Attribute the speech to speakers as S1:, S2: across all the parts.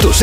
S1: tus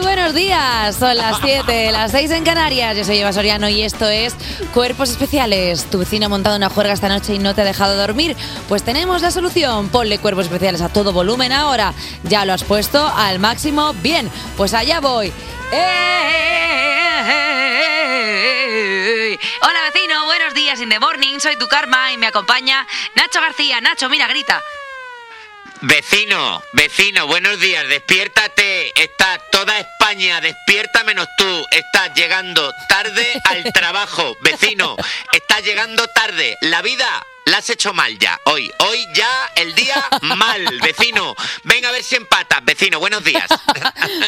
S2: buenos días. Son las 7, las 6 en Canarias. Yo soy Eva Soriano y esto es Cuerpos Especiales. Tu vecino ha montado una juerga esta noche y no te ha dejado dormir. Pues tenemos la solución. Ponle Cuerpos Especiales a todo volumen ahora. Ya lo has puesto al máximo. Bien, pues allá voy. ¡Ey! Hola vecino, buenos días in the morning. Soy tu karma y me acompaña Nacho García. Nacho, mira, grita.
S3: Vecino, vecino, buenos días, despiértate. Está toda España, despierta menos tú. Estás llegando tarde al trabajo, vecino. Estás llegando tarde. La vida la has hecho mal ya. Hoy, hoy ya el día mal, vecino. Ven a ver si empatas, vecino. Buenos días.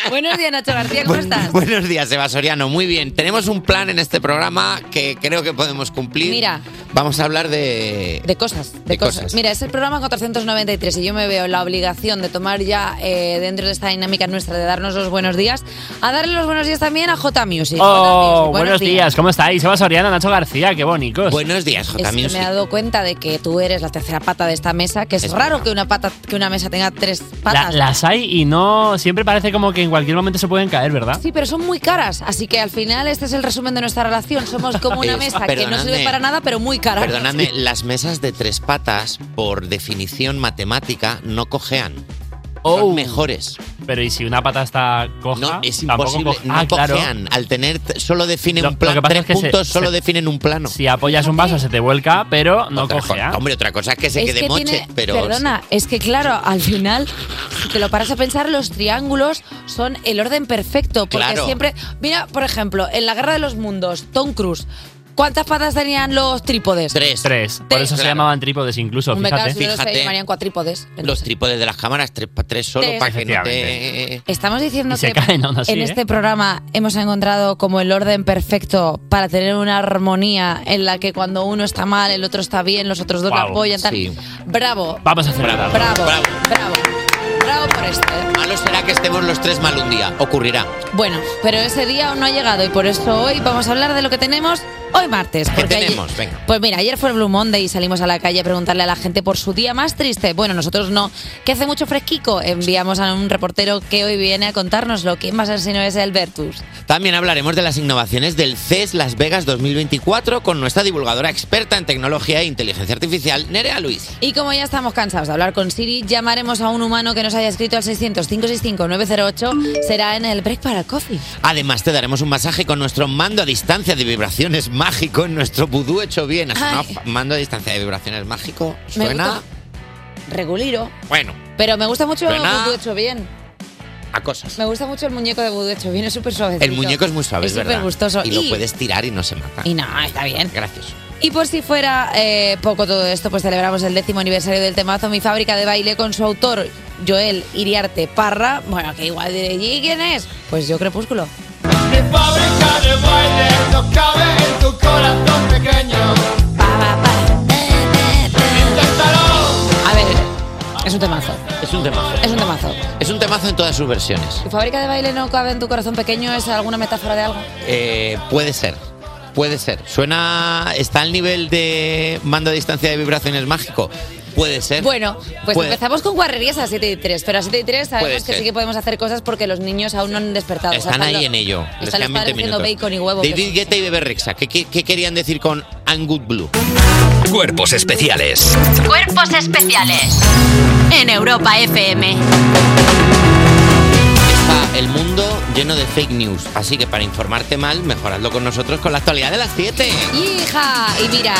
S2: Buenos días, Nacho García, ¿cómo estás?
S3: buenos días, Eva Soriano. Muy bien. Tenemos un plan en este programa que creo que podemos cumplir.
S2: Mira.
S3: Vamos a hablar de...
S2: De cosas, de,
S3: De
S2: cosas.
S3: cosas.
S2: Mira, es el programa 493 y yo me veo la obligación de tomar ya eh, dentro de esta dinámica nuestra de darnos los buenos días, a darle los buenos días también a J Music. J
S4: Oh,
S2: Music,
S4: buenos días. ¿cómo estáis? Eva Soriano, Nacho García, qué bonitos.
S3: Buenos días, J.
S2: Es que me he
S3: Music.
S2: dado cuenta de que tú eres la tercera pata de esta mesa, que es,
S3: Es
S2: raro
S3: verdad.
S2: que una pata que una mesa tenga tres
S4: La-
S2: patas. ¿eh?
S4: las hay y no. Siempre parece como que en cualquier momento se pueden caer, ¿verdad?
S2: Sí, pero son muy caras, así que al final este es el resumen de nuestra relación. Somos como una
S3: Es-
S2: mesa que no sirve
S3: perdonadme.
S2: para nada, pero muy cara.
S3: Perdonadme, las mesas de tres patas, por definición matemática, no cojean.
S4: Oh.
S3: Son mejores.
S4: Pero y si una pata está coja.
S3: No, es
S4: Tampoco
S3: imposible.
S4: coja-
S3: No
S4: ah, claro.
S3: cojean. Al tener, t- solo definen
S4: Lo-
S3: un
S4: lo
S3: plano.
S4: que pasa
S3: Tres
S4: es que se-
S3: puntos solo
S4: se-
S3: definen un plano.
S4: Si apoyas un vaso se te vuelca, pero no
S3: Otra
S4: cogea.
S3: cosa- hombre, otra cosa es que se
S2: Es
S3: quede
S2: que
S3: moche,
S2: tiene-
S3: pero.
S2: Perdona, es que claro, al final, si te lo paras a pensar, los triángulos son el orden perfecto. Porque
S3: Claro.
S2: siempre. Mira, por ejemplo, en la Guerra de los Mundos, Tom Cruise, ¿cuántas patas tenían los trípodes?
S3: Tres.
S4: Tres. Por eso se
S3: Claro.
S4: llamaban trípodes incluso,
S2: Un becado,
S4: fíjate.
S2: si no se
S3: Fíjate.
S2: llamarían cuatrípodes.
S3: Los trípodes de las cámaras, tres, pa- tres solo,
S2: Tres.
S3: para que no te.
S4: Efectivamente.
S2: Estamos diciendo
S4: Y se
S2: que
S4: caen aún así,
S2: en
S4: ¿eh?
S2: este programa hemos encontrado como el orden perfecto para tener una armonía en la que cuando uno está mal, el otro está bien, los otros dos
S4: Guau,
S2: lo apoyan. tal.
S3: sí.
S2: Bravo,
S4: Vamos a celebrar.
S2: bravo, bravo,
S3: Bravo.
S2: bravo. Bravo por esto. ¿eh?
S3: Malo será que estemos los tres mal un día. Ocurrirá.
S2: Bueno, pero ese día aún no ha llegado y por eso hoy vamos a hablar de lo que tenemos hoy martes.
S3: ¿Qué
S2: porque ayer-
S3: tenemos? Venga.
S2: Pues mira, ayer fue el Blue Monday y salimos a la calle a preguntarle a la gente por su día más triste. Bueno, nosotros no, que hace mucho fresquico. Enviamos a un reportero que hoy viene a contárnoslo. lo que más ser si no es el Bertus?
S3: También hablaremos de las innovaciones del CES Las Vegas 2024 con nuestra divulgadora experta en tecnología e inteligencia artificial, Nerea Luis.
S2: Y como ya estamos cansados de hablar con Siri, llamaremos a un humano que nos haya escrito al 600-565-908. Será en el break para coffee.
S3: Además, te daremos un masaje con nuestro mando a distancia de vibraciones mágico en nuestro vudú hecho bien. ¿Ha sonado
S2: Ay.
S3: fa- mando a distancia de vibraciones mágico?
S2: Me
S3: ¿Suena?
S2: gusta. Reguliro.
S3: Bueno,
S2: Pero me gusta mucho el
S3: Suena-
S2: vudú hecho bien.
S3: a cosas.
S2: Me gusta mucho el muñeco de vudú hecho bien. Es súper suave.
S3: El muñeco es muy suave,
S2: Es
S3: es
S2: súper
S3: verdad.
S2: gustoso.
S3: Y lo puedes tirar y no se mata.
S2: y no, está bien.
S3: Gracias.
S2: Y por si fuera eh, poco todo esto, pues celebramos el décimo aniversario del temazo Mi fábrica de baile con su autor, Joel Iriarte Parra. Bueno, que igual diré, ¿y quién es? Pues yo, Crepúsculo.
S5: Mi fábrica de baile no cabe en tu corazón pequeño.
S2: Pa, pa, pa.
S5: Inténtalo.
S2: A ver, es un temazo.
S3: Es un temazo.
S2: Es un temazo.
S3: Es un temazo en todas sus versiones.
S2: ¿Tu fábrica de baile no cabe en tu corazón pequeño? ¿Es alguna metáfora de algo?
S3: Eh, puede ser. Puede ser. Suena. Está al nivel de mando a distancia de vibraciones mágico. Puede ser.
S2: Bueno, pues
S3: Puede-
S2: empezamos con guarrerías a 7 y 3, pero a 7 y 3 sabemos
S3: Puede
S2: que
S3: ser.
S2: sí que podemos hacer cosas porque los niños aún no han despertado. O sea,
S3: Están ahí
S2: los-
S3: en ello. Les
S2: están los
S3: quedan 20
S2: padres haciendo
S3: minutos.
S2: bacon y huevo. que
S3: David
S2: es-
S3: Guetta y Bebe Rexa. ¿Qué, qué, qué querían decir con I'm Good Blue?
S1: Cuerpos especiales
S6: Cuerpos especiales en Europa FM.
S3: Está el mundo lleno de fake news. Así que para informarte mal, mejoradlo con nosotros con la actualidad de las 7.
S2: ¡Hija! Y mira,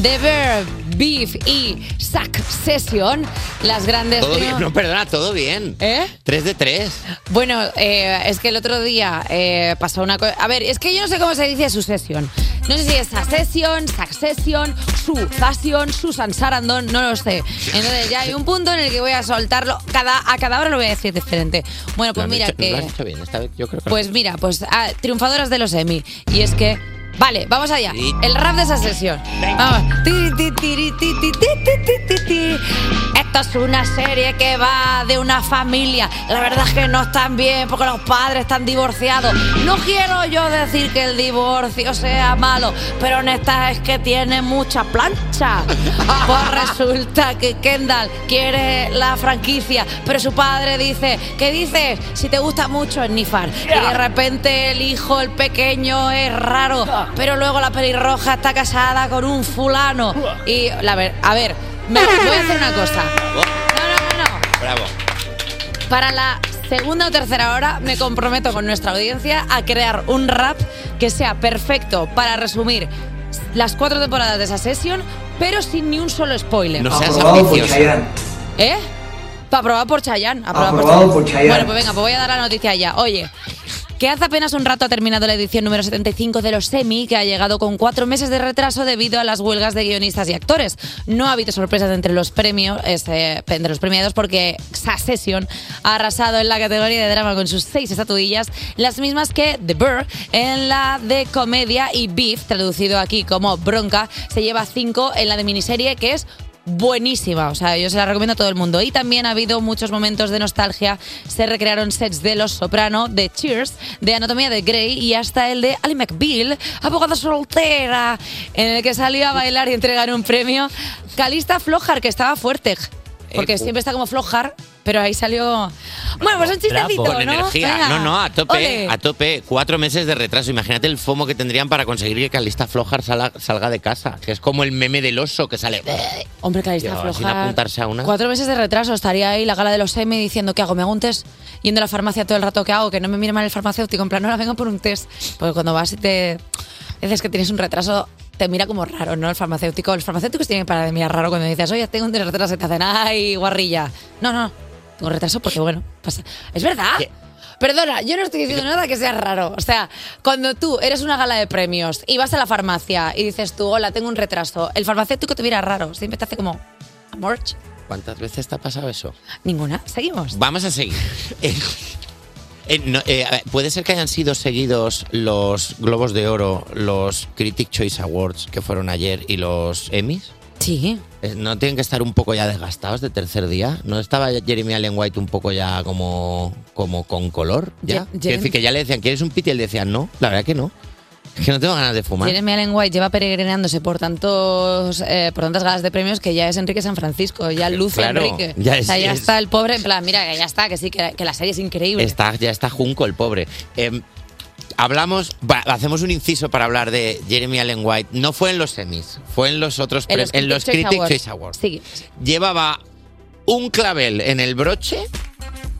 S2: The Verb, Beef y Succession, las grandes...
S3: Todo bien.
S2: triun-
S3: No, perdona, todo bien.
S2: ¿Eh?
S3: 3 de 3.
S2: Bueno, eh, es que el otro día eh, pasó una cosa... A ver, es que yo no sé cómo se dice Succession. No sé si es Succession, Succession, su fashion, Susan Sarandon, no lo sé. Entonces ya hay un punto en el que voy a soltarlo. Cada, a cada hora lo voy a decir diferente. Bueno, pues
S3: Lo han
S2: mira
S3: hecho-
S2: que...
S3: Lo has hecho bien. Esta vez yo creo que.
S2: Pues mira, pues ah, triunfadoras de los Emmy. Y es que Vale, vamos allá. El rap de esa sesión. Vamos. Ti, ti, tiri, ti, ti, ti, ti, ti, ti, ti. Esto es una serie que va de una familia. La verdad es que no están bien porque los padres están divorciados. No quiero yo decir que el divorcio sea malo, pero neta es que tiene mucha plancha. Pues resulta que Kendall quiere la franquicia, pero su padre dice, ¿qué dices? Si te gusta mucho es Nifar. Y de repente el hijo, el pequeño, es raro, pero luego la pelirroja está casada con un fulano. Y, la ver, a ver, me, voy a hacer una cosa.
S3: Bravo.
S2: Para la segunda o tercera hora me comprometo con nuestra audiencia a crear un rap que sea perfecto para resumir las cuatro temporadas de esa sesión, pero sin ni un solo spoiler.
S5: Ah,
S3: No seas
S5: Aprobado por
S3: ambicioso.
S5: Chayanne.
S2: ¿Eh? Aprobado por Chayanne. Aprobado,
S5: Aprobado por Chayanne.
S2: Bueno, pues venga, pues voy a dar la noticia ya. Oye, que hace apenas un rato ha terminado la edición número 75 de los semi, que ha llegado con cuatro meses de retraso debido a las huelgas de guionistas y actores. No ha habido sorpresas entre los premios, este, entre los premiados, porque Succession ha arrasado en la categoría de drama con sus seis estatuillas, las mismas que The Burr en la de comedia y Beef, traducido aquí como Bronca, se lleva cinco en la de miniserie, que es buenísima, o sea, yo se la recomiendo a todo el mundo. Y también ha habido muchos momentos de nostalgia, se recrearon sets de Los Soprano, de Cheers, de Anatomía de Grey y hasta el de Ali McBeal, Abogada Soltera, en el que salió a bailar y entregar un premio. Calista Flojar, que estaba fuerte,
S3: Eh,
S2: porque siempre está como Flojar, pero ahí salió... Bueno, pues un chistecito,
S3: Con
S2: ¿no?
S3: energía.
S2: Venga.
S3: No, no, a tope,
S2: Ole.
S3: a tope. Cuatro meses de retraso. Imagínate el fomo que tendrían para conseguir que Calista Flojar salga, salga de casa. Que es como el meme del oso que sale.
S2: Hombre, Calista
S3: Llevaba
S2: Flojar.
S3: sin apuntarse a una.
S2: Cuatro meses de retraso. Estaría ahí la gala de los semi diciendo, ¿qué hago? ¿Me hago un test? Yendo a la farmacia todo el rato, ¿qué hago? Que no me mire mal el farmacéutico. En plan, no, la vengo por un test. Porque cuando vas y te dices que tienes un retraso, te mira como raro, ¿no? El farmacéutico. Los farmacéuticos tienen que parar de mirar raro cuando dices, oye, tengo un retraso. Y te hacen, ay, guarrilla. No, no, tengo un retraso porque, bueno, pasa. Es verdad.
S3: ¿Qué?
S2: Perdona, yo no estoy diciendo nada que sea raro. O sea, cuando tú eres una gala de premios y vas a la farmacia y dices tú, hola, tengo un retraso, el farmacéutico te mira raro. Siempre te hace como, amor, ch-
S3: ¿Cuántas veces te ha pasado eso?
S2: ninguna. Seguimos.
S3: Vamos a seguir. Eh, eh, no, eh, a ver, puede ser que hayan sido seguidos los Globos de Oro, los Critic Choice Awards que fueron ayer y los Emmys.
S2: Sí.
S3: Eh, ¿No tienen que estar un poco ya desgastados de tercer día? ¿No estaba Jeremy Allen White un poco ya como, como con color? ¿Ya?
S2: Ye-
S3: Quiero decir,
S2: Jeremy-
S3: que ya le decían, ¿quieres un piti? Y él decía, no, la verdad que no. Es que no tengo ganas de fumar.
S2: Jeremy Allen White lleva peregrinándose por tantos eh, por tantas galas de premios que ya es Enrique San Francisco, ya luce
S3: Eh, Claro,
S2: Enrique.
S3: ya es-
S2: o sea, ya
S3: es-
S2: está el pobre en plan, mira, que ya está, que sí, que, que la serie es increíble.
S3: Está, ya está junco el pobre. Eh, hablamos, va, hacemos un inciso para hablar de Jeremy Allen White. No fue en los semis, fue en los otros, pre- en los Critic Choice Awards.
S2: Sí.
S3: Llevaba un clavel en el broche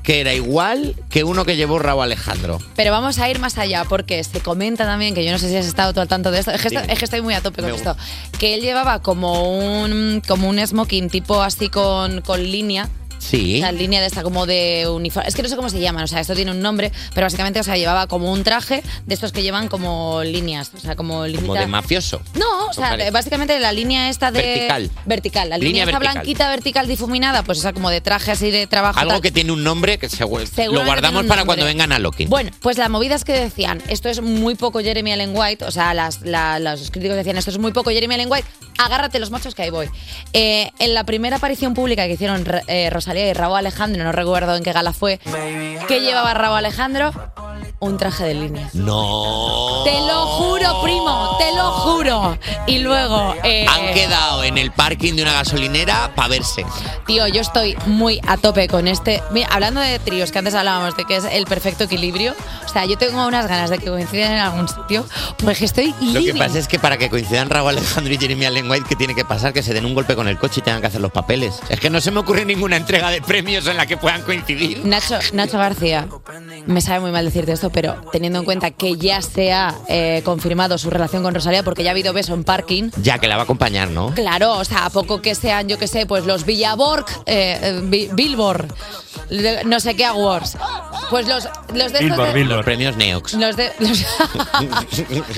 S3: que era igual que uno que llevó Raúl Alejandro.
S2: Pero vamos a ir más allá, porque se comenta también, que yo no sé si has estado tú al tanto de esto, es que, esto-
S3: Dime.
S2: es que estoy muy a tope con
S3: Me
S2: esto, que él llevaba como un, como un smoking tipo así con, con línea.
S3: Sí.
S2: La línea de esta como de uniforme. Es que no sé cómo se llaman, o sea, esto tiene un nombre, pero básicamente, o sea, llevaba como un traje de estos que llevan como líneas, o sea, como
S3: Como
S2: limita-
S3: de mafioso.
S2: No, o sea,
S3: parece.
S2: de- básicamente la línea esta de.
S3: Vertical.
S2: Vertical. La línea,
S3: Línea
S2: esta
S3: vertical.
S2: blanquita vertical difuminada, pues esa como de traje así de trabajo.
S3: Algo
S2: tal.
S3: que tiene un nombre que seguro- lo
S2: Seguramente
S3: guardamos
S2: tiene un
S3: para cuando
S2: nombre.
S3: vengan a Loki.
S2: Bueno, pues la movida es que decían, esto es muy poco Jeremy Allen White, o sea, las, la- los críticos decían, esto es muy poco Jeremy Allen White, agárrate los machos que ahí voy. Eh, en la primera aparición pública que hicieron eh, Rosalía y Raúl Alejandro, no recuerdo en qué gala fue, ¿qué llevaba Raúl Alejandro? Un traje de línea.
S3: No.
S2: Te lo juro, primo, te lo juro. Y luego... eh,
S3: Han quedado en el parking de una gasolinera para verse.
S2: Tío, yo estoy muy a tope con este. Mira, hablando de tríos, que antes hablábamos de que es el perfecto equilibrio. O sea, yo tengo unas ganas de que coincidan en algún sitio, porque estoy
S3: Lo que
S2: living.
S3: pasa es que para que coincidan Raúl Alejandro y Jeremy Allen White, ¿qué tiene que pasar? Que se den un golpe con el coche y tengan que hacer los papeles. Es que no se me ocurre ninguna entrega de premios en la que puedan coincidir.
S2: Nacho, Nacho García, me sabe muy mal decirte esto, pero teniendo en cuenta que ya se ha eh, confirmado su relación con Rosalía, porque ya ha habido beso en parking.
S3: Ya que la va a acompañar, ¿no?
S2: Claro, o sea, a poco que sean, yo que sé, pues los Villaborg, eh, eh, Bi- Billboard, le- no sé qué awards. Pues los, los de estos
S7: Billboard,
S2: de-
S7: Billboard.
S3: Los premios Neox.
S2: Los de. los-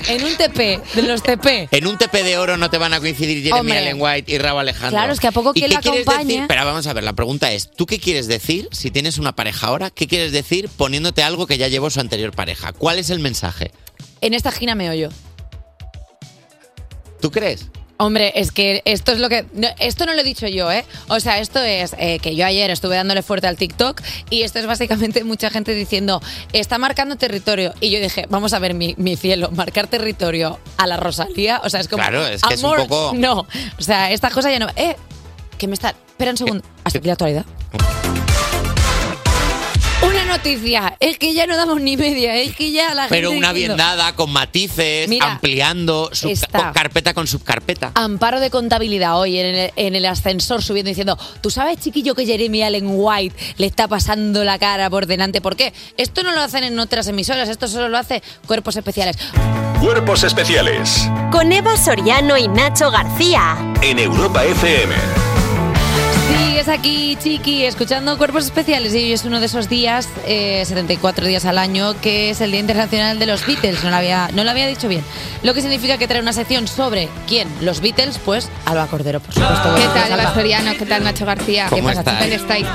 S2: en un TP, de los TP.
S3: En un TP de oro no te van a coincidir Jeremy
S2: Hombre.
S3: Allen White y Raúl
S8: Ah,
S3: Alejandro.
S2: Claro, es que a poco
S3: ¿Y
S2: que
S3: qué
S2: la
S3: quieres
S2: acompañe-
S3: decir? Pero vamos a ver, la pregunta es, ¿tú qué quieres decir si tienes una pareja ahora? ¿Qué quieres decir poniéndote algo que ya llevó su anterior pareja? ¿Cuál es el mensaje?
S2: En esta gira me oyo.
S8: ¿Tú crees?
S2: Hombre, es que esto es lo que. no, esto no lo he dicho yo, ¿eh? O sea, esto es eh, que yo ayer estuve dándole fuerte al TikTok y esto es básicamente mucha gente diciendo, está marcando territorio. Y yo dije, vamos a ver, mi, mi cielo, marcar territorio a la Rosalía. O sea, es como.
S8: Claro, es que es un
S2: amor,
S8: poco-
S2: No. O sea, esta cosa ya no. Eh, que me está.
S8: Eh.
S2: Espera un segundo. Hasta aquí la actualidad. Una noticia. Es que ya no damos ni media. Es que ya la gente.
S8: Pero una bien
S2: diciendo-
S8: dada, con matices,
S2: Mira,
S8: ampliando, sub-
S2: está.
S8: con carpeta con subcarpeta.
S9: Ah,
S2: Amparo de contabilidad hoy en el, en el ascensor subiendo diciendo, ¿tú sabes, chiquillo, que Jeremy Allen White le está pasando la cara por delante? ¿Por qué? Esto no lo hacen en otras emisoras, esto solo lo hace cuerpos especiales.
S10: Cuerpos especiales
S6: Con Eva Soriano y Nacho García.
S10: en Europa FM.
S2: Sigues aquí, chiqui, escuchando cuerpos especiales y hoy es uno de esos días, eh, 74 días al año, que es el Día Internacional de los Beatles, no lo, había, no lo había dicho bien. Lo que significa que trae una sección sobre quién, los Beatles, pues Alba Cordero, por
S8: Pues
S2: supuesto.
S9: ¿Qué tal, Eva Soriano? ¿Qué tal, Nacho García?
S8: ¿Cómo
S9: ¿Qué pasa?
S8: estáis?
S9: ¿Qué tal estáis?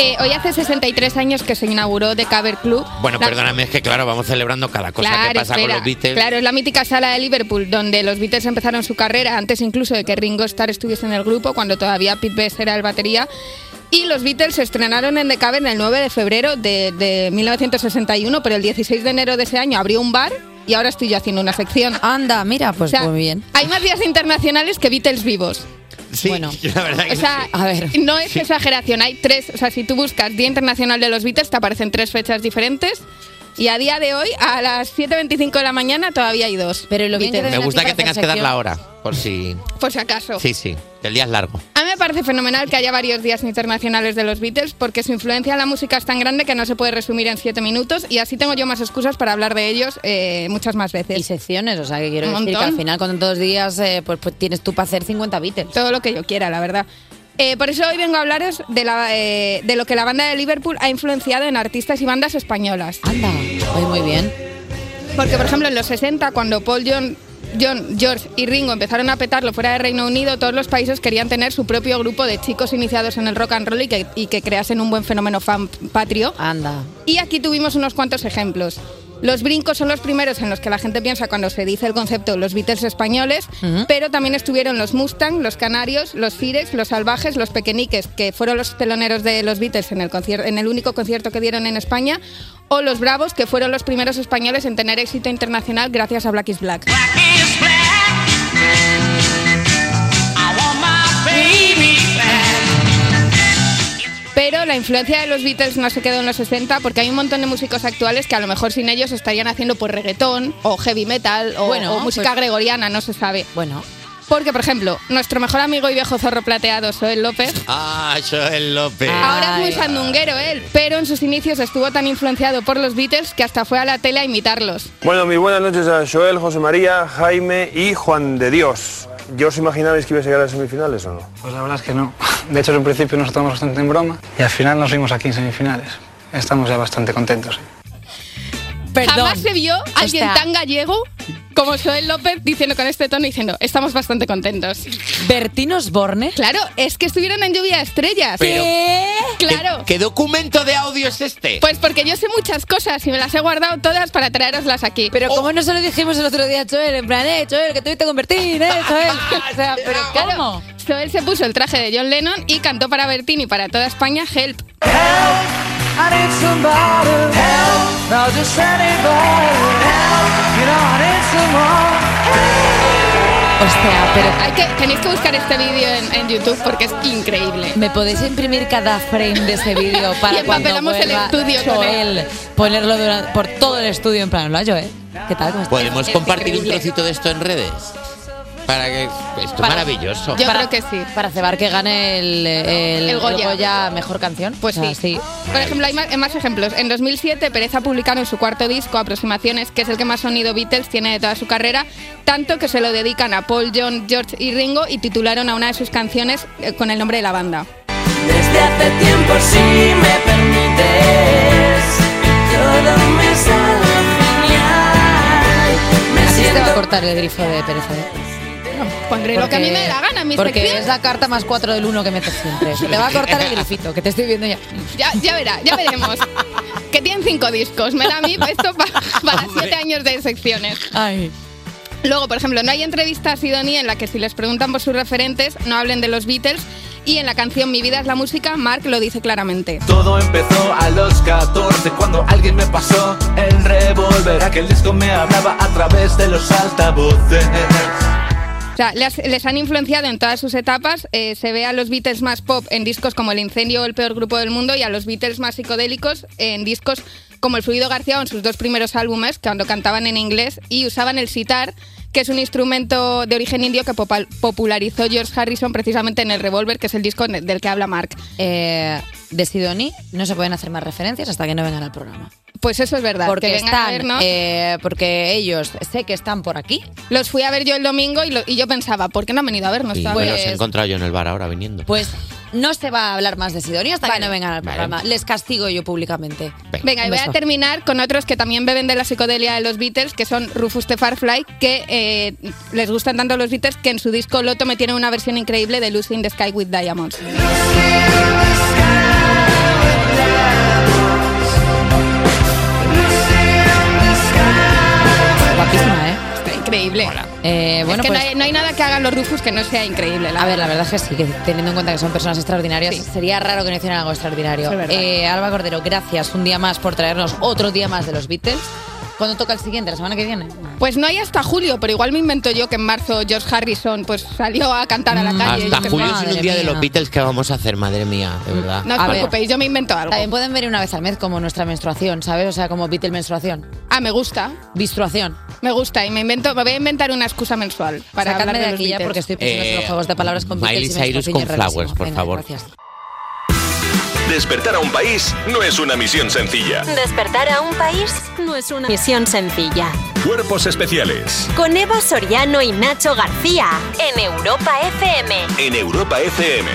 S9: Eh, hoy hace 63 años que se inauguró The Cover Club.
S8: Bueno,
S9: La-
S8: perdóname, es que claro, vamos celebrando cada cosa que pasa
S9: espera.
S8: con los Beatles.
S9: Claro, es la mítica sala de Liverpool, donde los Beatles empezaron su carrera antes incluso de que Ringo Starr estuviese en el grupo, cuando todavía Pete Best era el batería. Y los Beatles se estrenaron en The Cavern el 9 de febrero de, de 1961, pero el 16 de enero de ese año abrió un bar y ahora estoy yo haciendo una sección.
S2: Anda, mira, pues
S9: O sea,
S2: muy bien.
S9: Hay más días internacionales que Beatles vivos.
S8: Sí,
S2: Bueno.
S8: la verdad que
S9: O sea,
S8: sí.
S2: A ver.
S9: no es exageración, hay tres, o sea, si tú buscas Día Internacional de los Beatles, te aparecen tres fechas diferentes y a día de hoy, a las 7.25 de la mañana, todavía hay dos.
S2: Pero lo bien que
S9: Beatles,
S8: me
S2: una
S8: gusta
S2: chica
S8: que
S2: hacer
S8: tengas que dar
S2: sección.
S8: la hora, por si...
S9: por si acaso.
S8: Sí, sí, el día es largo.
S9: A mí me parece fenomenal que haya varios días internacionales de los Beatles porque su influencia en la música es tan grande que no se puede resumir en siete minutos y así tengo yo más excusas para hablar de ellos eh, muchas más
S2: y
S9: veces.
S2: secciones, o sea, que quiero
S9: Un
S2: decir que
S9: montón.
S2: al final con dos días eh, pues, pues tienes tú para hacer 50 Beatles.
S9: Todo lo que yo quiera, la verdad. Eh, por eso hoy vengo a hablaros de, la, eh, de lo que la banda de Liverpool ha influenciado en artistas y bandas españolas.
S2: Anda, pues muy bien.
S9: Porque, por ejemplo, en los 60, cuando Paul, John, John, George y Ringo empezaron a petarlo fuera de Reino Unido, todos los países querían tener su propio grupo de chicos iniciados en el rock and roll y que, y que creasen un buen fenómeno fan patrio.
S2: Anda.
S9: Y aquí tuvimos unos cuantos ejemplos. Los brincos son los primeros en los que la gente piensa cuando se dice el concepto los Beatles españoles, pero también estuvieron los Mustang, los Canarios, los Fires, los Salvajes, los Pequeñiques, que fueron los teloneros de los Beatles en el, concier- en el único concierto que dieron en España, o los Bravos, que fueron los primeros españoles en tener éxito internacional gracias a Black is Black. Pero la influencia de los Beatles no se quedó en los 60 porque hay un montón de músicos actuales que a lo mejor sin ellos estarían haciendo por reggaetón o heavy metal o,
S2: Bueno,
S9: o música
S2: pues-
S9: gregoriana, no se sabe.
S2: Bueno,
S9: Porque, por ejemplo, nuestro mejor amigo y viejo zorro plateado, Soel López,
S8: Ah, Joel López.
S2: Ah.
S9: ahora es muy
S2: Ay.
S9: sandunguero él, pero en sus inicios estuvo tan influenciado por los Beatles que hasta fue a la tele a imitarlos.
S11: Bueno, mis buenas noches a Joel, José María, Jaime y Juan de Dios. ¿Yo os imaginabais que iba a llegar a las semifinales o no?
S12: Pues la verdad es que no. De hecho, en un principio nos tomamos bastante en broma y al final nos vimos aquí en semifinales. Estamos ya bastante contentos. ¿eh?
S2: perdón.
S9: Jamás se vio
S2: O
S9: alguien
S2: sea,
S9: tan gallego como Soel López diciendo con este tono, diciendo, estamos bastante contentos.
S2: Bertín Osborne.
S9: Claro, es que estuvieron en lluvia de estrellas.
S8: Pero-
S2: eh,
S9: Claro.
S8: ¿Qué, qué documento de audio es este?
S9: Pues porque yo sé muchas cosas y me las he guardado todas para traeroslas aquí. Oh.
S2: Pero como no se lo dijimos el otro día a Joel, en plan, eh, Joel, que te viste con Bertín, eh, Joel. O sea, pero
S9: Claro,
S2: ¿cómo?
S9: Joel se puso el traje de John Lennon y cantó para Bertini y para toda España Help.
S2: O sea, pero
S9: Hay que, tenéis que buscar este vídeo en, en YouTube porque es increíble.
S2: me podéis imprimir cada frame de ese vídeo
S9: Y
S2: para cuando
S9: empapelamos el
S2: vuelva
S9: estudio con
S2: Joel, ponerlo durante- por todo el estudio en plan, ¿lo Joel? ¿Qué tal? ¿Cómo estás?
S8: ¿Podemos
S9: es
S8: compartir un
S9: increíble.
S8: trocito de esto en redes? Para que... Esto es
S2: Para-
S8: maravilloso.
S9: Yo creo que sí.
S2: Para cebar que gane el, el,
S9: El Goya.
S2: Goya. mejor canción.
S9: Pues
S2: O sea,
S9: sí. Por ejemplo, hay más, hay más ejemplos. En 2007, Pérez ha publicado en su cuarto disco, Aproximaciones, que es el que más sonido Beatles tiene de toda su carrera, tanto que se lo dedican a Paul, John, George y Ringo y titularon a una de sus canciones eh, con el nombre de la banda.
S5: Desde hace tiempo si me permites Todo me sale genial Me
S2: Así se va a
S5: siento
S2: cortar el grifo de Pérez. ¿eh?
S9: Pondré lo que a mí me dé la gana en mi
S2: Porque
S9: sección.
S2: es la carta más cuatro del uno que metes siempre. Se te va a cortar el grifito, que te estoy viendo ya.
S9: Ya, ya verá, ya veremos. que tienen cinco discos. Me da a mí esto pa- para siete años de secciones.
S2: Ay.
S9: Luego, por ejemplo, no hay entrevista a Sidonie en la que si les preguntan por sus referentes no hablen de los Beatles y en la canción Mi vida es la música, Mark lo dice claramente.
S13: Todo empezó a los 14 cuando alguien me pasó el revólver. Aquel disco me hablaba a través de los altavoces.
S9: O sea, les, les han influenciado en todas sus etapas. Eh, se ve a los Beatles más pop en discos como El Incendio o El Peor Grupo del Mundo y a los Beatles más psicodélicos en discos como El Fluido García o en sus dos primeros álbumes, cuando cantaban en inglés y usaban el sitar, que es un instrumento de origen indio que popal- popularizó George Harrison precisamente en El Revolver, que es el disco ne- del que habla Mark.
S2: Eh, de Sidonie no se pueden hacer más referencias hasta que no vengan al programa.
S9: Pues eso es verdad.
S2: Porque
S9: que vengan a
S2: están,
S9: vernos.
S2: eh, porque ellos sé que están por aquí.
S9: Los fui a ver yo el domingo y, lo- y yo pensaba, ¿por qué no han venido a vernos?
S3: Y me
S9: todavía?
S3: los he encontrado yo en el bar ahora viniendo.
S2: Pues no se va a hablar más de Sidonia hasta que no vengan al programa. Les castigo yo públicamente.
S9: Venga, y
S2: Un
S9: voy a
S2: beso.
S9: terminar con otros que también beben de la psicodelia de los Beatles, que son Rufus the Firefly, que eh, les gustan tanto los Beatles que en su disco Loto me tienen una versión increíble de Lucy in the Sky with Diamonds.
S2: Guapísima, ¿eh?
S9: Está increíble.
S2: Eh, bueno,
S9: es que
S2: pues-
S9: no, hay, no hay nada que hagan los Rufus que no sea increíble.
S2: A ver, la verdad es que sí, que teniendo en cuenta que son personas extraordinarias, sería raro que no hicieran algo extraordinario.
S9: Es verdad.
S2: Eh, Alba Cordero, gracias un día más por traernos otro día más de los Beatles. ¿Cuándo toca el siguiente? ¿La semana que viene?
S9: Pues no hay hasta julio, pero igual me invento yo que en marzo George Harrison pues salió a cantar a
S2: Mm,
S9: la calle. yo
S3: Hasta
S9: qué
S3: julio
S9: sé.
S3: sin un día de los Beatles que vamos a hacer, madre mía, de verdad.
S9: Mm. No os preocupéis, yo me invento algo.
S2: También pueden venir una vez al mes como nuestra menstruación, ¿sabes? O sea, como Beatle menstruación.
S9: Ah, me gusta.
S2: Bistruación.
S9: Me gusta y me invento, me voy a inventar una excusa mensual para
S2: Sacadme
S9: hablar
S2: de
S9: de,
S2: aquí ya porque estoy pensando en los juegos de palabras con
S3: Miley
S2: Beatles y
S3: Cyrus con
S2: menstruación y es
S3: Flowers, por favor.
S10: Despertar a un país no es una misión sencilla.
S6: Despertar a un país no es una misión sencilla.
S10: Cuerpos especiales
S6: Con Eva Soriano y Nacho García en Europa FM.
S10: en Europa FM.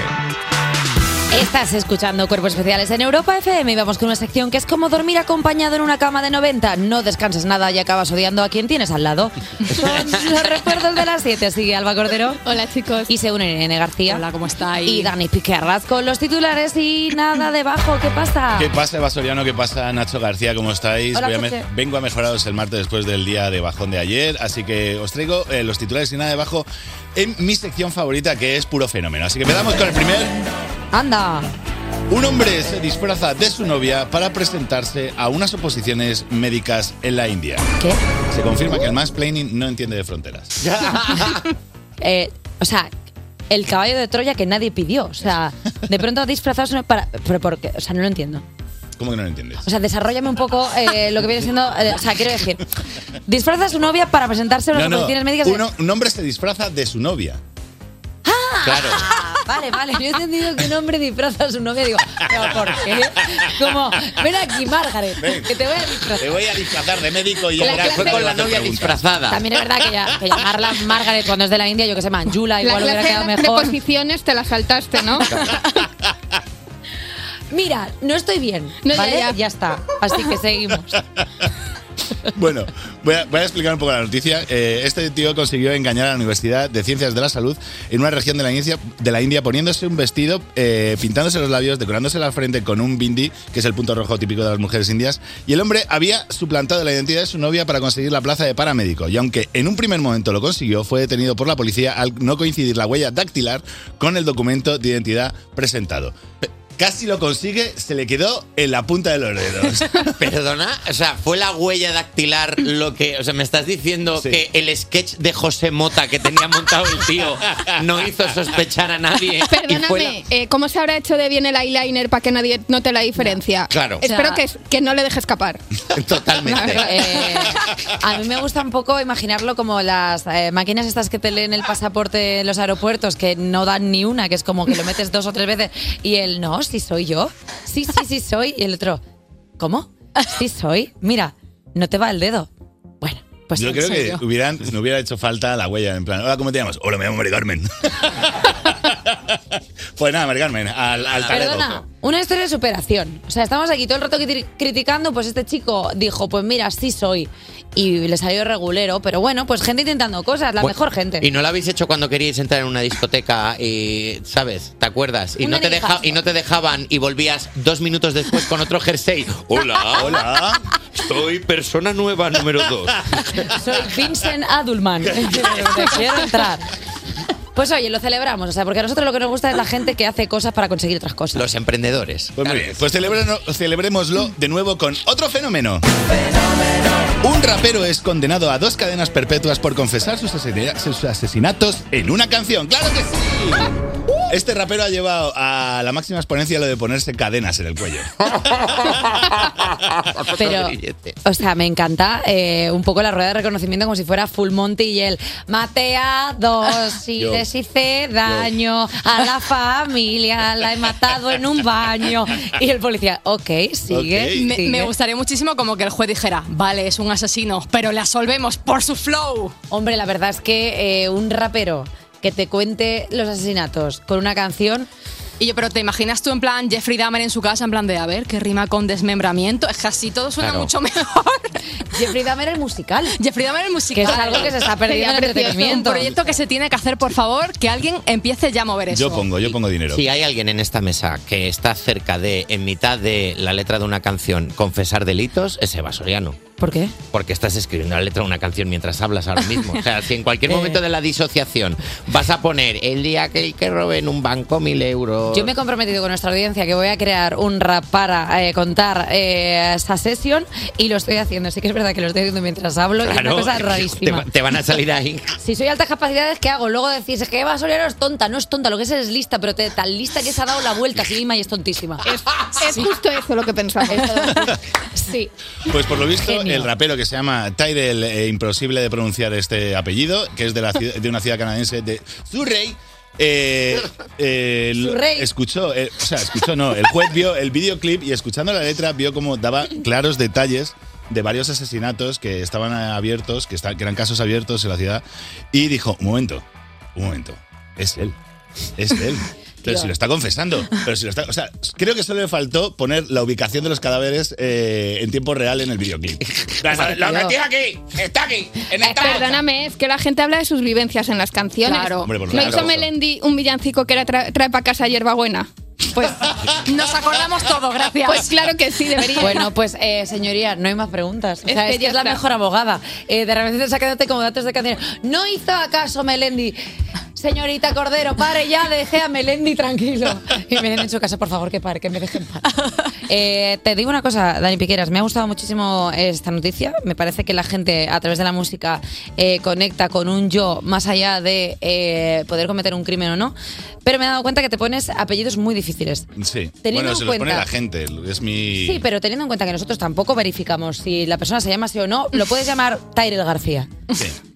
S2: Estás escuchando Cuerpos Especiales en Europa FM y vamos con una sección que es como dormir acompañado en una cama de 90. No descansas nada y acabas odiando a quien tienes al lado. Son los recuerdos de las 7. Sigue Alba Cordero.
S14: Hola, chicos.
S2: Y se unen Irene García. Hola,
S14: ¿cómo estáis?
S2: Y Dani Piquerraz con los titulares y nada debajo. ¿Qué pasa?
S15: ¿Qué pasa, Eva Soriano? ¿Qué pasa, Nacho García? ¿Cómo estáis?
S2: Ah. Hola,
S15: Voy a me-
S2: Jorge.
S15: vengo a mejoraros el martes después del día de bajón de ayer, así que os traigo eh, los titulares y nada debajo en mi sección favorita, que es puro fenómeno. Así que empezamos con el primer.
S2: Anda.
S15: Un hombre se disfraza de su novia para presentarse a unas oposiciones médicas en la India.
S2: ¿Qué?
S15: Se confirma que el mansplaining no entiende de fronteras.
S2: Eh, o sea, el caballo de Troya que nadie pidió. O sea, de pronto disfrazados una- para. Pero porque, o sea, no lo entiendo.
S15: ¿Cómo que no lo entiendes?
S2: O sea, desarrollame un poco eh, lo que viene siendo. eh, o sea, quiero decir, disfraza a su novia para presentarse a unas
S15: No, no.
S2: oposiciones médicas.
S15: Uno- un hombre se disfraza de su novia.
S2: Ah.
S15: Claro.
S2: Vale, vale, yo he entendido que un hombre disfraza a su novia. Digo, ¿pero por qué? Como, ven aquí, Margaret, que te voy a disfrazar.
S15: Te voy a disfrazar de médico y
S2: La
S15: ahora
S2: clase-
S15: fue con la novia disfrazada.
S2: También es verdad que, ya, que llamarla Margaret cuando es de la India, yo que sé, Manjula,
S9: La
S2: igual hubiera
S9: clase
S2: quedado
S9: de
S2: mejor.
S9: posiciones te la saltaste, ¿no?
S2: Mira, no estoy bien.
S9: No, ya,
S2: ¿vale?
S9: ya.
S2: está. Así que seguimos.
S15: Bueno, voy a, voy a explicar un poco la noticia. Eh, este tío consiguió engañar a la Universidad de Ciencias de la Salud en una región de la India, de la India poniéndose un vestido, eh, pintándose los labios, decorándose la frente con un bindi, que es el punto rojo típico de las mujeres indias. Y el hombre había suplantado la identidad de su novia para conseguir la plaza de paramédico. Y aunque en un primer momento lo consiguió, fue detenido por la policía al no coincidir la huella dactilar con el documento de identidad presentado. Pe- Casi lo consigue, se le quedó en la punta de los dedos.
S3: Perdona, o sea, fue la huella dactilar lo que. O sea, me estás diciendo que el sketch de José Mota que tenía montado el tío no hizo sospechar a nadie. Eh, y fue la-
S9: Perdóname, eh, ¿cómo se habrá hecho de bien el eyeliner para que nadie note la diferencia?
S3: Claro.
S9: Espero
S2: O sea-
S9: que, que no le deje escapar.
S3: Totalmente.
S2: Eh, a mí me gusta un poco imaginarlo como las eh, máquinas estas que te leen el pasaporte en los aeropuertos, que no dan ni una, que es como que lo metes dos o tres veces y él, no, sí soy yo. Sí, sí, sí soy. Y el otro, ¿cómo? Sí soy. Mira, no te va el dedo. Pues
S15: yo
S2: sí,
S15: creo
S2: soy
S15: que
S2: yo.
S15: Hubieran, no hubiera hecho falta la huella, en plan, hola, ¿cómo te llamas? Hola, me llamo Mari Carmen. pues nada, Mari Carmen, al, al tablero.
S2: Perdona, una historia de superación. O sea, estamos aquí todo el rato cri- criticando, pues este chico dijo, pues mira, sí soy. Y le salió regulero, pero bueno, pues gente intentando cosas, la
S3: Bueno,
S2: mejor gente.
S3: Y no lo habéis hecho cuando queríais entrar en una discoteca y, ¿sabes? ¿Te acuerdas? Y
S2: Una
S3: no te, deja,
S2: lija.
S3: y no te dejaban y volvías dos minutos después con otro jersey. Hola,
S15: hola.
S3: Soy persona nueva número 2.
S2: Soy Vincent Adulman. quiero entrar. Pues oye, lo celebramos, o sea, porque a nosotros lo que nos gusta es la gente que hace cosas para conseguir otras cosas.
S3: Los emprendedores.
S15: Pues muy bien, pues celebrano- celebrémoslo de nuevo con otro fenómeno. Un rapero es condenado a dos cadenas perpetuas por confesar sus, asesina- sus asesinatos en una canción. ¡Claro que sí! Este rapero ha llevado a la máxima exponencia lo de ponerse cadenas en el cuello.
S2: Pero, o sea, me encanta eh, un poco la rueda de reconocimiento como si fuera Full Monty y el mateados y
S16: Yo.
S2: les hice daño a la familia, la he matado en un baño. Y el policía, ok, sigue.
S5: Me,
S2: sigue".
S5: me gustaría muchísimo como que el juez dijera, vale, es un asesino, pero le absolvemos por su flow.
S2: Hombre, la verdad es que eh, un rapero que te cuente los asesinatos con una canción...
S5: Y yo, pero ¿te imaginas tú en plan Jeffrey Dahmer en su casa, en plan de, a ver, qué rima con desmembramiento? Es que así todo suena
S2: Claro.
S5: mucho mejor.
S2: Jeffrey Dahmer el musical.
S5: Jeffrey Dahmer el musical.
S2: Que es algo que se está perdiendo en el entretenimiento.
S5: Un proyecto que se tiene que hacer, por favor, que alguien empiece ya a mover eso.
S15: yo pongo dinero.
S3: Si hay alguien en esta mesa que está cerca de, en mitad de la letra de una canción, confesar delitos, es Eva Soriano.
S2: ¿Por qué?
S3: Porque estás escribiendo la letra de una canción mientras hablas ahora mismo. O sea, si en cualquier
S2: Eh.
S3: momento de la disociación vas a poner el día que, que robé en un banco mil euros.
S2: Yo me he comprometido con nuestra audiencia que voy a crear un rap para eh, contar eh, esta sesión y lo estoy haciendo. Sí que es verdad que lo estoy haciendo mientras hablo y es una
S3: Claro,
S2: cosa
S3: te-
S2: rarísima.
S3: Te, van a salir ahí.
S2: Si soy altas capacidades, ¿qué hago? Luego decís, es que Eva Solero es tonta. No es tonta, lo que es es lista, pero te- tan lista que se ha dado la vuelta si Lima y es tontísima.
S9: Es justo eso lo que pensamos.
S2: sí.
S15: Pues por lo visto,
S2: Genio.
S15: el rapero que se llama Tyrell, eh, imposible de pronunciar este apellido, que es de, la ciudad- de una ciudad canadiense de Surrey. eh, eh, lo-
S16: Surrey.
S15: escuchó, eh, o sea, escuchó, no, el juez vio el videoclip y escuchando la letra vio como daba claros detalles de varios asesinatos que estaban eh, abiertos, que, esta- que eran casos abiertos en la ciudad y dijo, un momento, un momento, es él, es él. Pero si lo está confesando, pero si lo está, o sea, creo que solo le faltó poner la ubicación de los cadáveres eh, en tiempo real en el videoclip.
S3: Lo- lo metí
S15: aquí, está aquí, en
S9: Eh, Perdóname, es que la gente habla de sus vivencias en las canciones.
S5: Claro.
S15: Hombre, por lo
S9: ¿No
S15: menos.
S9: hizo Melendi un villancico que era tra- trae para casa hierbabuena? Pues
S5: nos acordamos todo, gracias.
S9: Pues claro que sí, debería.
S2: Bueno, pues eh, señoría, no hay más preguntas. O
S9: Es
S2: sea,
S9: que
S2: es que
S9: ya
S2: es la
S9: está.
S2: mejor abogada. Eh, de repente te sacaste como datos de canción. ¿No hizo acaso Melendi? Señorita Cordero, pare ya, deje a Melendi tranquilo. Y Melendi en su casa, por favor, que pare, que me dejen paz. Eh, te digo una cosa, Dani Piqueras, me ha gustado muchísimo esta noticia. Me parece que la gente a través de la música eh, conecta con un yo más allá de eh, poder cometer un crimen o no. Pero me he dado cuenta que te pones apellidos muy difíciles.
S15: Sí,
S2: Teniendo
S15: bueno,
S2: en
S15: se los pone
S2: cuenta-
S15: la gente, es mi...
S2: Sí, pero teniendo en cuenta que nosotros tampoco verificamos si la persona se llama así o no, lo puedes llamar Tyrell García.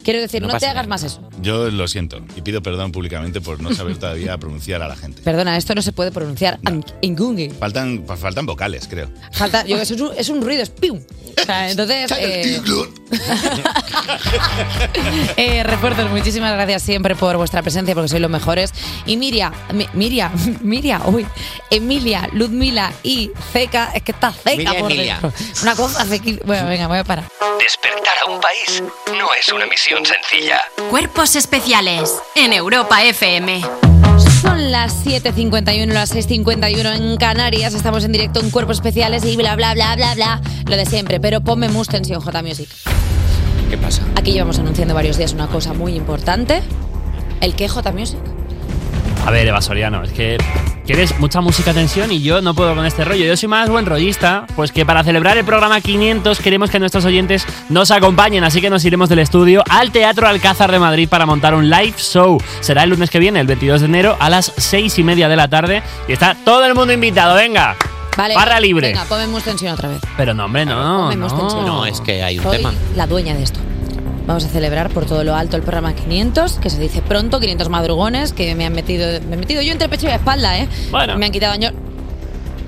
S2: Quiero decir,
S15: No
S2: no, te
S15: pasa
S2: hagas más eso.
S15: Yo lo siento y pido perdón públicamente por no saber todavía pronunciar a la gente.
S2: Perdona, esto no se puede pronunciar. Ingungi.
S15: Faltan, fa- faltan vocales, creo.
S2: Falta, yo, es, un, es un ruido, es pium. O sea, entonces, eh, eh, refuerzos, muchísimas gracias siempre por vuestra presencia, porque sois los mejores. Y Miria, Mi- Miria, Miria, uy, Emilia, Ludmila y Zeca, es que está Zeca
S1: Miria,
S2: por
S1: Emilia.
S2: dentro. Una cosa, Zeca- Bueno, venga, voy a parar.
S1: Despertar a un país no es una misión sencilla.
S6: Cuerpos especiales en Europa FM.
S2: Son las 7.51, las 6.51 en Canarias. Estamos en directo en Cuerpos Especiales y bla, bla, bla, bla, bla. Lo de siempre, pero ponme mus tensión J Music.
S3: ¿Qué pasa?
S2: Aquí llevamos anunciando varios días una cosa muy importante. ¿El qué J Music?
S4: A ver, Eva Soriano, es que quieres mucha música tensión y yo no puedo con este rollo. Yo soy más buen rollista, pues que para celebrar el programa 500 queremos que nuestros oyentes nos acompañen, así que nos iremos del estudio al Teatro Alcázar de Madrid para montar un live show. Será el lunes que viene, el 22 de enero, a las 6 y media de la tarde y está todo el mundo invitado, venga.
S2: Vale.
S4: Barra libre.
S2: Venga, ponme mus tensión otra vez.
S4: Pero no, hombre, no.
S2: ponme
S4: No,
S2: más tensión.
S3: No, es que hay un
S2: Soy
S3: tema.
S2: la dueña de esto. Vamos a celebrar por todo lo alto el programa 500, que se dice pronto, 500 madrugones, que me han metido, me he metido yo entre pecho y espalda, ¿eh?
S4: Bueno.
S2: Me han quitado años.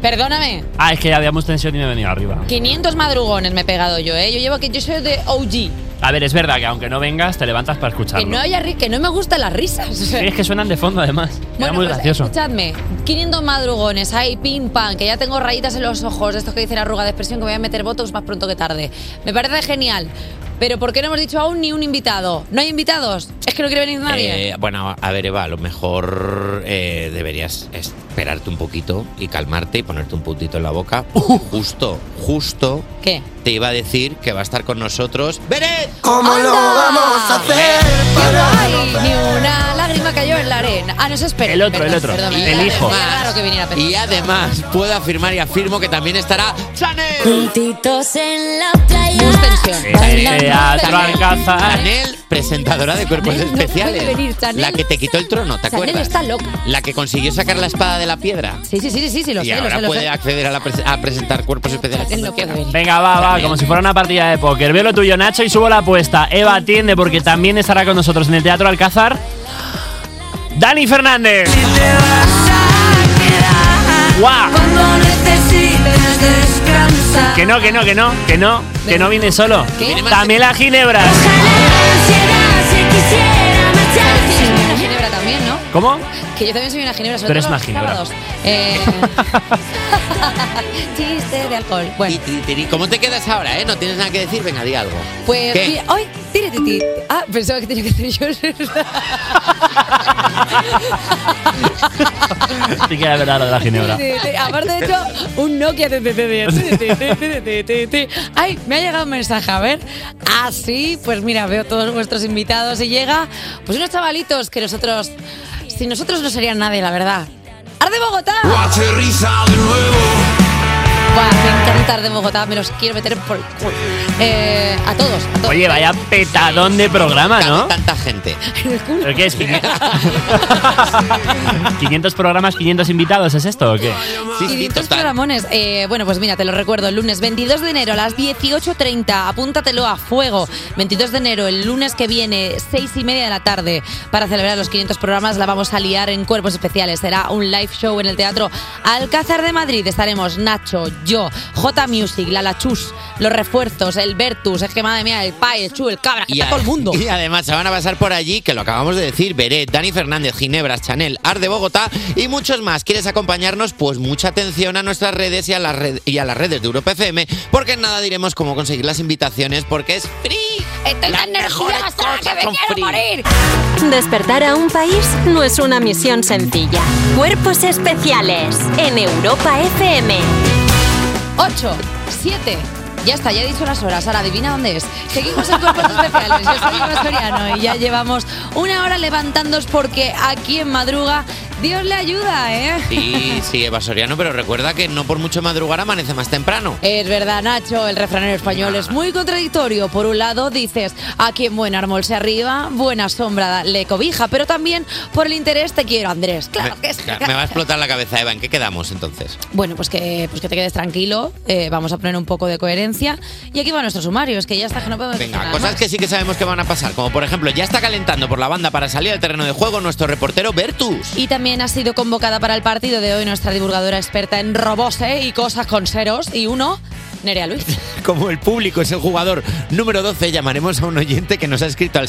S2: Perdóname.
S4: Ah, es que habíamos tensión y me he venido arriba.
S2: 500 madrugones me he pegado yo, ¿eh? Yo llevo que yo soy de OG.
S4: A ver, es verdad que aunque no vengas, te levantas para escucharlo.
S2: Que no, haya, ri- que no me gustan las risas. o
S4: Sí,
S2: sea.
S4: es que suenan de fondo además. Era muy
S2: pues,
S4: gracioso.
S2: Escuchadme, 500 madrugones, ahí, pim, pam, que ya tengo rayitas en los ojos, de estos que dicen arruga de expresión, que voy a meter botox más pronto que tarde. Me parece genial. Pero ¿por qué no hemos dicho aún ni un invitado? ¿No hay invitados? Es que no quiere venir nadie.
S3: Eh, bueno, a ver, Eva, a lo mejor eh, deberías esperarte un poquito y calmarte y ponerte un puntito en la boca. Justo, justo
S2: ¿Qué?
S3: te iba a decir que va a estar con nosotros. ¡Beret!
S5: ¿Cómo lo vamos a hacer?
S2: Ay, ni una lágrima cayó en la arena. Ah, no se espera.
S3: El otro, el otro.
S2: perdón,
S3: El
S2: perdón.
S3: hijo.
S2: Qué raro que viniera Pedro.
S3: Y además, puedo afirmar y afirmo que también estará
S5: Juntitos en la playa.
S3: Eh, Chanel, presentadora de cuerpos
S2: Chanel no puede
S3: especiales.
S2: venir, Chanel.
S3: la que te quitó el trono, ¿te
S2: Chanel
S3: acuerdas?
S2: está loca.
S3: La que consiguió sacar la espada de la piedra.
S2: Sí, sí, sí, sí, sí, sí, lo
S3: y
S2: sé, lo
S3: ahora
S2: sé, lo
S3: puede
S2: sé.
S3: acceder a, la pres- a presentar cuerpos especiales.
S2: Él no puede venir.
S4: Venga, va, va, como si fuera una partida de póker. Veo lo tuyo, Nacho, y subo la apuesta. Eva atiende porque también estará con nosotros en el Teatro Alcázar. Dani Fernández.
S3: ah,
S4: ¡Guau!
S5: Cuando necesites descansar.
S4: Que no, que no, que no, que no, que no viene solo. También la Ginebra.
S2: Sí, una ginebra también, ¿no?
S4: ¿Cómo?
S2: Que yo también soy una ginebra. sobre
S4: Tú eres
S2: todo
S4: una
S2: los
S4: ginebra.
S2: sábados. Eh, chiste de alcohol. Bueno.
S3: Y, y- y- ¿Cómo te quedas ahora, eh? No tienes nada que decir, venga, di algo.
S2: Pues,
S3: ¿Qué?
S2: mira, ¡ay! Tire, tire, tire. Ah, pensaba que tenía que hacer yo.
S4: Sí que era verdad lo de la Ginebra.
S2: Sí, sí, sí. Aparte, de hecho, un Nokia. te, te, te, te, te, te, te, te, te, te, te. Ay, me ha llegado un mensaje, a ver. Ah, sí, pues mira, veo todos vuestros invitados y llega, pues unos chavalitos que nosotros, si nosotros no serían nadie, la verdad. ¡Arde Bogotá!
S5: Aterriza de nuevo.
S2: Buah, me encanta Arde Bogotá, me los quiero meter por el culo. Eh, a todos, a todos.
S4: Oye, vaya petadón de programa, ¿no?
S3: Tanta gente.
S4: ¿Pero qué es? 500 500 programas, 500 invitados, ¿es esto o qué?
S3: Sí,
S2: Y tus programones. Eh, bueno, pues mira, te lo recuerdo, el lunes 22 de enero a las 18.30, apúntatelo a fuego. 22 de enero, el lunes que viene, 6 y media de la tarde, para celebrar los 500 programas, la vamos a liar en cuerpos especiales. Será un live show en el Teatro Alcázar de Madrid. Estaremos Nacho, yo, J Music, La Lachus, Los Refuerzos, El Vertus, es que madre mía, el Pai, el Chu, el Cabra, que
S3: Y,
S2: está
S3: a-
S2: todo el mundo.
S3: y además se van a pasar por allí, que lo acabamos de decir, Beret, Dani Fernández, Ginebras, Chanel, Ar de Bogotá y muchos más. ¿Quieres acompañarnos? Pues mucha atención a nuestras redes y a, las red- y a las redes de Europa FM, porque en nada diremos cómo conseguir las invitaciones, porque es free.
S2: Estoy tan nerviosa que me quiero morir.
S6: Despertar a un país no es una misión sencilla. Cuerpos especiales en Europa FM.
S2: 8, 7. Ya está, ya he dicho las horas. Ahora adivina dónde es. Seguimos en Cuerpos Especiales. Yo soy Eva Soriano y ya llevamos una hora levantándonos porque aquí en Madruga Dios le ayuda, ¿eh?
S3: Sí, sí, Eva Soriano, pero recuerda que no por mucho madrugar amanece más temprano.
S2: Es verdad, Nacho, el refranero español es muy contradictorio. Por un lado dices, a quien buen árbol se arriba, buena sombra le cobija, pero también por el interés te quiero, Andrés. Claro
S3: me,
S2: que sí.
S3: me va a explotar la cabeza, Eva. ¿En qué quedamos entonces?
S2: Bueno, pues que, pues que te quedes tranquilo, eh, vamos a poner un poco de coherencia. Y aquí va nuestro sumario, es que ya está, que no podemos decir
S3: Venga,
S2: nada
S3: cosas
S2: más.
S3: que sí que sabemos que van a pasar, como por ejemplo, ya está calentando por la banda para salir al terreno de juego nuestro reportero Bertus.
S2: Y también ha sido convocada para el partido de hoy nuestra divulgadora experta en robose y cosas con ceros. Y uno, Nerea Luis.
S3: Como el público es el jugador número 12, llamaremos a un oyente que nos ha escrito al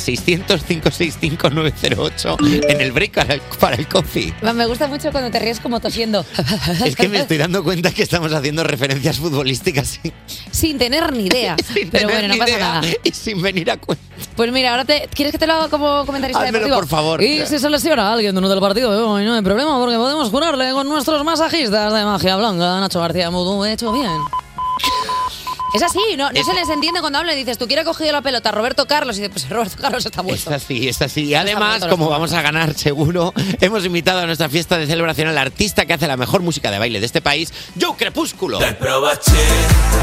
S3: 600-565-908 en el break para el, para el coffee.
S2: Me gusta mucho cuando te ríes como tosiendo.
S3: Es que me estoy dando cuenta que estamos haciendo referencias futbolísticas sin
S2: Sin tener ni idea. Pero
S3: tener
S2: bueno, no
S3: ni
S2: pasa
S3: idea
S2: nada.
S3: y sin venir a cuenta.
S2: Pues mira, ahora te. ¿Quieres que te lo haga como comentarista
S3: Házmelo,
S2: deportivo?
S3: por favor.
S2: Y si se lesiona alguien durante el partido de hoy, no hay problema, porque podemos curarle con nuestros masajistas de magia blanca. Nacho García Mudo, hecho bien. Es así, no, no se les entiende cuando hablan. Dices, tú quieres cogido la pelota, Roberto Carlos. Y dices, pues Roberto Carlos está muerto.
S3: Es así, es así. Y
S2: muerto,
S3: además,
S2: no
S3: como
S2: está
S3: vamos a ganar seguro, hemos invitado a nuestra fiesta de celebración al artista que hace la mejor música de baile de este país, Joe Crepúsculo.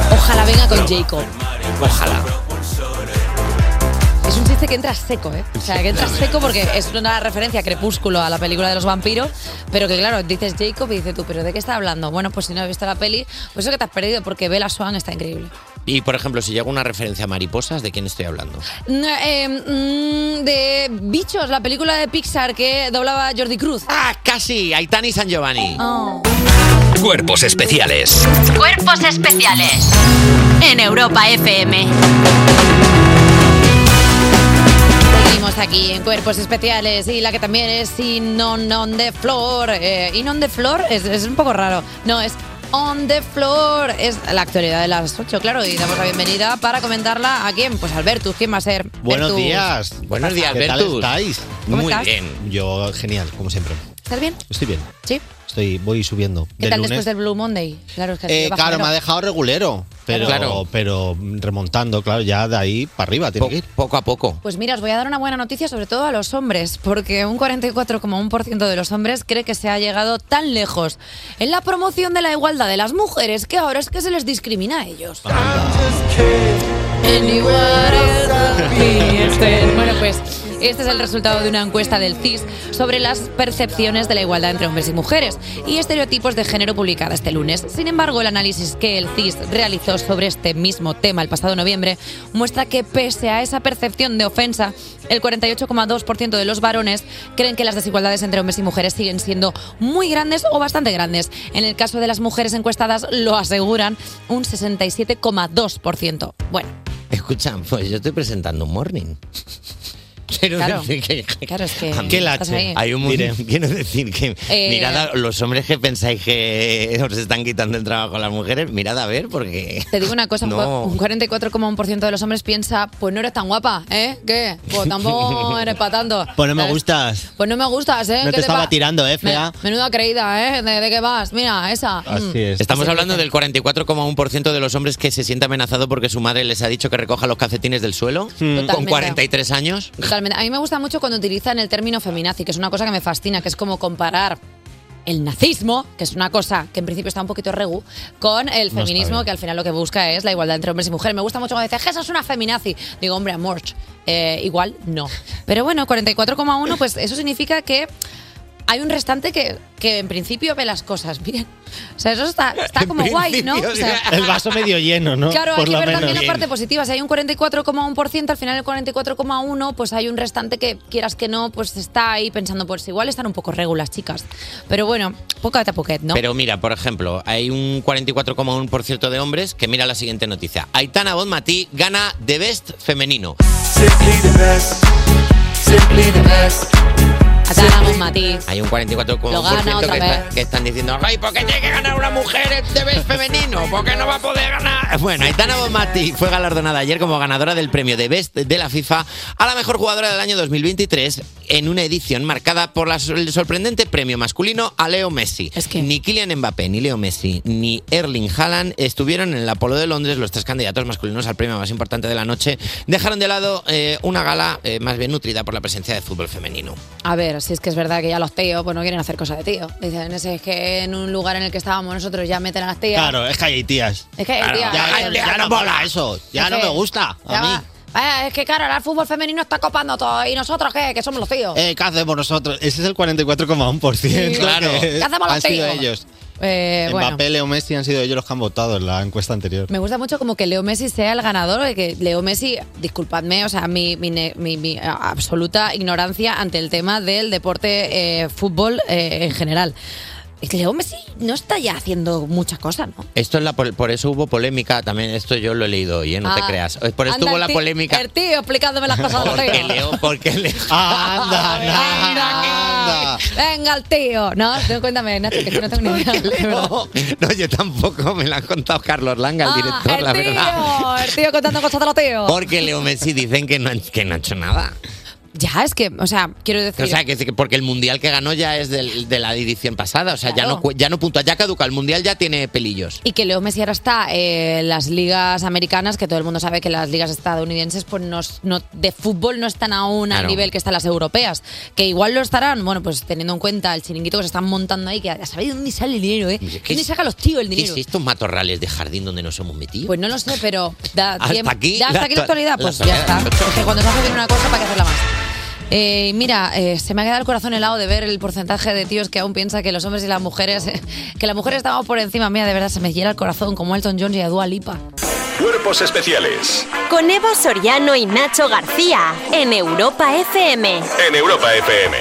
S2: Ojalá venga con Jacob.
S3: Ojalá.
S2: Es un chiste que entra seco, ¿eh? O sea, que entra seco porque es una referencia a Crepúsculo, a la película de los vampiros, pero que claro, dices Jacob y dices tú, ¿pero de qué está hablando? Bueno, pues si no has visto la peli, pues eso que te has perdido porque Bella Swan está increíble.
S3: Y por ejemplo, si llega una referencia a mariposas, ¿de quién estoy hablando?
S2: Mm, eh, mm, de Bichos, la película de Pixar que doblaba Jordi Cruz. Oh.
S3: ¡Ah, casi! Aitani San Giovanni.
S1: Cuerpos especiales.
S6: Cuerpos especiales en Europa FM.
S2: Seguimos aquí en Cuerpos Especiales y la que también es Inon on the Floor. Eh, Inon on the Floor es, es un poco raro. No, es on the floor. Es la actualidad de las 8, claro, y damos la bienvenida para comentarla a quién, pues Albertus, ¿quién va a ser?
S17: Buenos
S2: Bertus.
S17: días.
S3: Buenos días,
S17: ¿Qué tal
S3: Bertus.
S17: estáis?
S2: ¿Cómo
S17: Muy
S2: estás?
S17: bien. Yo, genial, como siempre.
S2: ¿Estás bien?
S17: Estoy bien.
S2: Sí.
S17: Estoy, voy subiendo.
S2: ¿Qué
S17: Del
S2: tal
S17: lunes.
S2: después del Blue Monday? Claro, es que ha sido
S17: Eh, claro,
S2: bajonero.
S17: me ha dejado regulero. Pero,
S3: Claro.
S17: pero remontando, claro, ya de ahí para arriba tiene que ir.
S3: Poco a poco.
S2: Pues mira, os voy a dar una buena noticia, sobre todo a los hombres, porque un 44,1% de los hombres cree que se ha llegado tan lejos en la promoción de la igualdad de las mujeres que ahora es que se les discrimina a ellos. Bueno, pues este es el resultado de una encuesta del CIS sobre las percepciones de la igualdad entre hombres y mujeres y estereotipos de género publicada este lunes. Sin embargo, el análisis que el CIS realizó sobre este mismo tema el pasado noviembre muestra que pese a esa percepción de ofensa, el 48,2% de los varones creen que las desigualdades entre hombres y mujeres siguen siendo muy grandes o bastante grandes. En el caso de las mujeres encuestadas lo aseguran un 67,2%. Bueno,
S3: Escucha, pues yo estoy presentando un morning. Quiero
S2: Claro.
S3: decir que,
S2: claro, es que...
S3: Eh, Qué
S2: estás ahí.
S3: Hay un
S2: Mire.
S3: montón- Quiero decir que
S2: Eh,
S3: mirad a los hombres que pensáis que os están quitando el trabajo a las mujeres, mirad a ver porque
S2: Te digo una cosa, un
S3: No.
S2: cua- un 44,1% de los hombres piensa, pues no eres tan guapa, ¿eh? ¿Qué? Pues tampoco eres para tanto.
S17: Pues no me
S2: ¿Sabes?
S17: gustas.
S2: Pues no me gustas, ¿eh?
S17: No
S2: ¿Qué
S17: te estaba
S2: pa-
S17: tirando, eh,
S2: Me-
S17: fea.
S2: menuda creída, ¿eh? ¿De, de qué vas? Mira, esa.
S17: Ah,
S2: Mm.
S3: Estamos hablando del 44,1% de los hombres que se siente amenazado porque su madre les ha dicho que recoja los calcetines del suelo con
S2: Totalmente.
S3: 43 años.
S2: Totalmente. A mí me gusta mucho cuando utilizan el término feminazi, que es una cosa que me fascina, que es como comparar el nazismo, que es una cosa que en principio está un poquito regu, con
S18: No
S2: el
S18: está
S2: feminismo,
S18: bien.
S2: que al final lo que busca es la igualdad entre hombres y mujeres. Me gusta mucho cuando dicen, Jesús es una feminazi. Digo, hombre, amor, eh, igual no. Pero bueno, 44,1, pues eso significa que hay un restante que, que en principio ve las cosas. Miren, o sea, eso está, está como guay, ¿no? O sea,
S17: El
S18: "Ah,
S17: vaso medio lleno, ¿no?
S2: Claro, hay
S17: Por
S2: que
S17: lo
S2: ver
S17: menos.
S2: también la parte positiva. Si hay un 44,1%, al final el 44,1%, pues hay un restante que quieras que no, pues está ahí pensando, pues igual están un poco regulas, chicas. Pero bueno, poca a poquet, ¿no?
S3: Pero mira, por ejemplo, hay un 44,1% de hombres que mira la siguiente noticia. Aitana Bonmatí gana The Best femenino.
S2: Atana Matiz.
S3: Hay un 44,1%
S2: Lo gana otra
S3: que, está-
S2: vez.
S3: que están diciendo, "Ay, ¿por qué tiene que ganar una mujer de Best femenino? ¿Por qué no va a poder ganar? Ah, Bueno, Aitana Bonmatí fue galardonada ayer como ganadora del premio de Best de la FIFA a la mejor jugadora del año 2023 en una edición marcada por la sor- el sorprendente premio masculino a Leo Messi. Ni Kylian Mbappé, ni Leo Messi, ni Erling Haaland estuvieron en el Apolo de Londres. Los tres candidatos masculinos al premio más importante de la noche dejaron de lado eh, una gala eh, más bien nutrida por la presencia de fútbol femenino.
S2: A ver, si es que es verdad que ya los tíos pues no quieren hacer cosas de tío. Dicen, "Ese es que en un lugar en el que estábamos nosotros ya meten a las tías.
S17: Claro, es que hay tías.
S2: Es que hay
S17: Claro.
S2: tías.
S17: Ya,
S2: Hay
S17: ya
S2: tías.
S17: no mola eso. Ya
S2: Es
S17: no
S2: que-
S17: me gusta.
S2: Ya
S17: A mí.
S2: va. Vaya, es que claro, ahora el fútbol femenino está copando todo. ¿Y nosotros qué? Que somos los tíos.
S17: Eh, ¿Qué hacemos nosotros? Ese es el 44,1%.
S2: Sí.
S17: Claro.
S2: ¿Qué hacemos los
S17: Han sido
S2: tíos?
S17: ellos.
S2: Eh, bueno.
S17: Mbappé, Leo Messi han sido ellos los que han votado en la encuesta anterior.
S2: Me gusta mucho como que Leo Messi sea el ganador, de que Leo Messi, disculpadme, o sea, mi, mi ne- mi- mi, eh, absoluta ignorancia ante el tema del deporte eh, fútbol eh, en general. Es que Leo Messi no está ya haciendo muchas cosas, ¿no?
S3: Esto es la pol- por eso hubo polémica también. Esto yo lo he leído hoy, ¿eh? no te
S2: Ah,
S3: creas. Por esto
S2: anda
S3: hubo
S2: el
S3: la
S2: tío-
S3: polémica.
S2: El tío explicándome las cosas a los
S3: Porque
S2: tíos.
S3: Leo, porque Leo.
S2: Venga, el tío. No, no, cuéntame, Nacho, que yo no tengo ni idea. de verdad.
S3: No, yo tampoco me la ha contado Carlos Langa, el director, la
S2: Ah, el
S3: verdad.
S2: tío, el tío contando cosas a los tíos.
S3: Porque Leo Messi dicen que no, han- que no ha hecho nada.
S2: Ya, es que, o sea, quiero decir...
S3: O sea, que, que porque el mundial que ganó ya es del- de la edición pasada. O sea, ya no cu- ya no puntúa, ya caduca. El mundial ya tiene pelillos.
S2: Y que Leo Messi ahora está eh, en las ligas americanas, que todo el mundo sabe que las ligas estadounidenses pues no, s- no- de fútbol no están aún al
S3: Claro.
S2: nivel que están las europeas. Que igual lo estarán, bueno, pues teniendo en cuenta el chiringuito que se están montando ahí, que a saber de dónde sale el dinero, ¿eh?
S3: ¿qué
S2: ¿Dónde
S3: es-
S2: saca los tíos el
S3: ¿Qué es
S2: dinero?
S3: estos matorrales de jardín donde nos hemos metido?
S2: Pues no lo sé, pero da
S3: Hasta
S2: tiempo-
S3: aquí
S2: ya hasta
S3: la
S2: aquí la actualidad,
S3: actua-
S2: pues
S3: la
S2: ya está.
S3: actualidad,
S2: Es que cuando se hace bien una cosa, ¿para qué hacerla más? Eh, mira, eh, se me ha quedado el corazón helado de ver el porcentaje de tíos que aún piensa que los hombres y las mujeres, que las mujeres estaban por encima mía, de verdad se me hiela el corazón, como Elton John y a Dua Lipa.
S10: Cuerpos especiales
S6: Con Evo Soriano y Nacho García en Europa FM.
S10: en Europa FM.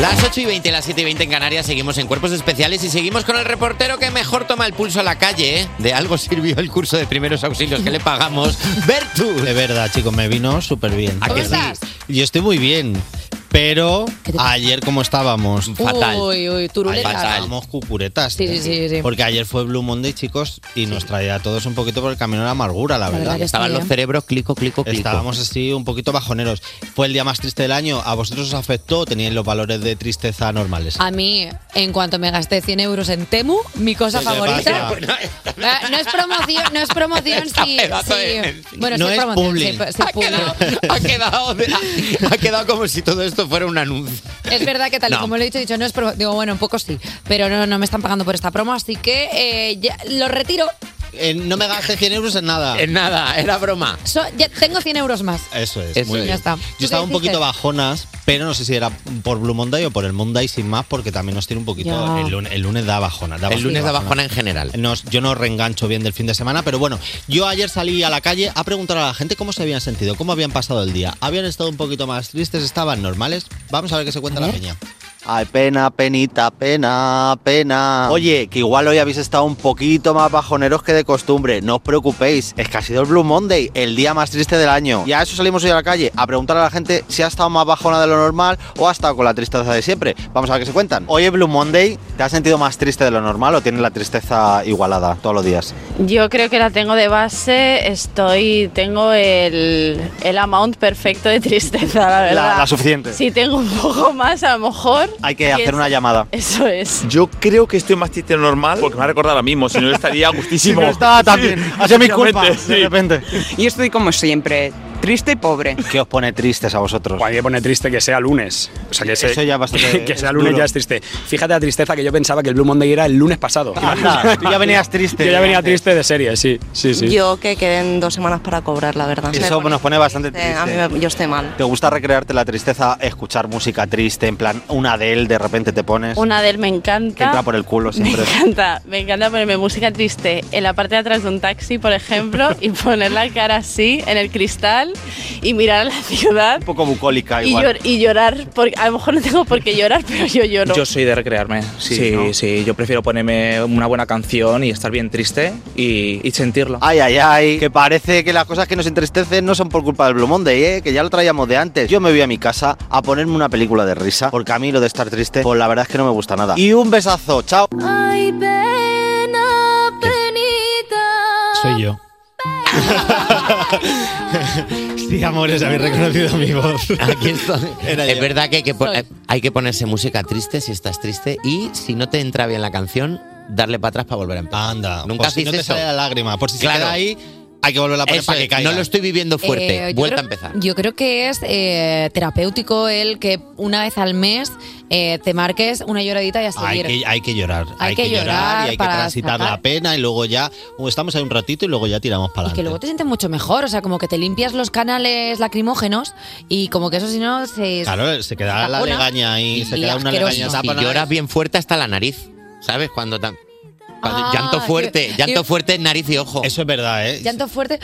S3: Las 8 y 20, las 7 y 20 en Canarias, seguimos en cuerpos especiales y seguimos con el reportero que mejor toma el pulso a la calle. ¿eh? De algo sirvió el curso de primeros auxilios que le pagamos. Bertus.
S17: De verdad, chicos, me vino súper bien.
S3: ¿A que sí?
S17: Yo estoy muy bien. Pero ayer como estábamos, fatal.
S2: Uy, uy, turuletas.
S17: Ayer Estábamos cucuretas. ¿eh?
S2: Sí, sí, sí, sí.
S17: Porque ayer fue Blue Monday, chicos, y nos traía a todos un poquito por el camino de la amargura, la,
S2: verdad
S17: verdad.
S2: que Estaban sí, los ¿eh?
S3: cerebros clico, clico,
S2: clico.
S17: Estábamos así un poquito bajoneros. Fue el día más triste del año. ¿A vosotros os afectó o teníais los valores de tristeza normales?
S2: A mí, en cuanto me gasté 100 euros en Temu, mi cosa
S17: ¿Qué te
S2: favorita.
S17: pasa?
S2: Ah, No es promoción, no es promoción, sí.
S3: pedazo de
S2: sí.
S3: mención.
S2: Bueno,
S3: No
S2: sí
S3: es
S2: promoción,
S3: publi.
S2: sí, sí, publi.
S3: Ha quedado, ha quedado como si todo esto fuera un anuncio.
S2: Es verdad que tal y
S3: No.
S2: como lo he dicho, he dicho, no es promo. Digo, bueno, un poco sí, pero no, no me están pagando por esta promo, así que eh, ya lo retiro.
S17: Eh, no me gasté 100 euros en nada.
S3: En nada, era broma.
S2: So- ya tengo 100 euros más.
S3: Eh,
S17: Eso es.
S2: Eso
S17: muy
S2: es.
S17: bien.
S2: Ya está. ¿Tú
S17: Yo estaba
S2: qué
S17: un poquito
S2: hiciste?
S17: bajonas, pero no sé si era por Blue Monday o por el Monday sin más, porque también nos tiene un poquito.
S3: Ya.
S17: El, lun- el lunes da bajona.
S3: El lunes da bajona en general.
S17: yo no reengancho bien del fin de semana, pero bueno, yo ayer salí a la calle a preguntar a la gente cómo se habían sentido, cómo habían pasado el día. ¿Habían estado un poquito más tristes? ¿Estaban normales? Vamos a ver qué se cuenta la peña.
S18: Ay, pena, penita, pena, pena. Oye, que igual hoy habéis estado un poquito más bajoneros que de costumbre. No os preocupéis, es que ha sido el Blue Monday, el día más triste del año. Y a eso salimos hoy a la calle, a preguntar a la gente si ha estado más bajona de lo normal o ha estado con la tristeza de siempre. Vamos a ver qué se cuentan. Oye, Blue Monday, ¿te has sentido más triste de lo normal o tienes la tristeza igualada todos los días?
S19: Yo creo que la tengo de base, estoy, tengo el, el amount perfecto de tristeza, la verdad.
S18: la suficiente.
S19: Si tengo un poco más, a lo mejor.
S18: Hay que hacer
S19: es-
S18: una llamada.
S19: Eso es.
S20: Yo creo que estoy más triste de lo normal porque me ha recordado ahora mismo, si no yo estaría gustísimo.
S15: Si no estaba también, ha sido mi culpa, de
S20: repente.
S15: Yo estoy como siempre, triste y pobre.
S18: ¿Qué os pone tristes a vosotros?
S15: A mí me pone triste que sea lunes. O sea, que, se-
S18: Eso ya bastante
S15: que, que sea
S18: es
S15: lunes
S18: duro.
S15: ya es triste. Fíjate la tristeza que yo pensaba que el Blue Monday era el lunes pasado.
S1: Ah.
S18: Anda, tú ya venías triste
S15: Yo ya venía
S18: antes.
S15: triste de serie, sí, sí, sí.
S21: Yo que queden dos semanas para cobrar, la verdad.
S18: Eso nos pone bastante
S21: Eh,
S18: triste.
S21: a mí me- yo estoy mal.
S18: ¿Te gusta recrearte la tristeza, escuchar música triste, en plan una de él de repente te pones?
S19: Una de él me
S18: que entra
S19: encanta.
S18: por el culo siempre.
S19: Me encanta, me encanta ponerme música triste en la parte de atrás de un taxi, por ejemplo, y poner la cara así en el cristal y mirar a la ciudad
S18: Un poco bucólica
S19: y,
S18: igual.
S19: llor- y llorar. Porque a lo mejor no tengo por qué llorar, pero yo lloro.
S20: Yo soy de recrearme, sí, sí, yo prefiero ponerme una buena canción y estar bien triste y, y sentirlo.
S18: Ay, ay, ay, que parece que las cosas que nos entristecen no son por culpa del Blue Monday, ¿eh? que ya lo traíamos de antes. Yo me voy a mi casa a ponerme una película de risa, porque a mí lo de estar triste, pues la verdad es que no me gusta nada. Y un besazo, chao.
S5: Ay, pena, penita.
S4: Soy yo.
S17: Sí, amores, habéis reconocido mi voz.
S3: Aquí estoy.
S17: Era
S3: es
S17: yo.
S3: verdad que hay que, pon- hay que ponerse música triste si estás triste y si no te entra bien la canción, darle para atrás para volver a empezar.
S17: Anda,
S3: nunca
S17: por si
S3: hacéis
S17: no te
S3: eso.
S17: sale la lágrima, por si se
S3: Claro.
S17: queda ahí, hay que volverla a poner
S3: Eso
S17: para
S3: es,
S17: que caiga.
S3: no lo estoy viviendo
S2: Eh, yo creo- Yo creo que es eh, terapéutico el que una vez al mes eh, te marques una lloradita y hasta
S17: Hay
S2: ayer.
S17: que, hay que llorar,
S2: Hay que llorar
S17: y hay que
S2: para
S17: transitar
S2: sacar-
S17: la pena y luego ya o estamos ahí un ratito y luego ya tiramos para
S2: Y que
S17: adelante.
S2: luego te sientes mucho mejor, o sea, como que te limpias los canales lacrimógenos y como que eso si no se...
S17: Claro, se queda la
S2: Una.
S17: legaña ahí,
S2: Y-
S17: se
S2: y
S17: queda una
S2: asqueroso.
S17: legaña
S3: Y
S17: tapa nada.
S3: lloras bien fuerte hasta la nariz, ¿sabes? Cuando, tan- cuando-
S2: Ah,
S3: llanto fuerte,
S2: yo-
S3: llanto
S2: yo-
S3: fuerte en nariz y ojo.
S17: Eso es verdad, ¿eh?
S2: Llanto fuerte.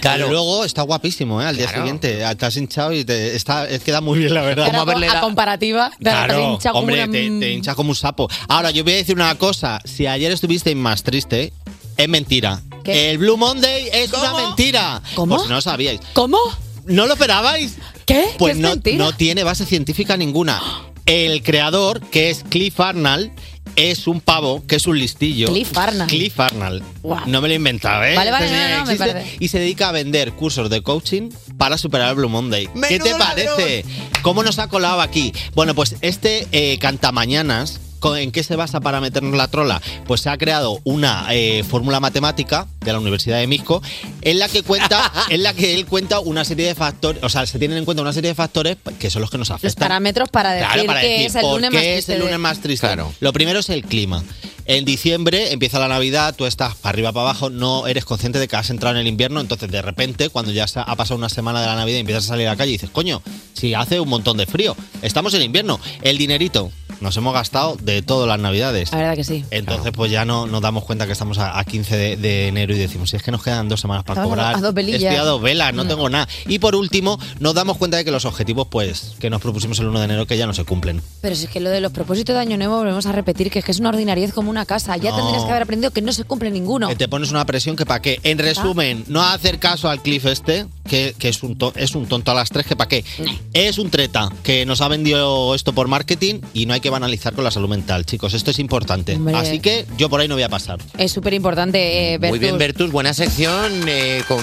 S17: Claro. Luego está guapísimo, ¿eh? Al día
S3: Claro.
S17: siguiente te has hinchado y te está, es- queda muy bien, la verdad.
S2: Ahora, a comparativa, te has
S17: Claro,
S2: hinchado como
S17: hombre,
S2: una-
S17: te, te hinchas como un sapo. Ahora, yo voy a decir una cosa. Si ayer estuvisteis más triste, es mentira.
S2: ¿Qué?
S17: El Blue Monday es una mentira.
S2: ¿Cómo?
S17: Pues no lo sabíais.
S2: ¿Cómo?
S17: ¿No lo esperabais?
S2: ¿Qué?
S17: Pues
S2: ¿Qué es
S17: no,
S2: mentira?
S17: no tiene base científica ninguna. El creador, que es Cliff Arnold, es un pavo, que es un listillo.
S2: Cliff Arnold.
S17: Cliff Arnold.
S2: Guau.
S17: No me lo he inventado, ¿eh?
S2: Vale, vale,
S17: Este
S2: no,
S17: señor
S2: no, me
S17: existe
S2: parece.
S17: Y se dedica a vender cursos de coaching para superar el Blue Monday. ¿Qué te parece? ¿Cómo nos ha colado aquí? Bueno, pues este eh, Cantamañanas, ¿co- ¿en qué se basa para meternos la trola? Pues se ha creado una eh, fórmula matemática de la Universidad de Misco en la que cuenta, en la que él cuenta una serie de factores, o sea, se tienen en cuenta una serie de factores que son los que nos
S2: Los
S17: afectan.
S2: parámetros Pues para decir
S17: Claro, para
S2: que
S17: decir
S2: es el
S17: por
S2: lunes
S17: qué
S2: más
S17: es
S2: triste
S17: el
S2: de-
S17: lunes más triste. Lo primero es el clima. En diciembre empieza la Navidad, tú estás para arriba, para abajo, no eres consciente de que has entrado en el invierno, entonces de repente, cuando ya se ha pasado una semana de la Navidad y empiezas a salir a la calle, dices, coño, si hace un montón de frío, estamos en invierno, el dinerito, nos hemos gastado de todas las Navidades.
S2: La verdad que sí.
S17: Entonces, pues ya no nos damos cuenta que estamos a, a 15 de, de enero y decimos, si es que nos quedan dos semanas para
S2: Estamos a-
S17: cobrar.
S2: a dos velillas.
S17: Estoy a dos velas, no
S2: Mm.
S17: tengo nada. Y por último, nos damos cuenta de que los objetivos, pues, que nos propusimos el 1 de enero, que ya no se cumplen.
S2: Pero si es que lo de los propósitos de Año Nuevo volvemos a repetir, que es que es una ordinariedad como una casa. Ya
S17: No.
S2: tendrías que haber aprendido que no se cumple ninguno.
S17: Que te pones una presión que para qué. En resumen, no hacer caso al cliff este, que, que es, un to- es un tonto a las tres, que para qué. Es un treta que nos ha vendido esto por marketing y no hay que banalizar con la salud mental, chicos. Esto es importante.
S2: Hombre.
S17: Así que yo por ahí no voy a pasar.
S2: Es súper importante, eh,
S3: Muy bien,
S2: Bertus.
S3: Bertus, buena sección, eh, con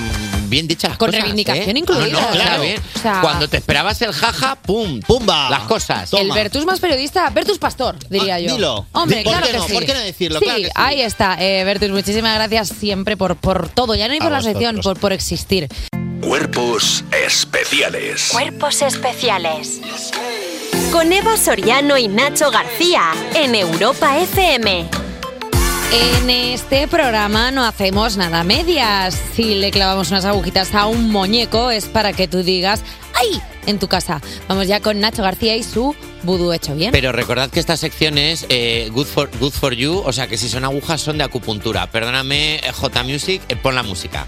S3: bien dichas las
S2: Con
S3: cosas,
S2: reivindicación
S3: ¿eh?
S2: incluida,
S17: Ah,
S3: No, no, claro.
S2: claro.
S3: bien.
S2: O sea-
S3: Cuando te esperabas el jaja, pum, pumba, las cosas.
S2: El Bertus más periodista, Bertus Pastor, diría yo.
S3: Ah, dilo.
S2: Hombre,
S3: ¿Por
S2: claro
S3: qué
S2: que
S3: no?
S2: sí.
S3: ¿Por qué no decirlo?
S2: Sí,
S3: Claro que sí.
S2: ahí está. Eh, Bertus, muchísimas gracias siempre por, por todo. Ya no hay
S10: A
S2: por la
S10: vosotros.
S2: sección, por, por existir.
S10: Cuerpos especiales.
S6: Cuerpos especiales. Con Eva Soriano y Nacho García en Europa FM.
S2: En este programa no hacemos nada a medias. Si le clavamos unas agujitas a un muñeco es para que tú digas ¡ay! en tu casa. Vamos ya con Nacho García y su vudú hecho bien.
S3: Pero recordad que esta sección es eh, good, for, good for You, o sea que si son agujas son de acupuntura. Perdóname, eh, J Music, eh, pon la música.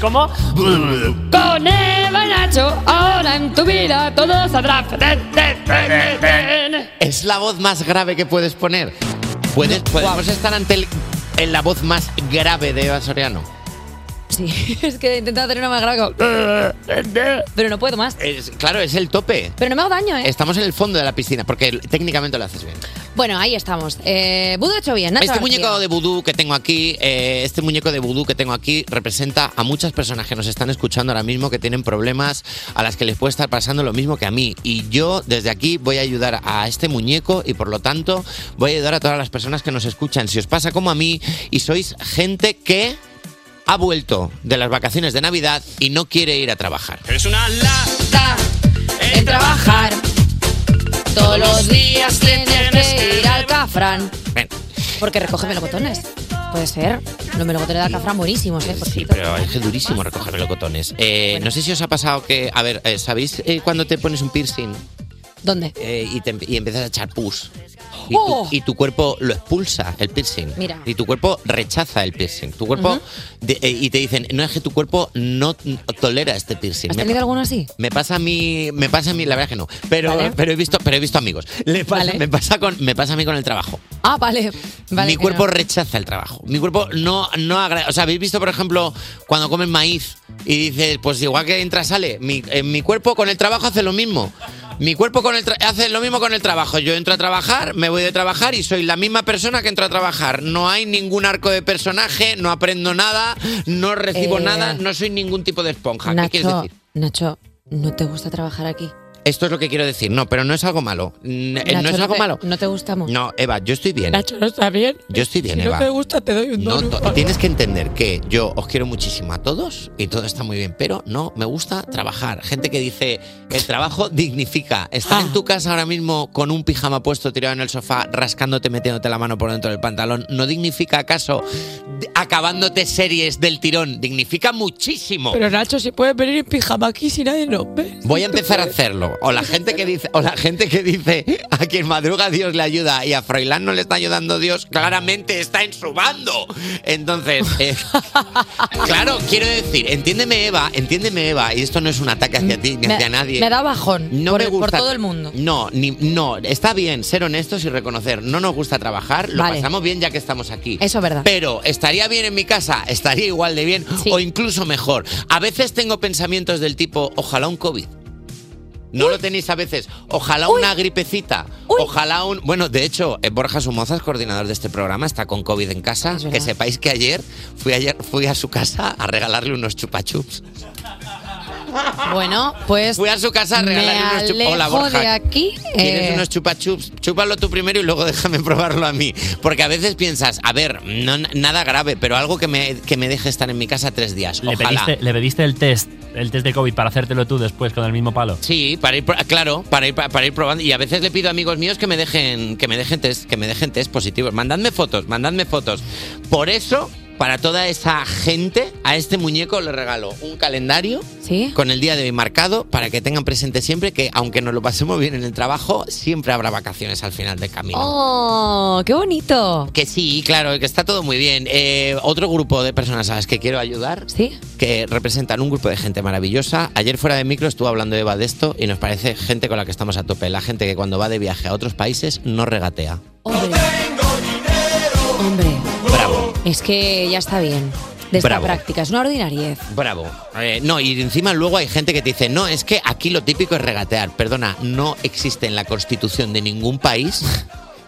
S4: ¿Cómo?
S22: Con Eva Nacho, ahora en tu vida todo sabrá.
S3: Es la voz más grave que puedes poner. Puedes, podemos estar ante el- en la voz más grave de Eva Soriano.
S2: Sí, es que he intentado tener una más grave como- Pero no puedo más.
S3: Es- claro, es el tope.
S2: Pero no me hago daño, ¿eh?
S3: Estamos en el fondo de la piscina, porque técnicamente lo haces bien.
S2: Bueno, ahí estamos. Eh, vudú hecho bien, Nacho
S3: Este
S2: García.
S3: muñeco de vudú que tengo aquí, eh, este muñeco de vudú que tengo aquí representa a muchas personas que nos están escuchando ahora mismo que tienen problemas a las que les puede estar pasando lo mismo que a mí. Y yo desde aquí voy a ayudar a este muñeco y por lo tanto voy a ayudar a todas las personas que nos escuchan. Si os pasa como a mí y sois gente que ha vuelto de las vacaciones de Navidad y no quiere ir a trabajar.
S22: Es una lata en trabajar.
S2: Todos los días tienes que ir al Cafran.
S3: Ven.
S2: Porque recoge melocotones. Puede ser. Los melocotones de Alcafrán buenísimos, ¿eh? Por
S3: Sí, pero es que es durísimo recoger melocotones. Eh, No sé si os ha pasado que, a ver, eh, ¿sabéis eh, cuando te pones un piercing?
S2: ¿Dónde?
S3: Eh, y, te- y empiezas a echar pus. Y,
S2: ¡Oh!
S3: tu, y tu cuerpo lo expulsa, el piercing.
S2: Mira.
S3: Y tu cuerpo rechaza el piercing. Tu cuerpo.
S2: Ujú.
S3: de- eh, y te dicen, no es que tu cuerpo no tolera este piercing.
S2: ¿Has
S3: Me-
S2: tenido alguno así?
S3: me pasa a mí, me pasa a mí, la verdad que no, pero,
S2: Vale.
S3: pero he visto, pero he visto amigos. Le pasa-
S2: Vale.
S3: me pasa con, me pasa a mí con el trabajo.
S2: Ah, vale. vale
S3: Mi
S2: que
S3: cuerpo
S2: no.
S3: rechaza el trabajo. Mi cuerpo no, no agra- O sea, habéis visto, por ejemplo, cuando comen maíz y dices, pues igual que entra, sale. Mi, eh, mi cuerpo con el trabajo hace lo mismo. Mi cuerpo con el tra- hace lo mismo con el trabajo. Yo entro a trabajar, me voy de trabajar y soy la misma persona que entro a trabajar. No hay ningún arco de personaje, no aprendo nada, no recibo
S2: Eh,
S3: nada, no soy ningún tipo de esponja. ¿Qué quieres
S2: Nacho,
S3: decir?
S2: Nacho, ¿no te gusta trabajar aquí?
S3: Esto es lo que quiero decir. No, pero no es algo malo. N- eh, no
S2: Nacho,
S3: es algo
S2: te-
S3: malo.
S2: ¿No te gustamos?
S3: No, Eva, yo estoy bien.
S2: no está bien.
S3: Yo estoy bien, Eva.
S2: gusta, te doy un
S3: No, to- tienes que entender que yo os quiero muchísimo a todos y todo está muy bien, pero no me gusta trabajar. Gente que dice, el trabajo dignifica. Estar en tu casa ahora mismo con un pijama puesto tirado en el sofá, rascándote, metiéndote la mano por dentro del pantalón, ¿no dignifica acaso d- acabándote series del tirón? Dignifica muchísimo.
S23: Nacho, si puedes venir en pijama aquí si nadie nos ve.
S3: Voy a empezar a hacerlo. O la gente que dice, o la gente que dice a quien madruga Dios le ayuda y a Froilán no le está ayudando Dios, claramente está en su bando. Entonces, eh, claro, quiero decir, entiéndeme Eva, entiéndeme Eva, y esto no es un ataque hacia ti ni
S2: Me-
S3: hacia nadie.
S2: Me da bajón.
S3: No
S2: por,
S3: me gusta.
S2: Por todo el mundo.
S3: No, ni- no, está bien ser honestos y reconocer, no nos gusta trabajar, lo
S2: Vale.
S3: pasamos bien ya que estamos aquí.
S2: Eso es verdad.
S3: Pero estaría bien en mi casa, estaría igual de bien o incluso mejor. A veces tengo pensamientos del tipo, ojalá un COVID. No lo tenéis a veces. Ojalá una gripecita. Ojalá un... Bueno, de hecho, eh, Borja Sumozas, coordinador de este programa, está con COVID en casa. Que sepáis que ayer fui, ayer fui a su casa a regalarle unos chupachups.
S2: Bueno, pues.
S3: Fui a su casa a regalarle unos chup-
S2: me alejo
S3: Hola, Borja.
S2: de aquí.
S3: ¿Quieres
S2: eh,
S3: unos chupachups? Chúpalo tú primero y luego déjame probarlo a mí. Porque a veces piensas, a ver, no- nada grave, pero algo que me, que me deje estar en mi casa tres días.
S4: ¿Le
S3: Ojalá.
S4: pediste, le pediste el test, el test de COVID para hacértelo tú después con el mismo palo.
S3: Sí, para ir, pro- claro, para ir, para ir probando. Y a veces le pido a amigos míos que me dejen, que me dejen test, que me dejen test positivos. Mandadme fotos, mandadme fotos. Por eso, para toda esa gente, a este muñeco le regalo un calendario con el día de hoy marcado para que tengan presente siempre que, aunque nos lo pasemos bien en el trabajo, siempre habrá vacaciones al final del camino.
S2: ¡Oh! ¡Qué bonito!
S3: Que sí, claro, que está todo muy bien. Eh, otro grupo de personas a las que quiero ayudar, que representan un grupo de gente maravillosa. Ayer fuera de micro estuvo hablando Eva de esto y nos parece gente con la que estamos a tope. La gente que cuando va de viaje a otros países no regatea.
S2: Hombre,
S3: Bravo.
S2: es que ya está bien. De esta
S3: Bravo.
S2: práctica, es una ordinariez.
S3: Bravo. Eh, no, y encima luego hay gente que te dice, no, es que aquí lo típico es regatear. Perdona, no existe en la constitución de ningún país.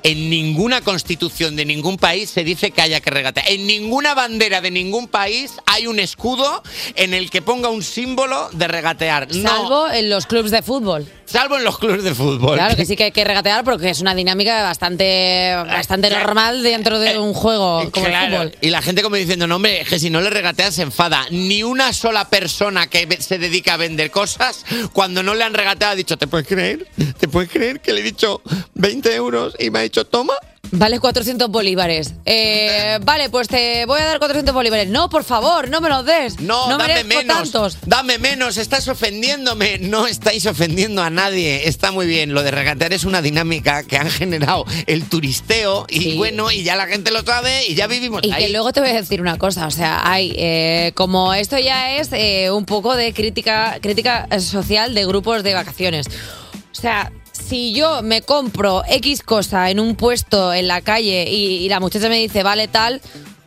S3: En ninguna constitución de ningún país se dice que haya que regatear. En ninguna bandera de ningún país hay un escudo en el que ponga un símbolo de regatear. No,
S2: Salvo en los clubes de fútbol.
S3: salvo en los clubes de fútbol.
S2: Claro que sí que hay que regatear porque es una dinámica bastante, bastante normal dentro de un juego como el
S3: Eh, Claro.
S2: fútbol.
S3: Y la gente como diciendo, no, hombre, es que si no le regateas se enfada. Ni una sola persona que ve- se dedica a vender cosas, cuando no le han regateado, ha dicho, ¿te puedes creer? ¿Te puedes creer que le he dicho 20 euros y me ha dicho, toma?
S2: Vale 400 bolívares. Eh, vale, pues te voy a dar 400 bolívares. No, por favor, no me los des.
S3: No, dame
S2: merezco
S3: menos.
S2: tantos.
S3: Dame menos, estás ofendiéndome. No estáis ofendiendo a nadie. Está muy bien. Lo de regatear es una dinámica que han generado el turisteo y bueno, y ya la gente lo sabe y ya vivimos
S2: Y
S3: ahí.
S2: que luego te voy a decir una cosa, o sea, hay eh, como esto ya es eh, un poco de crítica, crítica social de grupos de vacaciones. O sea, si yo me compro X cosa en un puesto en la calle y, y la muchacha me dice, vale tal,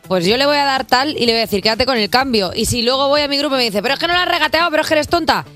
S2: pues yo le voy a dar tal y le voy a decir, quédate con el cambio. Y si luego voy a mi grupo y me dice, pero es que no la has regateado, pero es que eres tonta,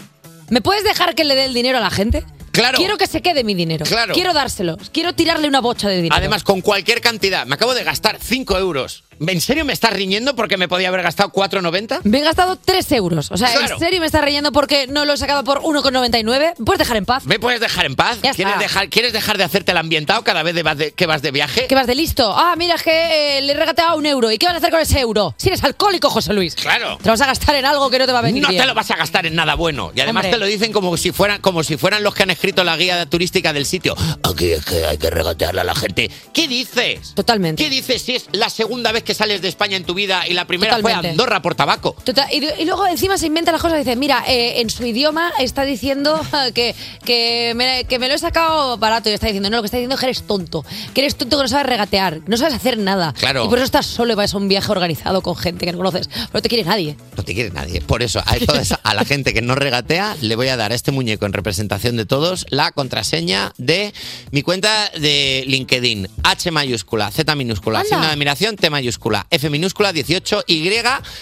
S2: ¿me puedes dejar que le dé el dinero a la gente?
S3: Claro.
S2: Quiero que se quede mi dinero.
S3: Claro.
S2: Quiero dárselo. Quiero tirarle una bocha de dinero.
S3: Además, con cualquier cantidad. Me acabo de gastar 5 euros. ¿En serio me estás riñendo porque me podía haber gastado 4,90?
S2: Me he gastado 3 euros. O sea,
S3: Claro.
S2: ¿en serio me estás reyendo porque no lo he sacado por 1,99? ¿Me ¿Puedes dejar en paz?
S3: ¿Me puedes dejar en paz? ¿Quieres dejar, ¿Quieres dejar de hacerte el ambientado cada vez de vas de- que vas de viaje?
S2: Que vas de listo. Ah, mira, es que eh, le he regateado un euro. ¿Y qué vas a hacer con ese euro? Si eres alcohólico, José Luis.
S3: Claro.
S2: Te lo vas a gastar en algo que no te va a venir
S3: No
S2: bien.
S3: te lo vas a gastar en nada bueno. Y además
S2: Hombre.
S3: te lo dicen como si, fueran, como si fueran los que han escrito la guía turística del sitio. Aquí es que hay que regatearle a la gente. ¿Qué dices?
S2: Totalmente.
S3: ¿Qué dices si es la segunda vez que sales de España en tu vida y la primera fue a
S2: Totalmente.
S3: Andorra por tabaco?
S2: Total- y, y luego encima se inventa las cosas. Dice, mira, eh, en su idioma está diciendo ah, que, que, me, que me lo he sacado barato. Y está diciendo, no, lo que está diciendo es que eres tonto. Que eres tonto que no sabes regatear. No sabes hacer nada.
S3: Claro.
S2: Y por eso estás solo y vas a un viaje organizado con gente que no conoces. Pero no te quiere nadie.
S3: No te quiere nadie. Por eso, a, toda esa- a la gente que no regatea, le voy a dar a este muñeco en representación de todos la contraseña de mi cuenta de LinkedIn. H mayúscula, Z minúscula,
S2: Anda.
S3: signo de admiración, T mayúscula, F minúscula, 18, Y.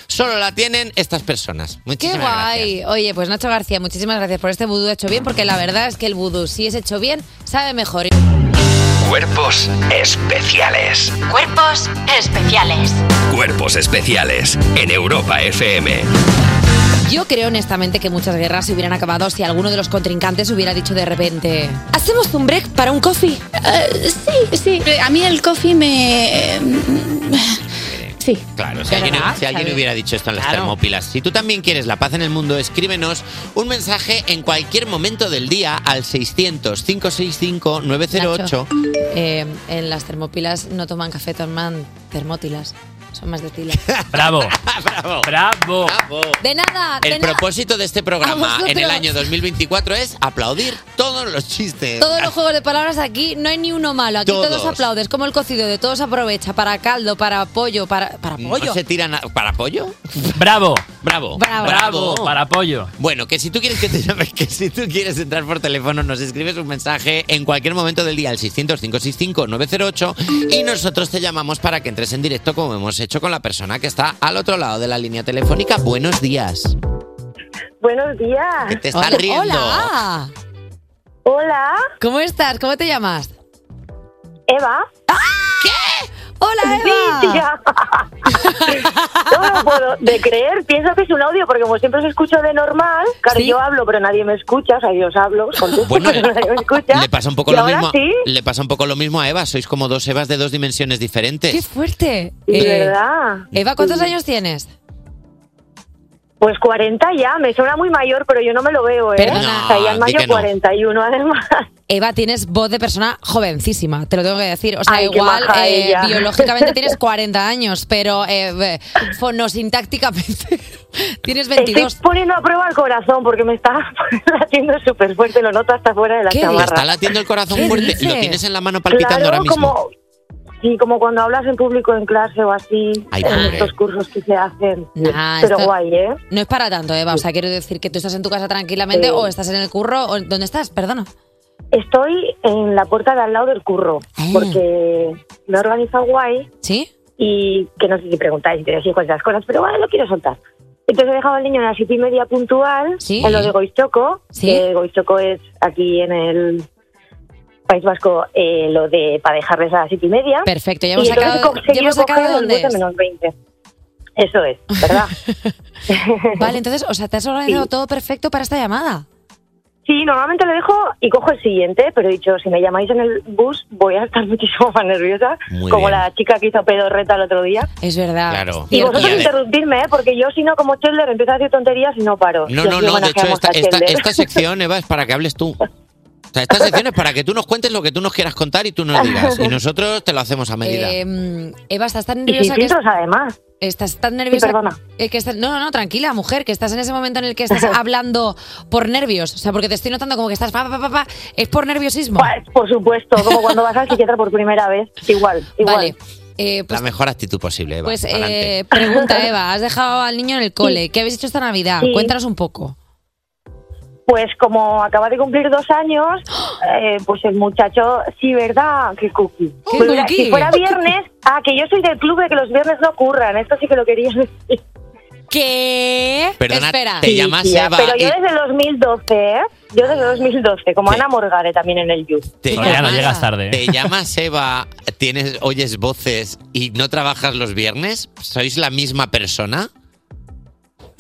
S3: Solo la tienen estas personas.
S2: Qué
S3: Muchísimas gracias.
S2: guay. Oye, pues Nacho García, muchísimas gracias por este vudú hecho bien, porque la verdad es que el vudú, si es hecho bien, sabe mejor.
S1: Cuerpos especiales.
S6: Cuerpos especiales.
S1: Cuerpos especiales en Europa FM.
S2: Yo creo honestamente que muchas guerras se hubieran acabado si alguno de los contrincantes hubiera dicho de repente. ¿Hacemos un break para un coffee?
S11: Eh, sí, sí. A mí el coffee me. eh, Sí.
S3: Claro, si alguien, si alguien
S11: ¿Sabes?
S3: hubiera dicho esto en las
S11: Claro.
S3: termópilas. Si tú también quieres la paz en el mundo, escríbenos un mensaje en cualquier momento del día al 600-565-908.
S2: Eh, en las termópilas no toman café, toman termótilas. Son más de tila.
S4: Bravo.
S3: Bravo.
S4: Bravo.
S2: De nada, de
S3: El
S2: nada.
S3: propósito de este
S2: A
S3: programa
S2: vosotros.
S3: en el año 2024 es aplaudir todos los chistes.
S2: Todos los juegos de palabras aquí no hay ni uno malo. Aquí todos,
S3: Todos.
S2: aplaudes. Como el cocido de todos aprovecha para caldo, para pollo, para, para
S3: No
S2: pollo.
S3: se tiran a- para pollo.
S4: Bravo.
S3: Bravo.
S2: Bravo.
S4: Bravo, para apoyo.
S3: Bueno, que si tú quieres que te llames, que si tú quieres entrar por teléfono, nos escribes un mensaje en cualquier momento del día al 600 565 908 y nosotros te llamamos para que entres en directo como hemos hecho con la persona que está al otro lado de la línea telefónica. Buenos días.
S12: Buenos días.
S3: Que te estás riendo.
S2: Hola.
S12: Hola.
S2: ¿Cómo estás? ¿Cómo te llamas? ¡Ah!
S12: Eva.
S2: Hola, Eva.
S12: Sí, tía. No me lo puedo de creer. Pienso que es un audio porque como siempre os escucho de normal, claro, yo hablo pero nadie me escucha, o sea, yo os hablo, os contesto,
S3: Bueno,
S12: pero nadie me escucha.
S3: Le pasa un poco
S12: y
S3: lo
S12: ahora
S3: mismo.
S12: sí.
S3: Le pasa un poco lo mismo a Eva. Sois como dos Evas de dos dimensiones diferentes.
S2: Qué fuerte.
S12: Sí, ¿verdad?
S2: Eh, Eva, ¿cuántos años tienes?
S12: Pues 40 ya, me suena muy mayor, pero yo no me lo veo, ¿eh?
S2: Perdona.
S12: O sea, ya en
S2: No, di
S12: mayo
S2: que no.
S12: 41 además.
S2: Eva, tienes voz de persona jovencísima, te lo tengo que decir. O sea,
S12: Ay, qué
S2: igual
S12: maja
S2: eh,
S12: ella.
S2: biológicamente tienes 40 años, pero eh, eh, fonosintácticamente tienes 22.
S12: Estoy poniendo a prueba el corazón porque me está latiendo súper fuerte, lo noto hasta fuera de la
S3: ¿Le
S12: chamarra.
S3: está latiendo el corazón
S12: ¿Qué
S3: fuerte?
S12: dices?
S3: ¿Lo tienes en la mano palpitando
S12: Claro,
S3: ahora mismo?
S12: Como, sí, como cuando hablas en público en clase o así,
S3: Ay,
S12: en
S3: pobre.
S12: estos cursos que se hacen.
S2: Nah,
S12: Pero
S2: Ah, esto
S12: guay, ¿eh?
S2: No es para tanto, Eva. O sea, quiero decir que tú estás en tu casa tranquilamente
S12: Sí.
S2: o estás en el curro o ¿dónde estás? Perdona.
S12: Estoy en la puerta de al lado del curro porque lo he organizado guay.
S2: Ah. ¿Sí?
S12: y que no sé si preguntáis si tenéis hijos y esas cosas, pero bueno, lo quiero soltar. Entonces he dejado al niño a las siete y media puntual en lo de Goichoco, que Goichoco es aquí en el País Vasco eh, lo de para dejarles a las siete y media.
S2: Perfecto, ya hemos
S12: Y entonces
S2: sacado-
S12: he conseguido
S2: ya hemos sacado
S12: coger el
S2: dónde
S12: bus de
S2: es.
S12: menos 20. Eso es, ¿verdad?
S2: Vale, entonces, o sea, te has organizado todo perfecto para esta llamada.
S12: Sí, normalmente lo dejo y cojo el siguiente, pero he dicho, si me llamáis en el bus voy a estar muchísimo más nerviosa,
S3: Muy
S12: como
S3: bien.
S12: la chica que hizo pedorreta el otro día.
S2: Es verdad.
S3: Claro.
S12: Y vosotros
S3: Y ade-
S12: interrumpirme, ¿eh? porque yo si no, como Chandler, empiezo a decir tonterías y no paro.
S3: No,
S12: Y
S3: no,
S12: así
S3: no. De hecho,
S12: homenajeamos
S3: esta,
S12: a
S3: esta,
S12: Chandler.
S3: esta sección, Eva, es para que hables tú. O sea, esta sección es para que tú nos cuentes lo que tú nos quieras contar y tú nos digas. Y nosotros te lo hacemos a medida.
S2: Eh, Eva, estás tan
S12: Y sin
S2: nerviosa que.
S12: filtros, además.
S2: Estás tan nerviosa.
S12: perdona.
S2: eh, que estás- no, no, no, tranquila, mujer, que estás en ese momento en el que estás hablando por nervios. O sea, porque te estoy notando como que estás. pa, pa, pa, pa, es por nerviosismo.
S12: Por supuesto, como cuando vas al psiquiatra por primera vez, igual, igual.
S2: Vale. Eh,
S3: la mejor actitud posible, Eva.
S2: Pues
S3: Adelante.
S2: eh, pregunta, Eva, has dejado al niño en el cole. ¿Qué habéis hecho esta Navidad?
S12: Sí.
S2: Cuéntanos un poco.
S12: Pues como acaba de cumplir dos años,
S2: ¡Ah!
S12: eh, pues el muchacho, sí, ¿verdad? Qué cookie.
S2: ¿Qué
S12: Pues mira,
S2: ¡Oh, cookie?
S12: Si fuera viernes, ah, que yo soy del club de que los viernes no curran, esto sí que lo quería decir.
S2: ¿Qué?
S3: Perdona, te
S12: Sí,
S3: llamas
S12: tía,
S3: Eva.
S12: Pero
S3: y
S12: yo desde 2012, ¿eh? Yo desde 2012, como Ana Morgade también en el You.
S3: Te
S4: No, ya no, llegas tarde, ¿eh?
S3: Te llamas Eva, tienes, oyes voces y no trabajas los viernes. ¿Sois la misma persona?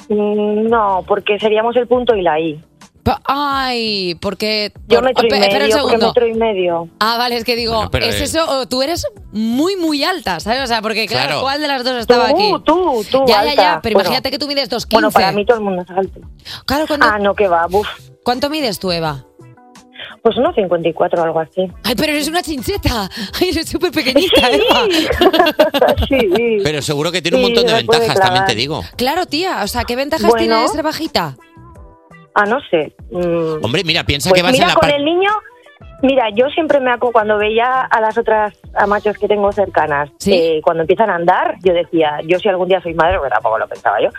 S12: Mm, No, porque seríamos el punto y la I.
S2: Pa- Ay, porque.
S12: Yo
S2: por-
S12: metro y
S2: pe- espera un
S12: medio, porque
S2: segundo.
S12: metro y medio.
S2: Ah, vale, es que digo,
S3: Bueno, pero
S2: es
S3: eh.
S2: eso, o tú eres muy, muy alta, ¿sabes? O sea, porque claro,
S3: Claro.
S2: ¿cuál de las dos estaba
S12: Tú,
S2: aquí?
S12: tú, tú,
S2: Ya, ya,
S12: alta.
S2: ya, pero
S12: Bueno.
S2: imagínate que tú mides 2,15.
S12: Bueno, para mí todo el mundo es alto.
S2: Claro, cuando-
S12: Ah, no, que va, buf.
S2: ¿Cuánto mides tú, Eva?
S12: Pues unos 54 o algo así.
S2: Ay, pero eres una chincheta. Ay, eres súper pequeñita, Eva.
S3: Pero seguro que tiene un
S12: Sí,
S3: montón de
S12: me puede
S3: ventajas, también
S12: clavar.
S3: te digo.
S2: Claro, tía, o sea, ¿qué ventajas
S12: Bueno.
S2: tiene ser bajita?
S12: Ah, no sé. Mm,
S3: Hombre, mira, piensa
S12: pues
S3: que vas
S12: mira,
S3: en la
S12: con
S3: parte.
S12: el niño, mira, yo siempre me acuerdo cuando veía a las otras a machos que tengo cercanas, eh, cuando empiezan a andar, yo decía, yo si algún día soy madre, porque tampoco lo pensaba yo,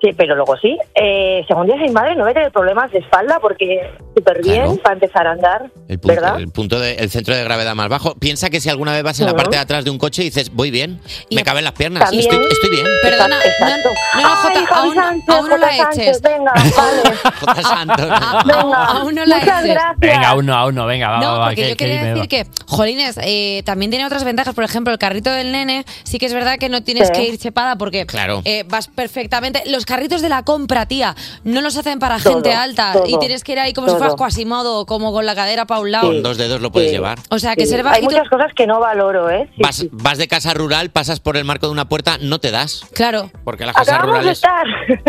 S12: sí, pero luego sí, eh, si algún día soy madre no voy a tener problemas de espalda porque súper bien
S3: Claro.
S12: para empezar a andar,
S3: El punto,
S12: ¿verdad?
S3: el punto de- el centro de gravedad más bajo. Piensa que si alguna vez vas en la
S12: Ujú.
S3: parte de atrás de un coche y dices, voy bien, me caben las piernas,
S12: También-
S3: estoy, estoy bien.
S2: Perdona, no, no, no,
S12: Ay, Javi
S2: Jota, aún,
S12: Sánchez,
S2: aún no la
S12: Jota Sánchez,
S2: eches.
S12: venga, vale.
S3: Jota Santos.
S2: Venga, aún no la
S12: muchas
S2: eches.
S12: gracias.
S4: Venga, uno a uno, venga, va, va,
S2: No,
S4: va.
S2: porque
S4: ¿qué-
S2: yo
S4: qué
S2: quería
S4: dime,
S2: decir
S4: Eva?
S2: que, Jolines, eh, también tiene otras ventajas. Por ejemplo, el carrito del nene, sí que es verdad que no tienes
S4: Sí.
S2: que ir chepada porque
S4: Claro.
S2: eh, vas perfectamente. Los carritos de la compra, tía, no los hacen para
S3: Todo,
S2: gente alta
S3: todo,
S2: y tienes que ir ahí como si
S3: todo.
S2: fueras Quasimodo o como con la cadera para un lado.
S3: Con dos dedos lo puedes llevar.
S2: O sea, que ser
S12: Hay
S2: bajito.
S12: muchas cosas que no valoro, ¿eh?
S3: vas, vas de casa rural, pasas por el marco de una puerta, no te das.
S2: Claro.
S3: Porque las casas rurales.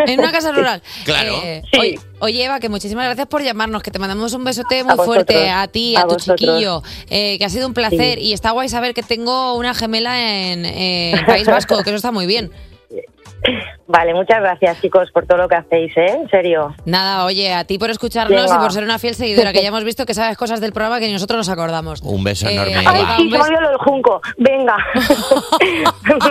S2: En una casa rural.
S3: Claro.
S2: Eh, oye, oye, Eva, que muchísimas gracias por llamarnos, que te mandamos un besote muy
S12: A vosotros,
S2: fuerte a ti,
S12: a
S2: a, tu
S12: vosotros.
S2: chiquillo, eh, que ha sido un placer
S12: Sí.
S2: y está guay saber que tengo una gemela en, eh, en País Vasco, que eso está muy bien.
S12: Vale, muchas gracias, chicos, por todo lo que hacéis, ¿eh? En serio.
S2: Nada, oye, a ti por escucharnos
S12: Venga.
S2: y por ser una fiel seguidora, que ya hemos visto que sabes cosas del programa que ni nosotros nos acordamos.
S3: Un beso
S2: Eh,
S3: enorme.
S2: Eva,
S3: Eva.
S2: un
S12: Sí, se me
S2: beso.
S12: olvidó lo del junco. Venga.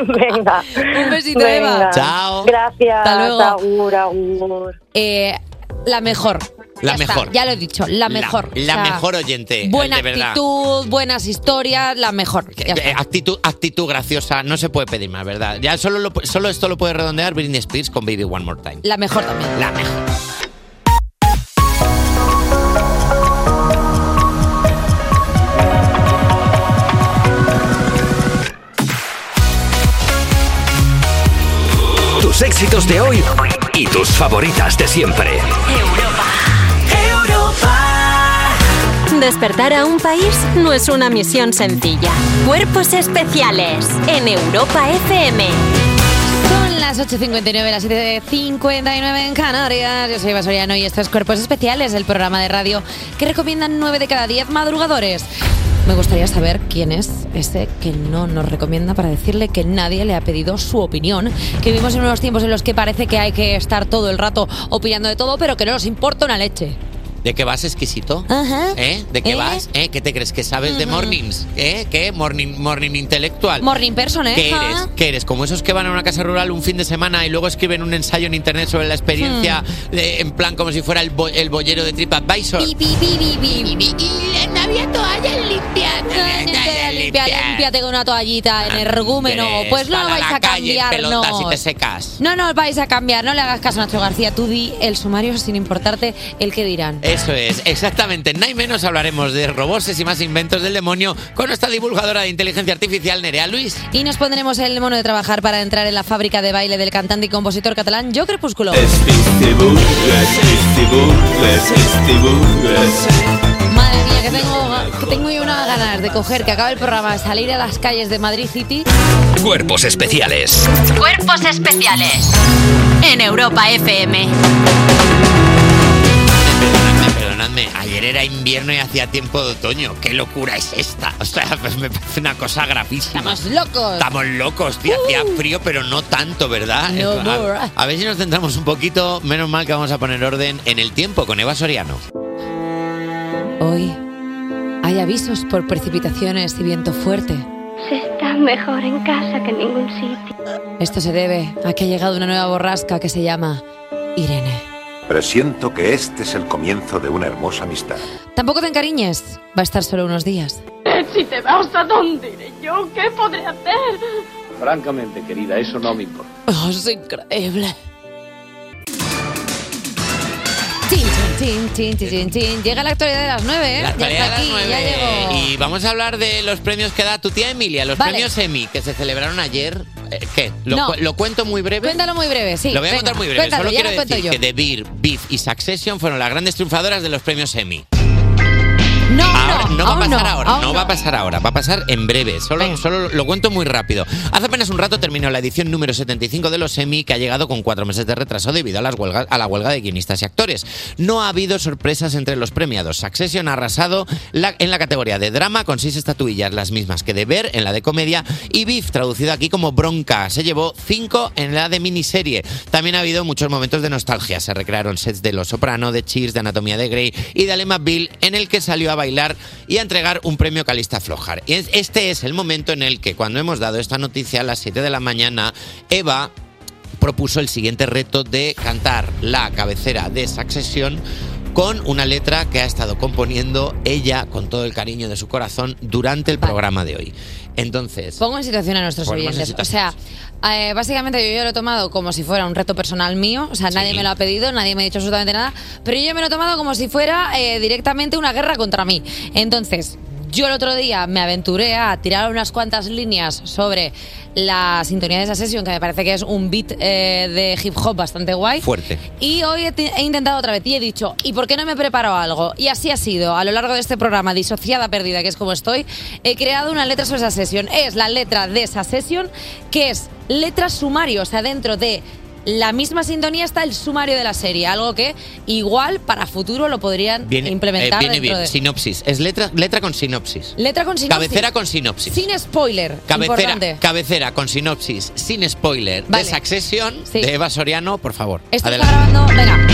S12: Venga.
S2: Un besito, Eva. Chao.
S12: Gracias.
S2: Hasta luego.
S12: Agur, agur.
S2: Eh, la mejor.
S3: La
S2: Ya está,
S3: mejor.
S2: ya lo he dicho, la mejor.
S3: La,
S2: O sea,
S3: mejor oyente.
S2: Buena
S3: Eh, de verdad.
S2: actitud, buenas historias, la mejor. Ya está.
S3: Eh, actitud, actitud graciosa, no se puede pedir más, ¿verdad? Ya solo, lo- solo esto lo puede redondear Britney Spears con Baby One More Time.
S2: La mejor también.
S3: La mejor.
S1: Tus éxitos de hoy y tus favoritas de siempre.
S6: Despertar a un país no es una misión sencilla. Cuerpos especiales en Europa FM.
S2: Son las 8.59, las 7.59 en Canarias. Yo soy Eva Soriano y esto es Cuerpos Especiales, el programa de radio que recomiendan 9 de cada 10 madrugadores. Me gustaría saber quién es ese que no nos recomienda para decirle que nadie le ha pedido su opinión, que vivimos en unos tiempos en los que parece que hay que estar todo el rato opinando de todo, pero que no nos importa una leche.
S3: ¿De qué vas exquisito?
S6: Ajá.
S3: ¿Eh? ¿De qué
S2: ¿Eh?
S3: vas? ¿Eh? ¿Qué te crees que sabes de
S2: Ujú.
S3: mornings? ¿Eh? ¿Qué? Morning, morning intelectual.
S2: Morning person, ¿eh?
S3: ¿Qué eres? ¿Qué eres? Como esos que van a una casa rural un fin de semana y luego escriben un ensayo en internet sobre la experiencia
S2: Hmm.
S3: eh, en plan como si fuera el, bo- el bollero de TripAdvisor.
S2: Y no había toallas limpias. Límpiate con una toallita, energúmeno.
S3: Ah, Hombre,
S2: Pues no
S3: sal
S2: lo
S3: a
S2: vais
S3: la
S2: a
S3: calle,
S2: cambiar, no.
S3: pelota, si te secas.
S2: No nos vais a cambiar, no le hagas caso a Nacho García. Tú di el sumario sin importarte el que dirán.
S3: Eso es, exactamente. En Nada y menos hablaremos de robots y más inventos del demonio con nuestra divulgadora de inteligencia artificial, Nerea Luis.
S2: Y nos pondremos el mono de trabajar para entrar en la fábrica de baile del cantante y compositor catalán Yo Crepúsculo. Madre mía, que tengo, que tengo yo unas ganas de coger, que acabe el programa, salir a las calles de Madrid City.
S1: Cuerpos especiales.
S6: Cuerpos especiales. En Europa FM.
S3: Perdonadme, perdonadme. Ayer era invierno y hacía tiempo de otoño. ¿Qué locura es esta? O sea, pues me parece una cosa gravísima.
S2: Estamos locos. Uh.
S3: Estamos locos, tío. Hacía frío, pero no tanto, ¿verdad?
S2: No
S3: Esto-
S2: more.
S3: a, a ver si nos centramos un poquito. Menos mal que vamos a poner orden en el tiempo con Eva Soriano.
S2: Hoy hay avisos por precipitaciones y viento fuerte.
S8: Se está mejor en casa que en ningún sitio.
S2: Esto se debe a que ha llegado una nueva borrasca que se llama Irene.
S24: Presiento que este es el comienzo de una hermosa amistad.
S2: Tampoco te encariñes, va a estar solo unos días.
S8: Si te vas, ¿a dónde iré yo? ¿Qué podré hacer?
S25: Francamente, querida, eso no me importa.
S3: Oh,
S2: Es increíble. Chin, chin, chin, chin, chin, chin, chin. Llega la actualidad de las 9, ¿eh?
S3: La
S2: ya
S3: actualidad de las
S2: está aquí, ya
S3: nueve.
S2: llegó.
S3: Y vamos a hablar de los premios que da tu tía Emilia, los
S2: Vale.
S3: premios Emmy que se celebraron ayer. Eh, ¿Qué? ¿Lo,
S2: No.
S3: cu- lo cuento muy breve?
S2: Cuéntalo muy breve, sí.
S3: lo voy a
S2: venga,
S3: contar muy breve.
S2: cuéntalo,
S3: Solo
S2: ya
S3: quiero
S2: lo cuento
S3: decir
S2: yo.
S3: que The Beer, Beef y Succession fueron las grandes triunfadoras de los premios Emmy.
S2: No,
S3: Ahora-
S2: no,
S3: no va a
S2: aún
S3: pasar
S2: no,
S3: ahora,
S2: aún
S3: no va a pasar ahora, va a pasar en breve. Solo, solo lo cuento muy rápido. Hace apenas un rato terminó la edición número 75 de los Emmy, que ha llegado con cuatro meses de retraso debido a, las huelgas, a la huelga de guionistas y actores. No ha habido sorpresas entre los premiados. Succession ha arrasado la- en la categoría de drama con seis estatuillas, las mismas que de Ver en la de comedia, y Beef, traducido aquí como Bronca, se llevó cinco en la de miniserie. También ha habido muchos momentos de nostalgia. Se recrearon sets de Los Soprano, de Cheers, de Anatomía de Grey y de Alema Bill, en el que salió a bailar y a entregar un premio Calista Flojar. Y es- este es el momento en el que, cuando hemos dado esta noticia a las 7 de la mañana, Eva propuso el siguiente reto de cantar la cabecera de Succession con una letra que ha estado componiendo ella con todo el cariño de su corazón durante el programa de hoy. Entonces,
S2: Pongo en situación a nuestros
S3: Ponemos en
S2: oyentes. O sea, eh, básicamente yo, yo lo he tomado como si fuera un reto personal mío. O sea, nadie me lo ha pedido, nadie me ha dicho absolutamente nada. Pero yo me lo he tomado como si fuera eh, directamente una guerra contra mí. Entonces, yo el otro día me aventuré a tirar unas cuantas líneas sobre la sintonía de esa sesión, que me parece que es un beat eh, de hip hop bastante guay.
S3: fuerte.
S2: Y hoy he, te- he intentado otra vez y he dicho, ¿y por qué no me preparo algo? Y así ha sido. A lo largo de este programa, disociada, perdida, que es como estoy, he creado una letra sobre esa sesión. Es la letra de esa sesión, que es letra sumario. O sea, dentro de la misma sintonía está el sumario de la serie. Algo que igual para futuro lo podrían
S3: Viene,
S2: implementar
S3: eh, viene
S2: dentro
S3: bien,
S2: de...
S3: sinopsis. Es letra, letra con sinopsis.
S2: Letra con sinopsis.
S3: Cabecera con sinopsis.
S2: Sin spoiler.
S3: Cabecera,
S2: Importante.
S3: cabecera con sinopsis, sin spoiler, de Succession, de Eva Soriano, por favor.
S2: Esto está
S3: Adelante.
S2: grabando. Venga.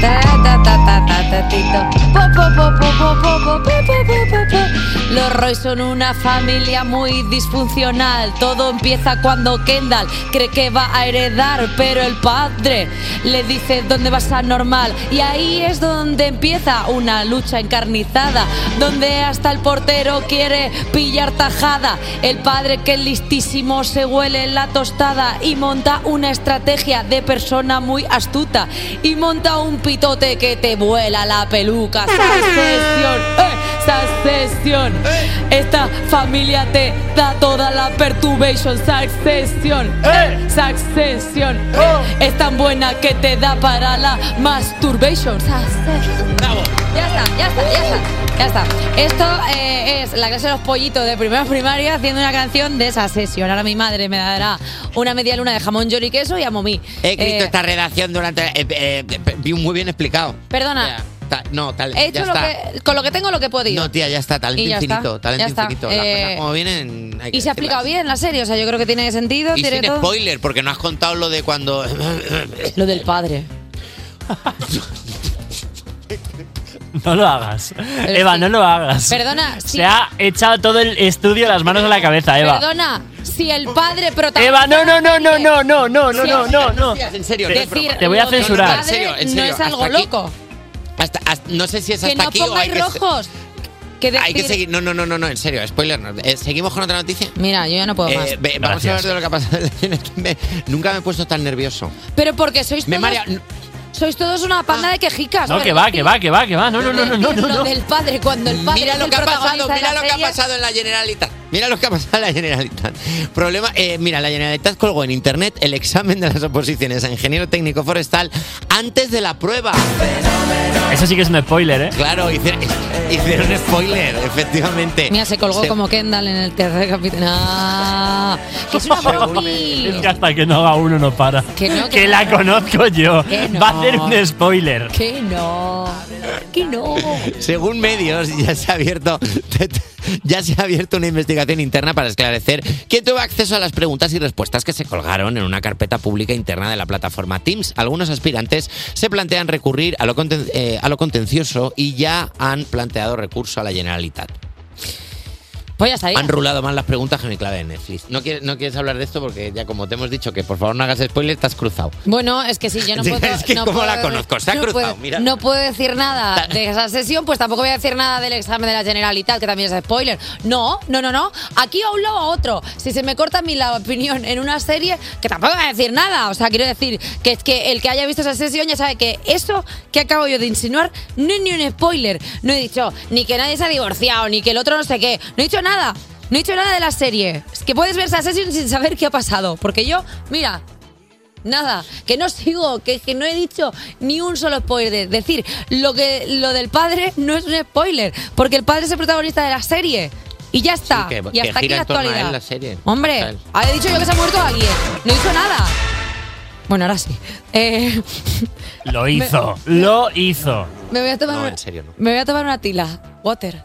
S2: Ta, ta, ta, ta, ta, ta, tito. Po, po, po, po, po, po, po, po, po, po, po, po. Los Roy son una familia muy disfuncional. Todo empieza cuando Kendall cree que va a heredar, pero el padre le dice dónde vas a normal. Y ahí es donde empieza una lucha encarnizada, donde hasta el portero quiere pillar tajada. El padre que es listísimo se huele la tostada y monta una estrategia de persona muy astuta y monta un pitote que te vuela la peluca. Succession, ¡eh! Succession. Esta familia te da toda la perturbation. Succession, ¡eh! Oh. Succession. Es tan buena que te da para la masturbation. Succession. Ya está, ya está, ya está. Ya está. Esto eh, es la clase de los pollitos de primera primaria haciendo una canción de esa sesión. Ahora mi madre me dará una media luna de jamón york y queso y a momí.
S3: He escrito
S2: Eh,
S3: esta redacción durante. eh, eh, eh, vi muy bien explicado.
S2: Perdona.
S3: Ya, ta- no, tal,
S2: He hecho
S3: ya
S2: lo
S3: está.
S2: que, con lo que tengo lo que he podido.
S3: No, tía, ya está. Talento
S2: Y ya está,
S3: infinito. Talento
S2: ya está.
S3: infinito. Las
S2: Eh,
S3: cosas como vienen. hay que
S2: y se ha
S3: decirlas.
S2: explicado bien la serie, o sea, yo creo que tiene sentido.
S3: Y
S2: tiene
S3: sin
S2: todo.
S3: spoiler, porque no has contado lo de cuando.
S2: Lo del padre.
S4: No lo hagas. Eva, no lo hagas.
S2: Perdona, sí.
S4: Se ha echado todo el estudio las manos a la cabeza, Eva.
S2: Perdona, si el padre protagonista.
S4: Eva, no, no, no, no, no, no, no, no, no, no, no.
S3: En serio,
S4: Te-
S3: no es broma.
S4: te voy a
S3: No, no, no,
S4: censurar.
S3: en serio, en serio,
S2: no es algo
S3: hasta aquí-
S2: loco.
S3: hasta- hasta- no sé si es
S2: Que
S3: hasta
S2: no
S3: aquí o hay
S2: pongáis
S3: que, se-
S2: rojos. Que
S3: hay que
S2: decir-
S3: seguir. No, no, no, no, no, en serio, spoiler. no. Eh, Seguimos con otra noticia.
S2: Mira, yo ya no puedo
S3: Eh,
S2: más.
S3: ve- vamos a hablar
S2: Gracias.
S3: de lo que ha pasado. Me- nunca me he puesto tan nervioso.
S2: Pero porque sois
S3: Me
S2: todos,
S3: marea- Ah.
S2: sois todos una panda de quejicas.
S3: No,
S2: pero
S3: que va,
S2: decir-
S3: que va, que va, que va. No, no, no, no, no,
S2: decir
S3: no,
S2: Lo
S3: no.
S2: del padre cuando el padre
S3: Mira
S2: es
S3: lo
S2: el
S3: que ha pasado,
S2: protagonista de
S3: mira
S2: la
S3: lo que ha
S2: serie.
S3: pasado en la Generalitat. Mira lo que ha pasado en la Generalitat. Problema, eh, mira, la Generalitat colgó en internet el examen de las oposiciones a ingeniero técnico forestal antes de la prueba.
S4: Eso sí que es un spoiler, ¿eh?
S3: Claro, hicieron, hicieron spoiler, efectivamente.
S2: Mira, se colgó como Kendall en el tercer capítulo. Ah, Pues que es una bromi.
S4: Es que hasta que no haga uno no para.
S2: Que no, que
S4: la
S2: no.
S4: conozco yo.
S2: Que no.
S4: Va a hacer un spoiler.
S2: Que no. Que no.
S3: Según medios, ya se ha abierto ya se ha abierto una investigación interna para esclarecer quién tuvo acceso a las preguntas y respuestas que se colgaron en una carpeta pública interna de la plataforma Teams. Algunos aspirantes se plantean recurrir a lo, conten- eh, a lo contencioso y ya han planteado recurso a la Generalitat.
S2: Pues ya sabía.
S3: Han rulado más las preguntas que mi clave de Netflix. No quieres, no quieres hablar de esto porque ya como te hemos dicho que por favor no hagas spoiler, te has cruzado.
S2: Bueno, es que si yo no puedo.
S3: Es que
S2: no
S3: cómo
S2: puedo-
S3: la conozco, se ha
S2: no
S3: cruzado,
S2: puedo-
S3: mira.
S2: No puedo decir nada de esa sesión, pues tampoco voy a decir nada del examen de la Generalitat, que también es spoiler. No, no, no, no. Aquí a un lado a otro. Si se me corta a mí la opinión en una serie, que tampoco voy a decir nada. O sea, quiero decir que es que el que haya visto esa sesión ya sabe que eso que acabo yo de insinuar no es ni un spoiler. No he dicho ni que nadie se ha divorciado, ni que el otro no sé qué. No he dicho nada. No he dicho nada de la serie. Es que puedes ver esa sesión sin saber qué ha pasado. Porque yo, mira, Nada, que no sigo, que, que no he dicho ni un solo spoiler. Decir, lo, que, lo del padre no es un spoiler, porque el padre es el protagonista de la serie. Y ya está.
S3: Que,
S2: Ah, y
S3: que
S2: hasta aquí
S3: gira
S2: la
S3: en torno a él
S2: actualidad. Oh,
S3: la serie.
S2: Hombre,
S3: Total.
S2: ha dicho yo que se ha muerto alguien. No hizo nada. Bueno, ahora sí. Eh,
S4: Lo hizo. Lo hizo.
S2: me voy a tomar una,
S4: serio, no.
S2: me voy a tomar una tila. Water.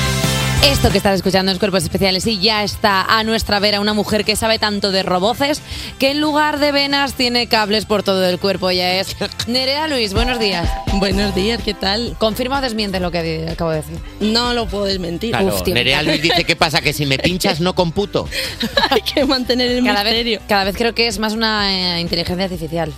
S2: Esto que estás escuchando en Cuerpos Especiales y ya está a nuestra vera una mujer que sabe tanto de roboces que en lugar de venas tiene cables por todo el cuerpo. Ya es Nerea Luis, buenos días.
S21: Buenos días, ¿qué tal?
S2: ¿Confirma o desmientes lo que di- acabo de decir?
S21: No lo puedo desmentir.
S3: Claro,
S21: Uf, tío.
S3: Nerea Luis dice, ¿qué pasa? Que si me pinchas no computo.
S21: Hay que mantener el
S2: Cada
S21: misterio.
S2: vez, cada vez creo que es más una eh, inteligencia artificial.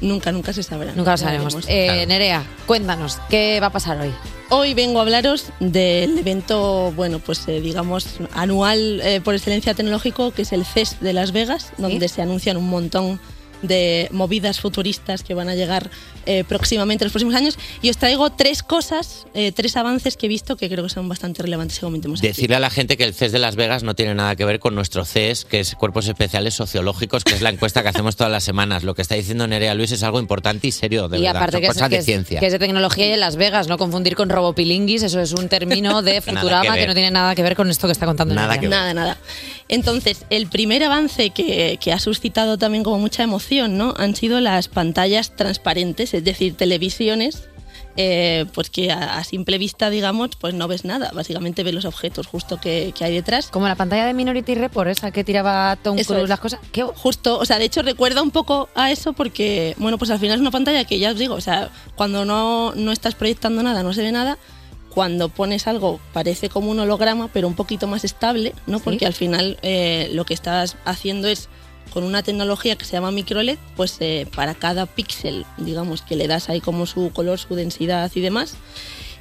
S21: Nunca, nunca se sabrá.
S2: Nunca lo
S21: Ya
S2: sabemos.
S21: veremos.
S2: Eh, Nerea, cuéntanos, ¿qué va a pasar hoy?
S21: Hoy vengo a hablaros del evento, bueno, pues eh, digamos anual eh, por excelencia tecnológico, que es el CES de Las Vegas, donde se anuncian un montón de movidas futuristas que van a llegar eh, próximamente los próximos años. Y os traigo tres cosas, eh, tres avances que he visto que creo que son bastante relevantes que
S2: Pues
S21: comentemos. aquí.
S3: Decirle a la gente que el CES de Las Vegas no tiene nada que ver con nuestro CES, que es Cuerpos Especiales Sociológicos, que es la encuesta que hacemos todas las semanas. Lo que está diciendo Nerea Luis es algo importante y serio, de
S2: y
S3: verdad.
S2: aparte
S3: Son
S2: que es,
S3: cosas
S2: que
S3: de
S2: es-
S3: ciencia.
S2: que es de tecnología y en Las Vegas, no confundir con robopilinguis, eso es un término de
S3: que
S2: Futurama que,
S3: ver.
S2: no tiene nada que ver con esto que está contando Nerea.
S21: Nada, nada. Entonces, el primer avance que, que ha suscitado también como mucha emoción, ¿no? Han sido las pantallas transparentes, es decir, televisiones, eh, pues que a, a simple vista, digamos, pues no ves nada. Básicamente ves los objetos justo que, que hay detrás.
S2: Como la pantalla de Minority Report, esa que tiraba Tom
S21: Eso
S2: Cruise
S21: es.
S2: las cosas. Qué
S21: Justo, o sea, de hecho recuerda un poco a eso porque, bueno, pues al final es una pantalla que ya os digo, o sea, cuando no, no estás proyectando nada, no se ve nada, cuando pones algo parece como un holograma, pero un poquito más estable, ¿no?
S19: Sí.
S21: Porque al final eh, lo que estás haciendo es con una tecnología que se llama microLED, pues eh, para cada píxel, digamos, que le das ahí como su color, su densidad y demás,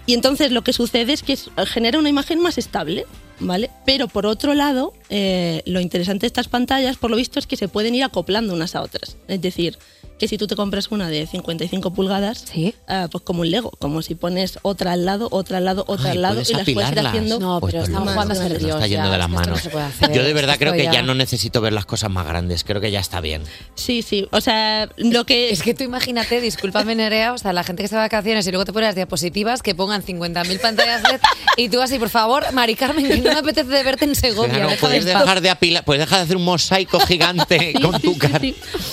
S21: y entonces lo que sucede es que es- genera una imagen más estable, ¿vale? Pero por otro lado, eh, lo interesante de estas pantallas, por lo visto, es que se pueden ir acoplando unas a otras. Es decir, que si tú te compras una de 55 pulgadas, ah, pues como un Lego, como si pones otra al lado, otra al lado, otra
S3: Ay,
S21: al lado,
S3: puedes
S21: y las puedes ir
S3: apilarlas.
S21: haciendo.
S3: No, pero Pues estamos no, jugando a
S21: ser
S3: Se nos está yendo de las manos. Yo de verdad creo que ya... no necesito ver las cosas más grandes, creo que ya está bien.
S21: Sí, sí, o sea, lo que...
S2: Es que tú imagínate, discúlpame Nerea, o sea, la gente que está de vacaciones y luego te pone las diapositivas que pongan 50.000 pantallas LED y tú así, por favor, Mari Carmen, que no me apetece de verte en Segovia.
S3: Claro,
S2: déjame
S3: Pues puedes
S2: en paz.
S3: dejar de apilar, puedes dejar de hacer un mosaico gigante con tu cara.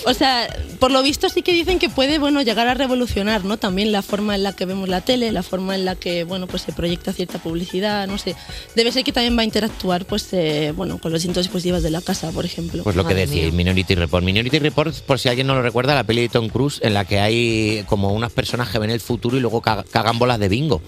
S21: O sea, por lo visto sí que dicen que puede, bueno, llegar a revolucionar, ¿no? También la forma en la que vemos la tele, la forma en la que, bueno, pues se proyecta cierta publicidad, no sé. Debe ser que también va a interactuar, pues, eh, bueno, con los cientos dispositivos de la casa, por ejemplo.
S3: Pues lo que
S21: Madre
S3: decís,
S21: mía.
S3: Minority Report. Minority Report, por si alguien no lo recuerda, la peli de Tom Cruise en la que hay como unas personas que ven el futuro y luego ca- cagan bolas de bingo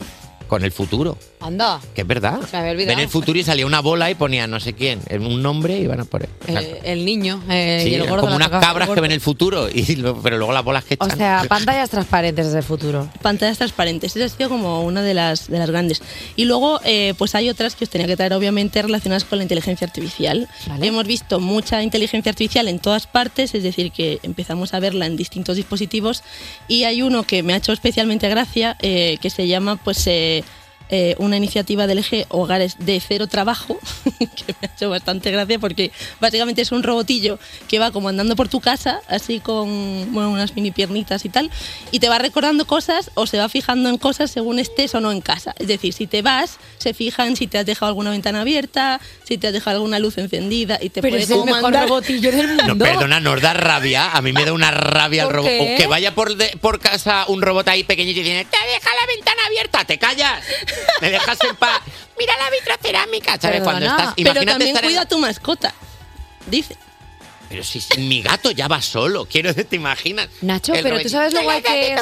S3: con el futuro.
S2: Anda.
S3: Que es verdad.
S2: Se me había olvidado.
S3: ¿Ah? Ven el futuro y salía una bola y ponía no sé quién, en un nombre y van a por él. O sea,
S2: Eh, el niño. eh,
S3: sí,
S2: y el gordo
S3: como
S2: la
S3: unas
S2: toca-
S3: cabras
S2: el
S3: que
S2: gordo.
S3: ven el futuro, y lo- pero luego las bolas que
S2: O
S3: echan.
S2: sea, pantallas transparentes desde el futuro.
S21: Pantallas transparentes, esa ha sido como una de las, de las grandes. Y luego, eh, pues hay otras que os tenía que traer, obviamente, relacionadas con la inteligencia artificial. Hemos visto mucha inteligencia artificial en todas partes, es decir, que empezamos a verla en distintos dispositivos. Y hay uno que me ha hecho especialmente gracia, eh, que se llama, pues, eh, eh, una iniciativa del eje Hogares de Cero Trabajo, que me ha hecho bastante gracia porque básicamente es un robotillo que va como andando por tu casa, así con bueno, unas mini piernitas y tal, y te va recordando cosas o se va fijando en cosas según estés o no en casa. Es decir, si te vas, se fijan si te has dejado alguna ventana abierta, si te has dejado alguna luz encendida y te
S2: Pero
S21: puede
S2: es el
S21: como
S2: mejor
S21: mandar-
S2: robotillo del mundo.
S3: No, perdona, nos da rabia. A mí me da una rabia el
S2: ¿Por
S3: robot.
S2: qué?
S3: O que vaya por, de- por casa un robot ahí pequeñito y dice, te deja la ventana abierta, te callas, me dejas en paz. Mira la vitrocerámica, ¿sabes? Cuando
S21: Perdona.
S3: estás,
S21: Pero
S3: imagínate
S21: también
S3: estar en
S21: cuida
S3: la-
S21: a tu mascota. Dice.
S3: Pero si si mi gato ya va solo, quiero decir, te imaginas.
S2: Nacho,
S3: El
S2: pero
S3: rollo-
S2: tú sabes lo guay que es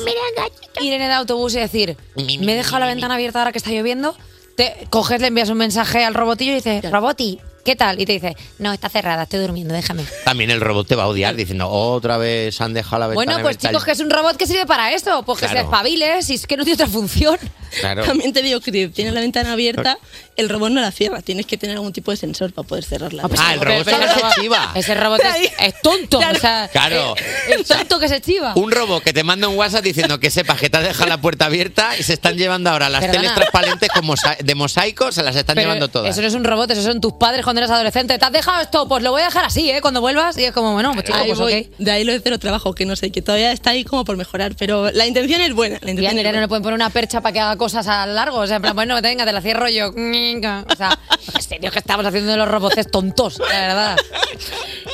S2: ir en el autobús y decir, me he dejado la ventana abierta ahora que está lloviendo. Te coges, le envías un mensaje al robotillo y dices, Roboti, ¿qué tal? Y te dice, no, está cerrada, estoy durmiendo, déjame.
S3: También el robot te va a odiar diciendo, otra vez han dejado la ventana
S2: Bueno, pues
S3: abierta".
S2: chicos, que es un robot que sirve para eso, pues que
S3: Claro.
S2: se espabile, si es que no tiene otra función.
S3: Claro.
S21: También te digo que tienes la ventana abierta, el robot no la cierra, tienes que tener algún tipo de sensor para poder cerrarla.
S2: pues
S3: Ah, el robot solo se chiva.
S2: Ese robot es, es tonto, o sea,
S3: Claro.
S2: es tonto que se chiva.
S3: Un robot que te manda un WhatsApp diciendo que sepas que te has dejado la puerta abierta y se están llevando ahora las
S2: Perdona.
S3: teles transparentes con mosa- de mosaico, se las están
S2: Pero
S3: llevando todas.
S2: Eso no es un robot, eso son tus padres cuando eres adolescente. ¿Te has dejado esto? Pues lo voy a dejar así, ¿eh? Cuando vuelvas. Y es como, bueno, pues chico,
S21: Ahí
S2: pues
S21: voy.
S2: ok.
S21: De ahí lo de cero trabajo, que no sé, que todavía está ahí como por mejorar, pero la intención es buena. La
S2: Ya,
S21: intención
S2: ya no
S21: es
S2: le
S21: buena.
S2: pueden poner una percha para que haga cosas a largo. O sea, en plan, bueno, venga, te la cierro yo. O sea, en serio que estamos haciendo de los robots tontos, la verdad.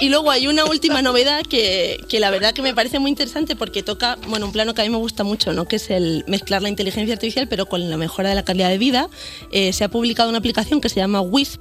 S21: Y luego hay una última novedad que, que la verdad que me parece muy interesante porque toca, bueno, un plano que a mí me gusta mucho, ¿no? Que es el mezclar la inteligencia artificial pero con la mejora de la calidad de vida. Eh, se ha publicado una aplicación que se llama Wisp,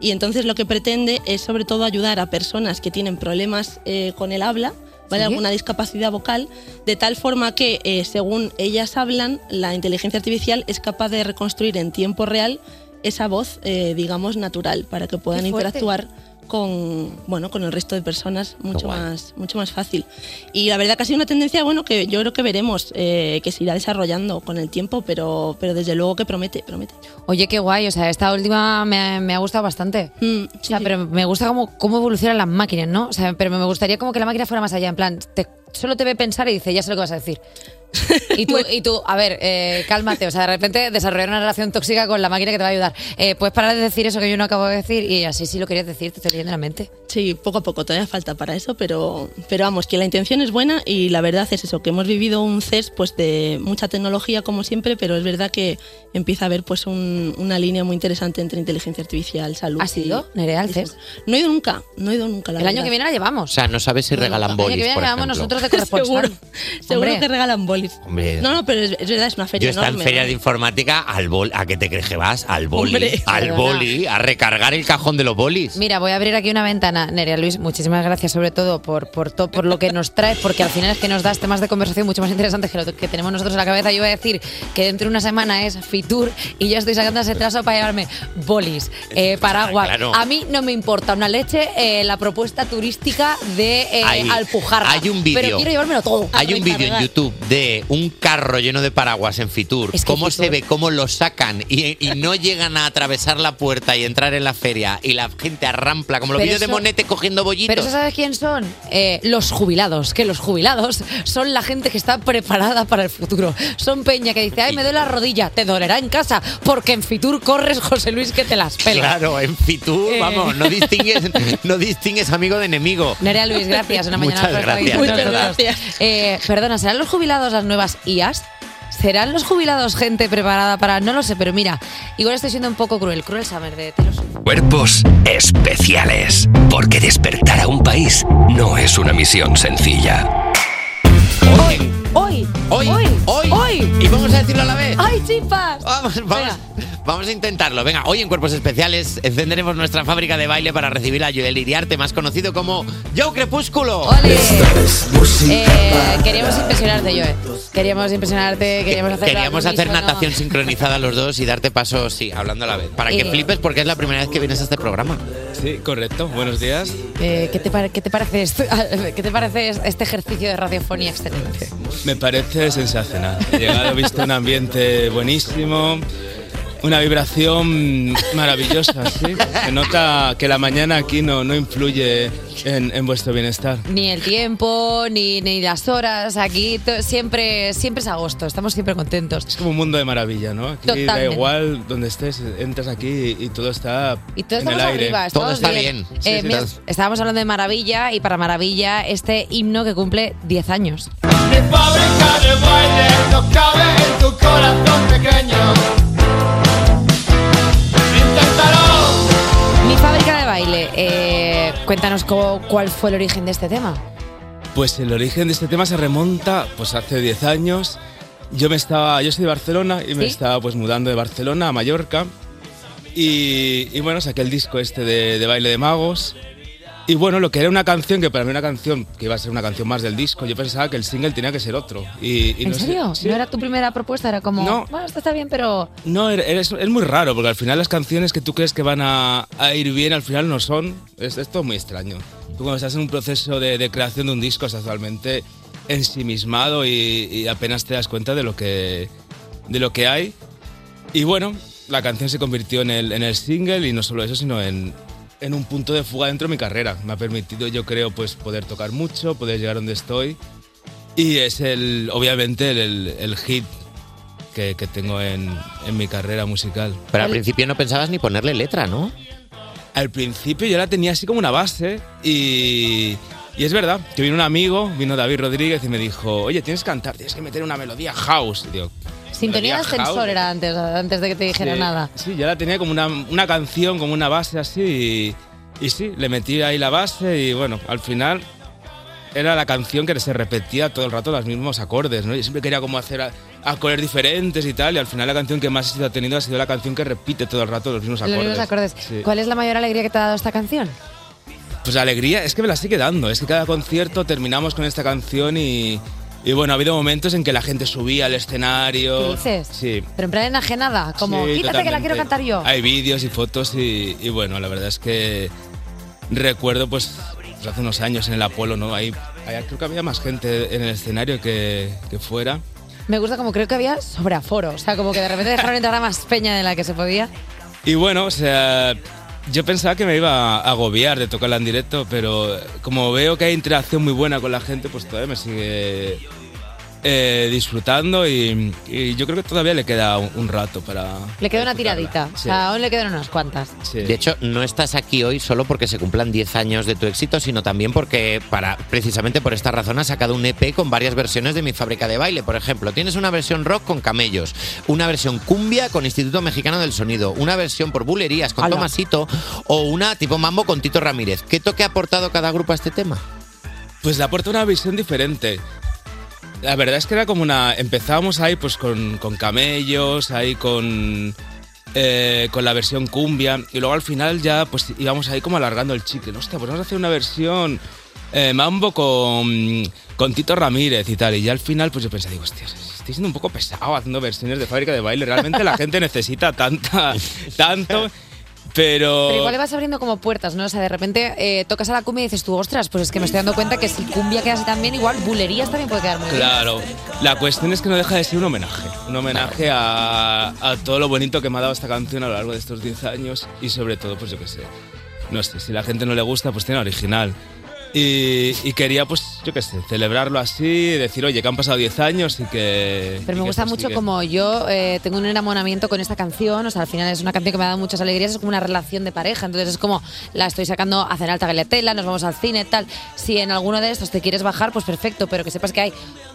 S21: y entonces lo que pretende es sobre todo ayudar a personas que tienen problemas eh, con el habla, ¿vale?
S19: Sí.
S21: alguna discapacidad vocal, de tal forma que eh, según ellas hablan, la inteligencia artificial es capaz de reconstruir en tiempo real esa voz, eh, digamos, natural, para que puedan
S19: Qué fuerte.
S21: interactuar con, bueno, con el resto de personas mucho
S19: guay.
S21: más, mucho más fácil. Y la verdad que ha sido una tendencia bueno, que yo creo que veremos, eh, que se irá desarrollando con el tiempo, pero, pero desde luego que promete, promete.
S2: Oye, qué guay. O sea, esta última me, me ha gustado bastante.
S21: o
S2: sea, pero me gusta cómo, cómo evolucionan las máquinas, ¿no? O sea, pero me gustaría como que la máquina fuera más allá. En plan, te- solo te ve pensar y dice, ya sé lo que vas a decir. Y tú, y tú a ver, eh, cálmate. O sea, de repente desarrollar una relación tóxica con la máquina que te va a ayudar. Eh, puedes parar de decir eso que yo no acabo de decir y así sí lo querías decir, te estoy leyendo la mente.
S21: Sí, poco a poco, todavía falta para eso, pero, pero vamos, que la intención es buena y la verdad es eso, que hemos vivido un CES pues, de mucha tecnología como siempre, pero es verdad que empieza a haber pues, un- una línea muy interesante entre inteligencia artificial, salud. ¿Has ido,
S2: Nerea, al
S21: CES? No he ido nunca, no he ido nunca. La
S2: El año
S21: verdad.
S2: que viene la llevamos.
S3: O sea, no sabes si regalan
S21: El año que
S3: bolis,
S21: viene
S3: por
S21: llevamos
S3: ejemplo.
S21: nosotros de corresponsal. Seguro
S3: Hombre.
S21: que regalan bolis.
S3: Hombre.
S21: No, no, pero es, es verdad, es una feria
S3: Yo estaba en
S21: enorme,
S3: feria
S21: ¿no?
S3: de informática al bol, ¿a qué te crees que vas? Al boli,
S2: Hombre,
S3: al
S2: perdona.
S3: boli, a recargar el cajón de los bolis.
S2: Mira, voy a abrir aquí una ventana. Nerea Luis, muchísimas gracias sobre todo por, por, to- por lo que nos traes, porque al final es que nos das temas de conversación mucho más interesantes que lo que tenemos nosotros en la cabeza. Yo voy a decir que dentro de una semana es Fitur y ya estoy sacando ese trazo para llevarme bolis, eh, paraguas.
S3: Ah, claro.
S2: A mí no me importa una leche eh, la propuesta turística de eh,
S3: Hay-
S2: Alpujarra.
S3: hay un vídeo.
S2: Pero quiero llevármelo todo.
S3: Hay un vídeo en
S2: Cargar.
S3: YouTube de un carro lleno de paraguas en Fitur. cómo se ve, cómo lo sacan y, y no llegan a atravesar la puerta y entrar en la feria y la gente arrampla, como los
S2: Pero
S3: vídeos de
S2: eso-
S3: Monete cogiendo bollitos.
S2: Pero eso ¿sabes quién son? Eh, los jubilados, que los jubilados son la gente que está preparada para el futuro. Son peña que dice, ay, me duele la rodilla, te dolerá en casa, porque en Fitur corres, José Luis, que te las pelas.
S3: Claro, en Fitur,
S2: Eh.
S3: vamos, no distingues, no distingues amigo de enemigo.
S2: Nerea Luis, gracias. Una mañana
S3: Muchas
S2: más por estar aquí
S3: gracias,
S2: con
S3: de verdad.
S2: nosotros. Eh, perdona, ¿serán los jubilados las nuevas IAS? ¿Serán los jubilados gente preparada para.? No lo sé, pero mira, igual estoy siendo un poco cruel. Cruel Summer de Taylor Swift.
S1: Cuerpos especiales. Porque despertar a un país no es una misión sencilla.
S2: Hoy, hoy,
S3: hoy, hoy, Y vamos a decirlo a la vez.
S2: ¡Ay, chispas!
S3: Vamos, vamos. Vamos a intentarlo. Venga, hoy en Cuerpos Especiales encenderemos nuestra fábrica de baile para recibir a Joel Iriarte, más conocido como Joe Crepúsculo.
S2: Eh, queríamos impresionarte, Joe. Queríamos impresionarte, queríamos hacer.
S3: Queríamos hacer natación sincronizada los dos y darte paso, sí, hablando a la vez. Para que
S2: Eh.
S3: flipes porque es la primera vez que vienes a este programa.
S13: Sí, correcto. Buenos días.
S2: Eh, ¿qué, te pare- qué te parece esto- ¿Qué te parece este ejercicio de radiofonía excelente?
S13: Me parece sensacional. He llegado, he visto un ambiente buenísimo, una vibración maravillosa, sí. Se nota que la mañana aquí no, no influye en, en vuestro bienestar.
S2: Ni el tiempo, ni, ni las horas, aquí to- siempre, siempre es agosto, estamos siempre contentos.
S13: Es como un mundo de maravilla, ¿no? Aquí da
S2: Totalmente.
S13: igual donde estés, entras aquí y, y todo está
S2: Y todos
S13: en el
S2: estamos
S13: aire.
S2: arriba, estamos Eh, mira, estábamos hablando de Maravilla y para Maravilla este himno que cumple 10 años.
S26: Mi fábrica de baile no cabe en tu corazón pequeño.
S2: Mi fábrica de baile, eh, cuéntanos cómo- cuál fue el origen de este tema.
S13: Pues el origen de este tema se remonta pues hace 10 años. Yo me estaba, yo soy de Barcelona y me
S2: Sí.
S13: estaba pues mudando de Barcelona a Mallorca. Y, y bueno, saqué el disco este de, de Baile de Magos. Y bueno, lo que era una canción, que para mí era una canción, que iba a ser una canción más del disco, yo pensaba que el single tenía que ser otro. Y, y
S2: ¿En
S13: no sé-
S2: serio?
S13: Sí.
S2: ¿No era tu primera propuesta? Era como, bueno, esto está bien, pero
S13: No, er- er- es, es muy raro, porque al final las canciones que tú crees que van a, a ir bien, al final no son. Es, es todo muy extraño. Tú cuando estás en un proceso de, de creación de un disco, estás totalmente ensimismado y, y apenas te das cuenta de lo que, de lo que hay. Y bueno, la canción se convirtió en el, en el single y no solo eso, sino en, en un punto de fuga dentro de mi carrera. Me ha permitido, yo creo, pues poder tocar mucho, poder llegar donde estoy. Y es el, obviamente, el, el- el hit que, que tengo en, en mi carrera musical.
S3: Pero al principio no pensabas ni ponerle letra, ¿no?
S13: Al principio yo la tenía así como una base y, y es verdad que vino un amigo, vino David Rodríguez y me dijo, oye, tienes que cantar, tienes que meter una melodía house. Y digo,
S2: sintonía de
S13: "¿Melodía house?".
S2: ascensor era antes, antes de que te dijera
S13: Sí,
S2: nada.
S13: Sí, yo la tenía como una, una canción, como una base así y, y sí, le metí ahí la base y bueno, al final era la canción que se repetía todo el rato los mismos acordes, ¿no? Yo siempre quería como hacer a- acordes diferentes y tal y al final la canción que más éxito ha tenido ha sido la canción que repite todo el rato los mismos
S2: Los
S13: acordes.
S2: mismos acordes.
S13: Sí.
S2: ¿Cuál es la mayor alegría que te ha dado esta canción?
S13: Pues la alegría es que me la sigue dando. Es que cada concierto terminamos con esta canción y, y bueno, ha habido momentos en que la gente subía al escenario.
S2: ¿Qué dices?
S13: Sí.
S2: Pero en plan enajenada, como
S13: Sí,
S2: quítate que la quiero
S13: totalmente.
S2: cantar yo.
S13: Hay vídeos y fotos y, y bueno, la verdad es que recuerdo pues, pues hace unos años en el Apolo, ¿no? Ahí, ahí creo que había más gente en el escenario que, que fuera.
S2: Me gusta como creo que había sobreaforo, o sea, como que de repente dejaron entrar a más peña de la que se podía.
S13: Y bueno, o sea, yo pensaba que me iba a agobiar de tocarla en directo, pero como veo que hay interacción muy buena con la gente, pues todavía me sigue eh, disfrutando y, y yo creo que todavía le queda un, un rato para...
S2: Le queda una tiradita, o sea, aún le quedan unas cuantas.
S3: De hecho, no estás aquí hoy solo porque se cumplan 10 años de tu éxito, sino también porque, para, precisamente por esta razón, has sacado un EP con varias versiones de mi fábrica de baile. Por ejemplo, tienes una versión rock con camellos, una versión cumbia con Instituto Mexicano del Sonido, una versión por bulerías con Tomasito o una tipo mambo con Tito Ramírez. ¿Qué toque ha aportado cada grupo a este tema?
S13: Pues le aporta una visión diferente. La verdad es que era como una... Empezábamos ahí pues con, con camellos, ahí con... eh, con la versión cumbia y luego al final ya pues íbamos ahí como alargando el chicle. ¿no? Hostia, pues vamos a hacer una versión eh, mambo con, con Tito Ramírez y tal. Y ya al final pues yo pensé, digo, hostia, estoy siendo un poco pesado haciendo versiones de fábrica de baile. Realmente la gente necesita tanta, tanto, pero...
S2: Pero igual le vas abriendo como puertas, ¿no? O sea, de repente eh, tocas a la cumbia y dices tú, ostras, pues es que me estoy dando cuenta que si cumbia queda así también, igual bulerías también puede quedar muy bien.
S13: Claro, la cuestión es que no deja de ser un homenaje. Un homenaje a, a todo lo bonito que me ha dado esta canción a lo largo de estos 10 años y sobre todo, pues yo qué sé, no sé, si la gente no le gusta, pues tiene la original. Y, y quería, pues, yo qué sé, celebrarlo así, decir, oye, que han pasado 10 años y que...
S2: Pero me gusta mucho como yo eh, tengo un enamoramiento con esta canción, o sea, al final es una canción que me ha dado muchas alegrías, es como una relación de pareja, entonces es como la estoy sacando a cenar tagliatela, nos vamos al cine, tal. Si en alguno de estos te quieres bajar, pues perfecto, pero que sepas que hay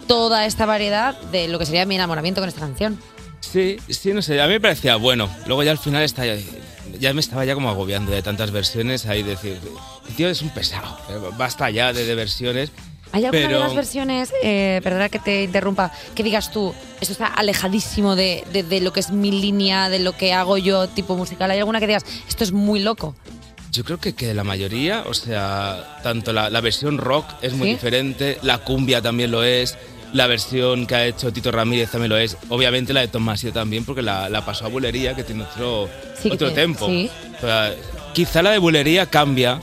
S2: toda esta variedad de lo que sería mi enamoramiento con esta canción.
S13: Sí, sí, no sé, a mí me parecía bueno. Luego ya al final está ya, ya me estaba ya como agobiando de tantas versiones ahí decir, tío, es un pesado, eh, basta ya de, de versiones.
S2: ¿Hay alguna
S13: Pero-
S2: de las versiones, eh, perdona que te interrumpa, que digas tú, esto está alejadísimo de, de- de lo que es mi línea, de lo que hago yo tipo musical? ¿Hay alguna que digas, esto es muy loco?
S13: Yo creo que, que la mayoría, o sea, tanto la, la versión rock es muy
S2: ¿Sí?
S13: diferente, la cumbia también lo es, la versión que ha hecho Tito Ramírez también lo es, obviamente la de Tomasio también, porque la, la pasó a Bulería, que tiene otro,
S2: Sí, que
S13: otro
S2: tiene-
S13: tempo.
S2: sí.
S13: O sea, quizá la de Bulería cambia,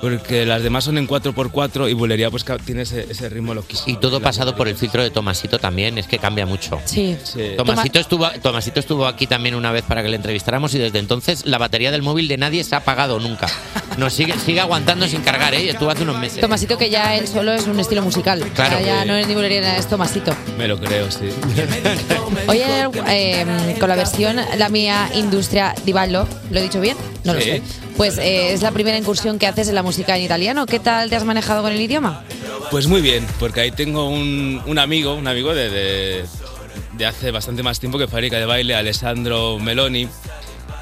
S13: porque las demás son en 4x4 y Bulería pues ca- tiene ese, ese ritmo loquísimo.
S3: Y todo pasado por el filtro de Tomasito también, es que cambia mucho.
S2: Sí.
S3: Tomasito estuvo, Tomasito estuvo aquí también una vez para que le entrevistáramos y desde entonces la batería del móvil de nadie se ha apagado nunca. Nos sigue, sigue aguantando sin cargar, ¿eh? Estuvo hace unos meses.
S2: Tomasito, que ya él solo es un estilo musical.
S3: Claro.
S2: O sea, ya no es ni bulería, es Tomasito.
S13: Me lo creo, sí.
S2: Oye, eh, con la versión, la mía, Industria Divallo, ¿lo he dicho bien? No lo
S13: Sí.
S2: sé. Pues eh, es la primera incursión que haces en la música en italiano. ¿Qué tal te has manejado con el idioma?
S13: Pues muy bien, porque ahí tengo un, un amigo, un amigo de, de- de hace bastante más tiempo que fábrica de baile, Alessandro Meloni,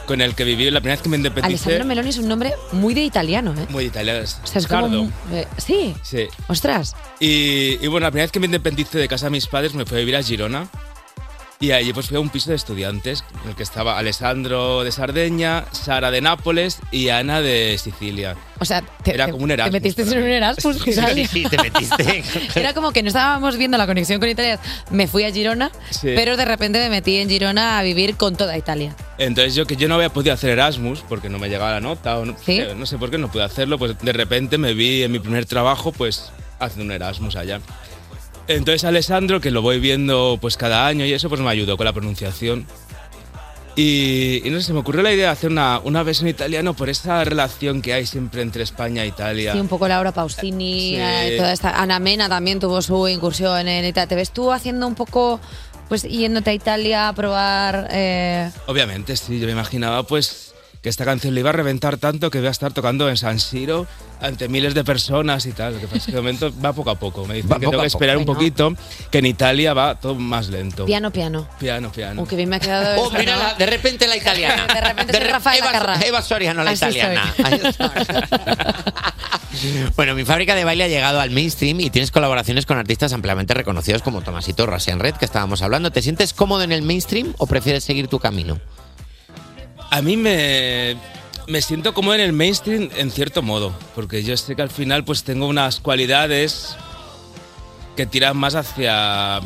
S13: con el que viví la primera vez que me independicé.
S2: Alessandro Meloni es un nombre muy de italiano, ¿eh?
S13: Muy italiano, es
S2: O sea, es
S13: sardo.
S2: como... un- eh, sí.
S13: Sí.
S2: Ostras.
S13: Y, y bueno, la primera vez que me independicé de casa de mis padres me fui a vivir a Girona. Y allí pues fui a un piso de estudiantes, en el que estaba Alessandro de Sardeña, Sara de Nápoles y Ana de Sicilia.
S2: O sea, te,
S13: Era
S2: te-
S13: como un
S2: te
S13: Erasmus
S2: metiste en un Erasmus. Italia.
S3: metiste.
S2: Era como que no estábamos viendo la conexión con Italia. Me fui a Girona,
S13: Sí.
S2: pero de repente me metí en Girona a vivir con toda Italia.
S13: Entonces yo que yo no había podido hacer Erasmus porque no me llegaba la nota o no, eh, no sé por qué no pude hacerlo, pues de repente me vi en mi primer trabajo pues haciendo un Erasmus allá. Entonces Alessandro, que lo voy viendo pues cada año y eso, pues me ayudó con la pronunciación. Y, y no sé, se me ocurrió la idea de hacer una, una versión italiano por esa relación que hay siempre entre España e Italia.
S2: Sí, un poco Laura Pausini,
S13: Sí.
S2: eh, toda esta. Ana Mena también tuvo su incursión en Italia. ¿Te ves tú haciendo un poco, pues yéndote a Italia a probar? eh,
S13: Obviamente, sí, yo me imaginaba pues que esta canción le iba a reventar tanto que iba a estar tocando en San Siro ante miles de personas y tal. Lo que pasa es que de momento va poco a poco. Me dicen
S3: Va
S13: que
S3: poco
S13: tengo
S3: a
S13: que esperar
S3: poco.
S13: un poquito, que en Italia va todo más lento.
S2: Piano, piano.
S13: Piano, piano.
S2: Oh, qué bien me ha quedado.
S3: Oh, mira, la- de repente la italiana.
S2: De repente soy Rafaela Carrà.
S3: Eva Soriano, la
S2: Así soy.
S3: italiana. Bueno, mi fábrica de baile ha llegado al mainstream y tienes colaboraciones con artistas ampliamente reconocidos como Tomasito Rasian Red, que estábamos hablando. ¿Te sientes cómodo en el mainstream o prefieres seguir tu camino?
S13: A mí me, me siento como en el mainstream en cierto modo, porque yo sé que al final pues tengo unas cualidades que tiran más hacia,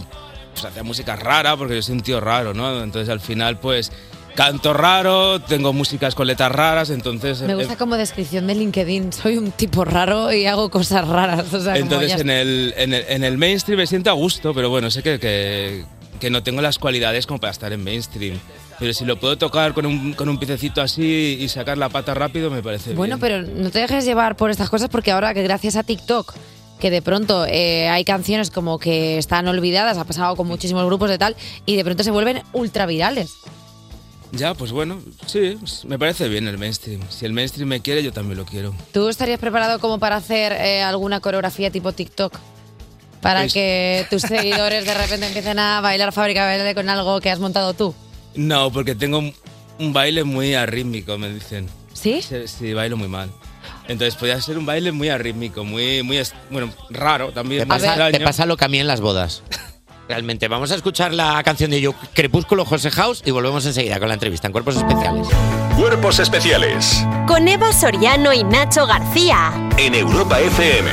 S13: pues, hacia música rara, porque yo soy un tío raro, ¿no? Entonces al final pues canto raro, tengo músicas con letras raras, entonces... eh,
S2: Me gusta como descripción de LinkedIn. Soy un tipo raro y hago cosas raras. O sea, como ya
S13: Entonces en
S2: está.
S13: el, en, el, en el mainstream me siento a gusto, pero bueno, sé que, que, que no tengo las cualidades como para estar en mainstream. Pero si lo puedo tocar con un, con un piececito así y sacar la pata rápido, me parece
S2: Bueno,
S13: bien.
S2: pero no te dejes llevar por estas cosas porque ahora que gracias a TikTok, que de pronto eh, hay canciones como que están olvidadas, ha pasado con muchísimos grupos de tal, y de pronto se vuelven ultra virales.
S13: Ya, pues bueno, sí, me parece bien el mainstream. Si el mainstream me quiere, yo también lo quiero.
S2: ¿Tú estarías preparado como para hacer eh, alguna coreografía tipo TikTok? Para
S13: Es-
S2: que tus seguidores de repente empiecen a bailar fábrica de baile con algo que has montado tú.
S13: No, porque tengo un, un baile muy arrítmico, me dicen.
S2: ¿Sí?
S13: ¿Sí? bailo muy mal. Entonces podría ser un baile muy arrítmico, muy, muy est- bueno, raro también.
S3: ¿Te
S13: muy
S3: pasa,
S13: extraño.
S3: te pasa lo que a mí en las bodas. Realmente, vamos a escuchar la canción de Yo, Crepúsculo José House, y volvemos enseguida con la entrevista en Cuerpos Especiales.
S10: Cuerpos especiales
S6: Con Eva Soriano y Nacho García.
S10: en Europa FM.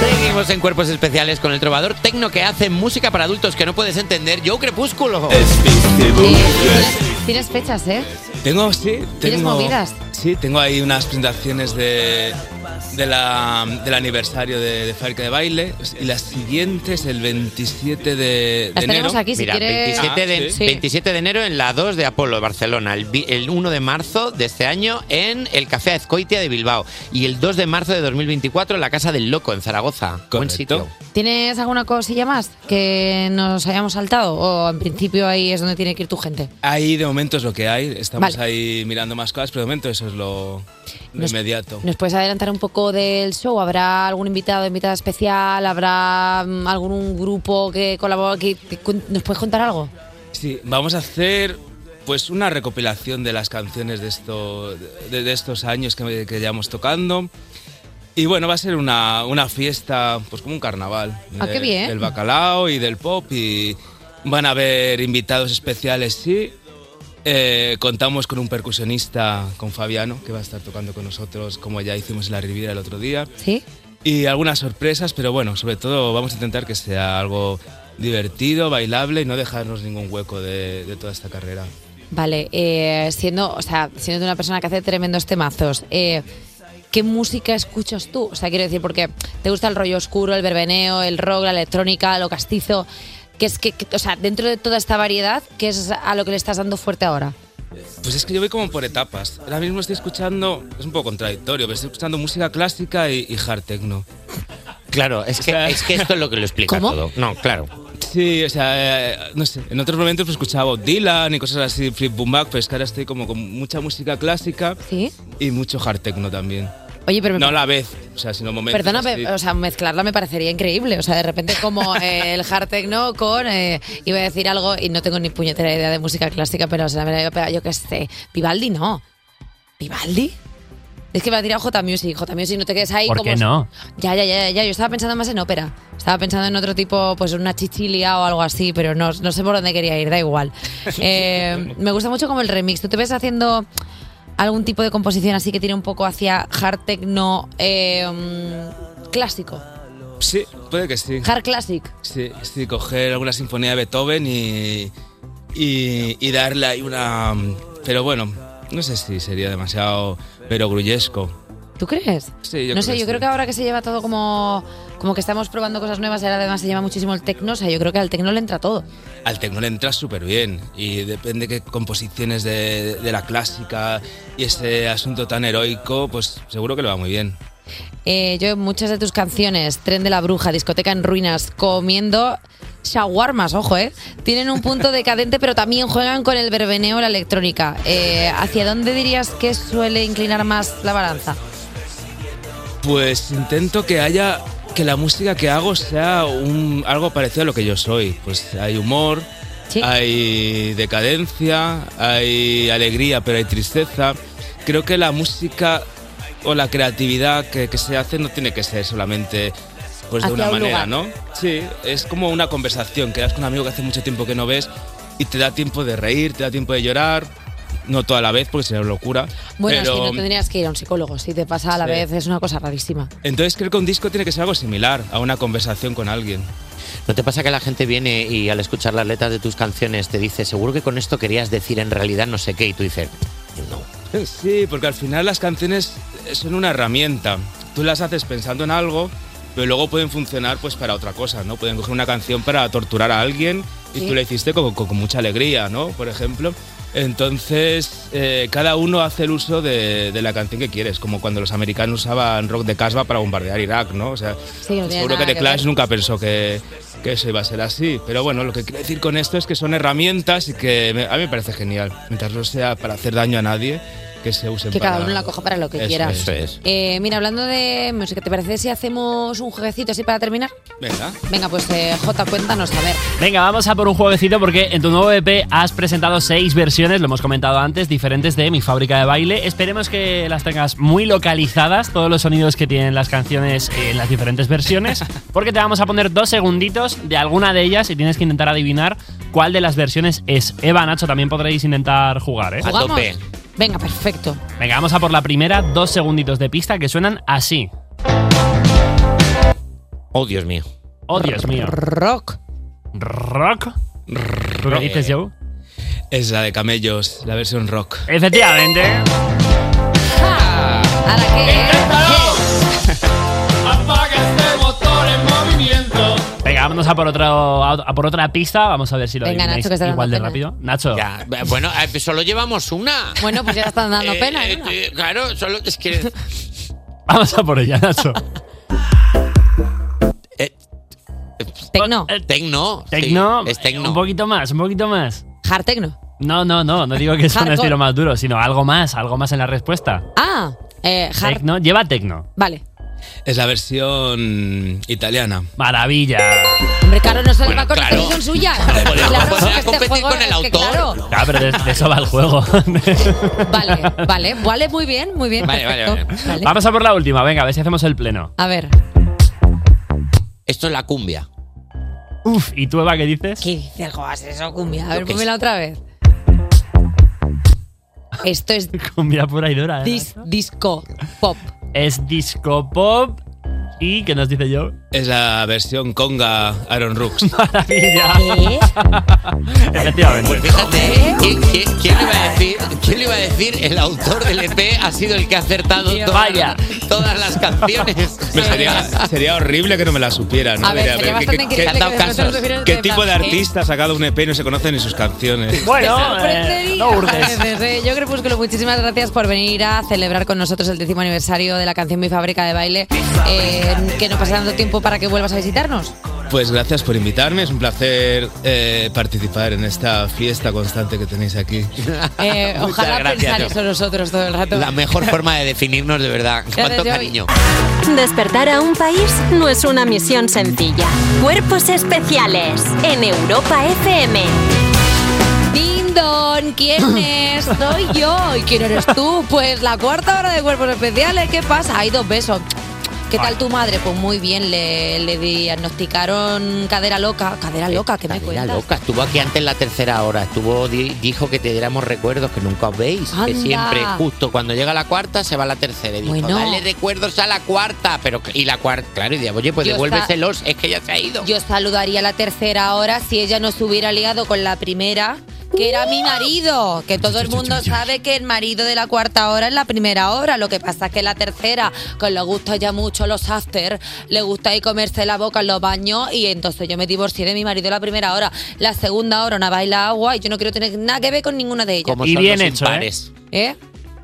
S3: Seguimos en Cuerpos Especiales con el trovador tecno que hace música para adultos que no puedes entender, Yo Crepúsculo.
S2: Tienes fechas, ¿eh?
S13: Tengo, sí,
S2: Tienes
S13: tengo.
S2: movidas.
S13: Sí, tengo ahí unas presentaciones de, de la- del aniversario de, de Fábrica de Baile. Y la siguiente es el 27 de, de
S2: Las
S13: enero.
S2: tenemos aquí, si
S3: Mira,
S2: quieres-
S3: 27, de,
S2: Ah, sí.
S3: 27 de enero en la 2 de Apolo, Barcelona. El, vi- el 1 de marzo de este año en el Café Azcoitia de Bilbao. Y el 2 de marzo de 2024 en la Casa del Loco, en Zaragoza. Buen sitio.
S2: ¿Tienes alguna cosilla más que nos hayamos saltado? ¿O en principio ahí es donde tiene que ir tu gente?
S13: Ahí de momento es lo que hay. Estamos
S2: Vale.
S13: ahí mirando más cosas, pero de momento eso es lo, lo inmediato.
S2: ¿Nos puedes adelantar un poco del show? ¿Habrá algún invitado, invitada especial? ¿Habrá mm, algún grupo que colabora? Que, que cuen- ¿Nos puedes contar algo?
S13: Sí, vamos a hacer pues una recopilación de las canciones de, esto, de, de estos años que, que llevamos tocando. Y bueno, va a ser una, una fiesta, pues como un carnaval.
S2: Ah, qué
S13: de-
S2: bien.
S13: Del bacalao y del pop y van a haber invitados especiales, sí. Eh, contamos con un percusionista, con Fabiano, que va a estar tocando con nosotros, como ya hicimos en la Riviera el otro día.
S2: Sí.
S13: Y algunas sorpresas, pero bueno, sobre todo vamos a intentar que sea algo divertido, bailable y no dejarnos ningún hueco de, de toda esta carrera.
S2: Vale, eh, siendo, o sea, siendo tú una persona que hace tremendos temazos, eh, ¿qué música escuchas tú? O sea, quiero decir, porque te gusta el rollo oscuro, el verbeneo, el rock, la electrónica, lo castizo. Que es que, que- o sea, dentro de toda esta variedad, ¿qué es a lo que le estás dando fuerte ahora?
S13: Pues es que yo voy como por etapas. Ahora mismo estoy escuchando, es un poco contradictorio, pero estoy escuchando música clásica y, y hard techno.
S3: Claro, es que, es que esto es lo que lo explica todo. No, claro.
S13: Sí, o sea, eh, no sé, en otros momentos pues, escuchaba Bob Dylan y cosas así, Flip Boom Back, pero es que ahora estoy como con mucha música clásica y mucho hard techno también.
S2: Oye, pero me
S13: No a la vez, o sea, sino momentos
S2: Perdona,
S13: así.
S2: pe- o sea, mezclarla me parecería increíble. O sea, de repente como eh, el hard techno con... eh, iba a decir algo y no tengo ni puñetera idea de música clásica, pero se la me la iba a pegar, yo qué sé. Vivaldi no. ¿Vivaldi? Es que me va a tirar J Music. J Music, no te quedes ahí
S4: ¿Por
S2: como...
S4: qué no?
S2: Ya, ya, ya, ya. Yo estaba pensando más en ópera. Estaba pensando en otro tipo, pues una chichilia o algo así, pero no, no sé por dónde quería ir, da igual. Eh, me gusta mucho como el remix. ¿Tú te ves haciendo algún tipo de composición así que tire un poco hacia hard techno eh, mm, clásico?
S13: Sí, puede que sí.
S2: Hard classic.
S13: Sí, sí, coger alguna sinfonía de Beethoven y, y, y darle ahí una... Pero bueno, no sé si sería demasiado perogrullesco.
S3: Ah.
S2: ¿Tú crees?
S13: Sí, yo
S2: no
S13: creo
S2: sé,
S13: que
S2: yo
S13: sí.
S2: creo que ahora que se lleva todo como, como que estamos probando cosas nuevas y ahora además se lleva muchísimo el techno, o sea, yo creo que al techno le entra todo.
S13: Al tecno le entras súper bien y depende qué composiciones de, de la clásica y ese asunto tan heroico, pues seguro que le va muy bien.
S2: Eh, yo muchas de tus canciones, Tren de la Bruja, Discoteca en Ruinas, Comiendo Shawarmas, ojo, ¿eh? Tienen un punto decadente, pero también juegan con el verbeneo, la electrónica. Eh, ¿Hacia dónde dirías que suele inclinar más la balanza?
S13: Pues intento que haya que la música que hago sea un, algo parecido a lo que yo soy. Pues hay humor, hay decadencia, hay alegría, pero hay tristeza. Creo que la música o la creatividad que, que se hace no tiene que ser solamente pues de
S19: Hacia
S13: una
S19: un
S13: manera,
S19: lugar.
S13: ¿no? Sí, es como una conversación, quedas con un amigo que hace mucho tiempo que no ves y te da tiempo de reír, te da tiempo de llorar, no toda la vez porque sería locura.
S2: Bueno,
S13: pero-
S2: si no tendrías que ir a un psicólogo, si te pasa a la
S13: Sí.
S2: vez, es una cosa rarísima.
S13: Entonces creo que un disco tiene que ser algo similar a una conversación con alguien.
S3: ¿No te pasa que la gente viene y al escuchar las letras de tus canciones te dice, seguro que con esto querías decir en realidad no sé qué? Y tú dices,
S13: Sí, porque al final las canciones son una herramienta. Tú las haces pensando en algo, pero luego pueden funcionar pues para otra cosa, ¿no? Pueden coger una canción para torturar a alguien y
S25: Sí.
S13: tú la hiciste con, con- con mucha alegría, ¿no? Por ejemplo. Entonces, eh, cada uno hace el uso de, de la canción que quieres, como cuando los americanos usaban rock de Casbah para bombardear Irak, ¿no? O sea,
S2: Sí, no tiene
S13: Seguro que
S2: nada
S13: The
S2: que
S13: Clash
S2: ver.
S13: nunca pensó que, que eso iba a ser así. Pero bueno, lo que quiero decir con esto es que son herramientas y que me- a mí me parece genial. Mientras no sea para hacer daño a nadie, que se usen
S2: Que
S13: para...
S2: cada uno la coja para lo que
S13: Eso
S2: quiera.
S13: es. Eso es.
S2: Eh, mira, hablando de música, ¿te parece si hacemos un jueguecito así para terminar?
S13: Venga.
S2: Venga, pues eh, Jota, cuéntanos, a ver.
S4: Venga, vamos a por un jueguecito porque en tu nuevo EP has presentado seis versiones, lo hemos comentado antes, diferentes de Mi Fábrica de Baile. Esperemos que las tengas muy localizadas, todos los sonidos que tienen las canciones en las diferentes versiones, porque te vamos a poner dos segunditos de alguna de ellas y tienes que intentar adivinar cuál de las versiones es. Eva, Nacho, también podréis intentar jugar, ¿eh?
S2: ¿Jugamos? Venga, perfecto.
S4: Venga, vamos a por la primera, dos segunditos de pista que suenan así.
S3: oh Dios mío.
S4: Oh, Dios mío.
S2: Rock.
S4: Rock. ¿Tú qué dices, Joe?
S13: Es la de Camellos, la versión rock.
S4: Efectivamente.
S2: Ahora que...
S4: vámonos a por, otro, a por otra pista. Vamos a ver si lo
S2: Venga,
S4: adivináis
S2: Nacho, que está dando
S4: igual de
S2: pena.
S4: rápido. Nacho. pues,
S3: Bueno, eh, solo llevamos una.
S2: Bueno, pues ya están dando
S3: Eh,
S2: pena.
S3: eh,
S2: ¿no?
S3: eh, claro, solo es que.
S4: Vamos a por ella, Nacho.
S2: Tecno.
S3: Tecno.
S4: Eh, Tecno. Un poquito más, un poquito más.
S2: Hard techno.
S4: No, no, no. No digo que sea un
S2: Hardcore.
S4: estilo más duro, sino algo más, algo más en la respuesta.
S2: Ah, eh, hard.
S4: Tecno. Lleva tecno.
S2: Vale.
S13: Es la versión italiana.
S4: Maravilla.
S2: Hombre, claro, no se le va a
S13: claro.
S2: competir con suya. Claro, es que este juego es que, claro.
S4: Ah, pero de, de eso va el juego.
S2: Vale, vale, vale, muy bien, muy bien.
S4: Vale, vale,
S2: perfecto.
S4: vale. Vamos a por la última. Venga, a ver si hacemos el pleno.
S2: A ver.
S3: Esto es la cumbia.
S4: Uf, ¿y tú, Eva, qué dices?
S2: ¿Qué dices? ¿Cómo vas eso, cumbia?
S3: Yo
S2: A ver,
S3: qué
S2: pónmela otra vez. Esto es
S4: Cumbia pura y dura. ¿eh?
S2: dis- disco pop.
S4: Es disco pop. ¿Y qué nos dice yo?
S13: Es la versión conga Aaron Rooks.
S2: ¿Qué?
S3: Pues fíjate, ¿quién, quién, quién le iba a decir, quién le iba a decir? El autor del EP ha sido el que ha acertado todas- todas las canciones.
S13: Me sería, sería horrible que no me la supiera, ¿no?
S3: A ver,
S13: Diría,
S3: sería
S13: ¿qué-
S3: bastante
S13: qué-
S3: increíble
S13: qué-
S3: que nosotros
S13: casos?
S3: supieras
S13: ¿Qué
S3: de
S13: tipo de
S3: plan, ¿eh?
S13: artista ha sacado un EP y no se conocen ni sus canciones? Eh,
S4: eh,
S2: Sorprendería.
S4: no hurtes.
S2: A veces, ¿eh? Yo, Crepúsculo, muchísimas gracias por venir a celebrar con nosotros el décimo aniversario de la canción Mi Fábrica de Baile. Eh, que no pase tanto tiempo para que vuelvas a visitarnos.
S13: Pues gracias por invitarme, es un placer eh, participar en esta fiesta constante que tenéis aquí.
S2: Eh,
S3: Muchas
S2: ojalá
S3: gracias,
S2: pensáis
S3: Yoko.
S2: en nosotros todo el rato.
S3: La mejor forma de definirnos de verdad. ¿Cuánto
S6: Joey.
S3: cariño?
S6: Despertar a un país no es una misión sencilla. Cuerpos especiales en Europa FM.
S2: Dindon, ¿quién es? Soy yo. ¿Y quién eres tú? Pues la cuarta hora de cuerpos especiales. ¿Qué pasa? Hay dos besos. ¿Qué tal tu madre? Pues muy bien, le, le diagnosticaron cadera loca. Cadera loca, ¿qué me
S3: Era
S2: cuentas?
S3: loca, estuvo aquí antes en la tercera hora, estuvo di- dijo que te diéramos recuerdos que nunca os veis, que
S2: Anda.
S3: siempre justo cuando llega la cuarta se va a la tercera y dijo,
S2: Bueno.
S3: dale recuerdos a la cuarta, pero y la cuarta, claro, y digo, oye, pues
S2: Yo
S3: devuélveselos, es que ya se ha ido.
S2: Yo saludaría la tercera hora si ella no se hubiera liado con la primera, que era mi marido. Que todo el mundo sabe que el marido de la cuarta hora es la primera hora. Lo que pasa es que la tercera, que le gusta ya mucho los after, le gusta ir comerse la boca en los baños y entonces yo me divorcié de mi marido la primera hora. La segunda hora una baila agua y yo no quiero tener nada que ver con ninguna de ellas.
S3: Como
S4: Y
S3: son
S4: bien
S3: los
S4: hecho, ¿eh?
S3: impares.
S2: ¿Eh?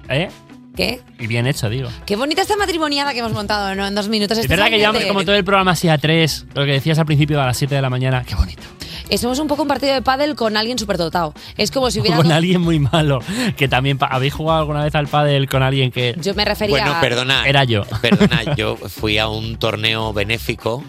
S4: ¿Eh?
S2: ¿Qué?
S4: Y bien hecho, digo.
S2: Qué bonita esta matrimoniada que hemos montado, ¿no? En dos minutos.
S4: Es
S2: Este
S4: verdad que
S2: ambiente-
S4: llevamos como todo el programa así a tres, lo que decías al principio a las 7 de la mañana. Qué bonito.
S2: Eh, Somos un poco un partido de pádel con alguien superdotado. Es como si hubiéramos
S4: Con alguien muy malo. Que también. pa- ¿Habéis jugado alguna vez al pádel con alguien que.?
S2: Yo me refería
S3: Bueno,
S2: a-
S3: perdona.
S4: Ah, Era yo.
S3: Perdona, yo fui a un torneo benéfico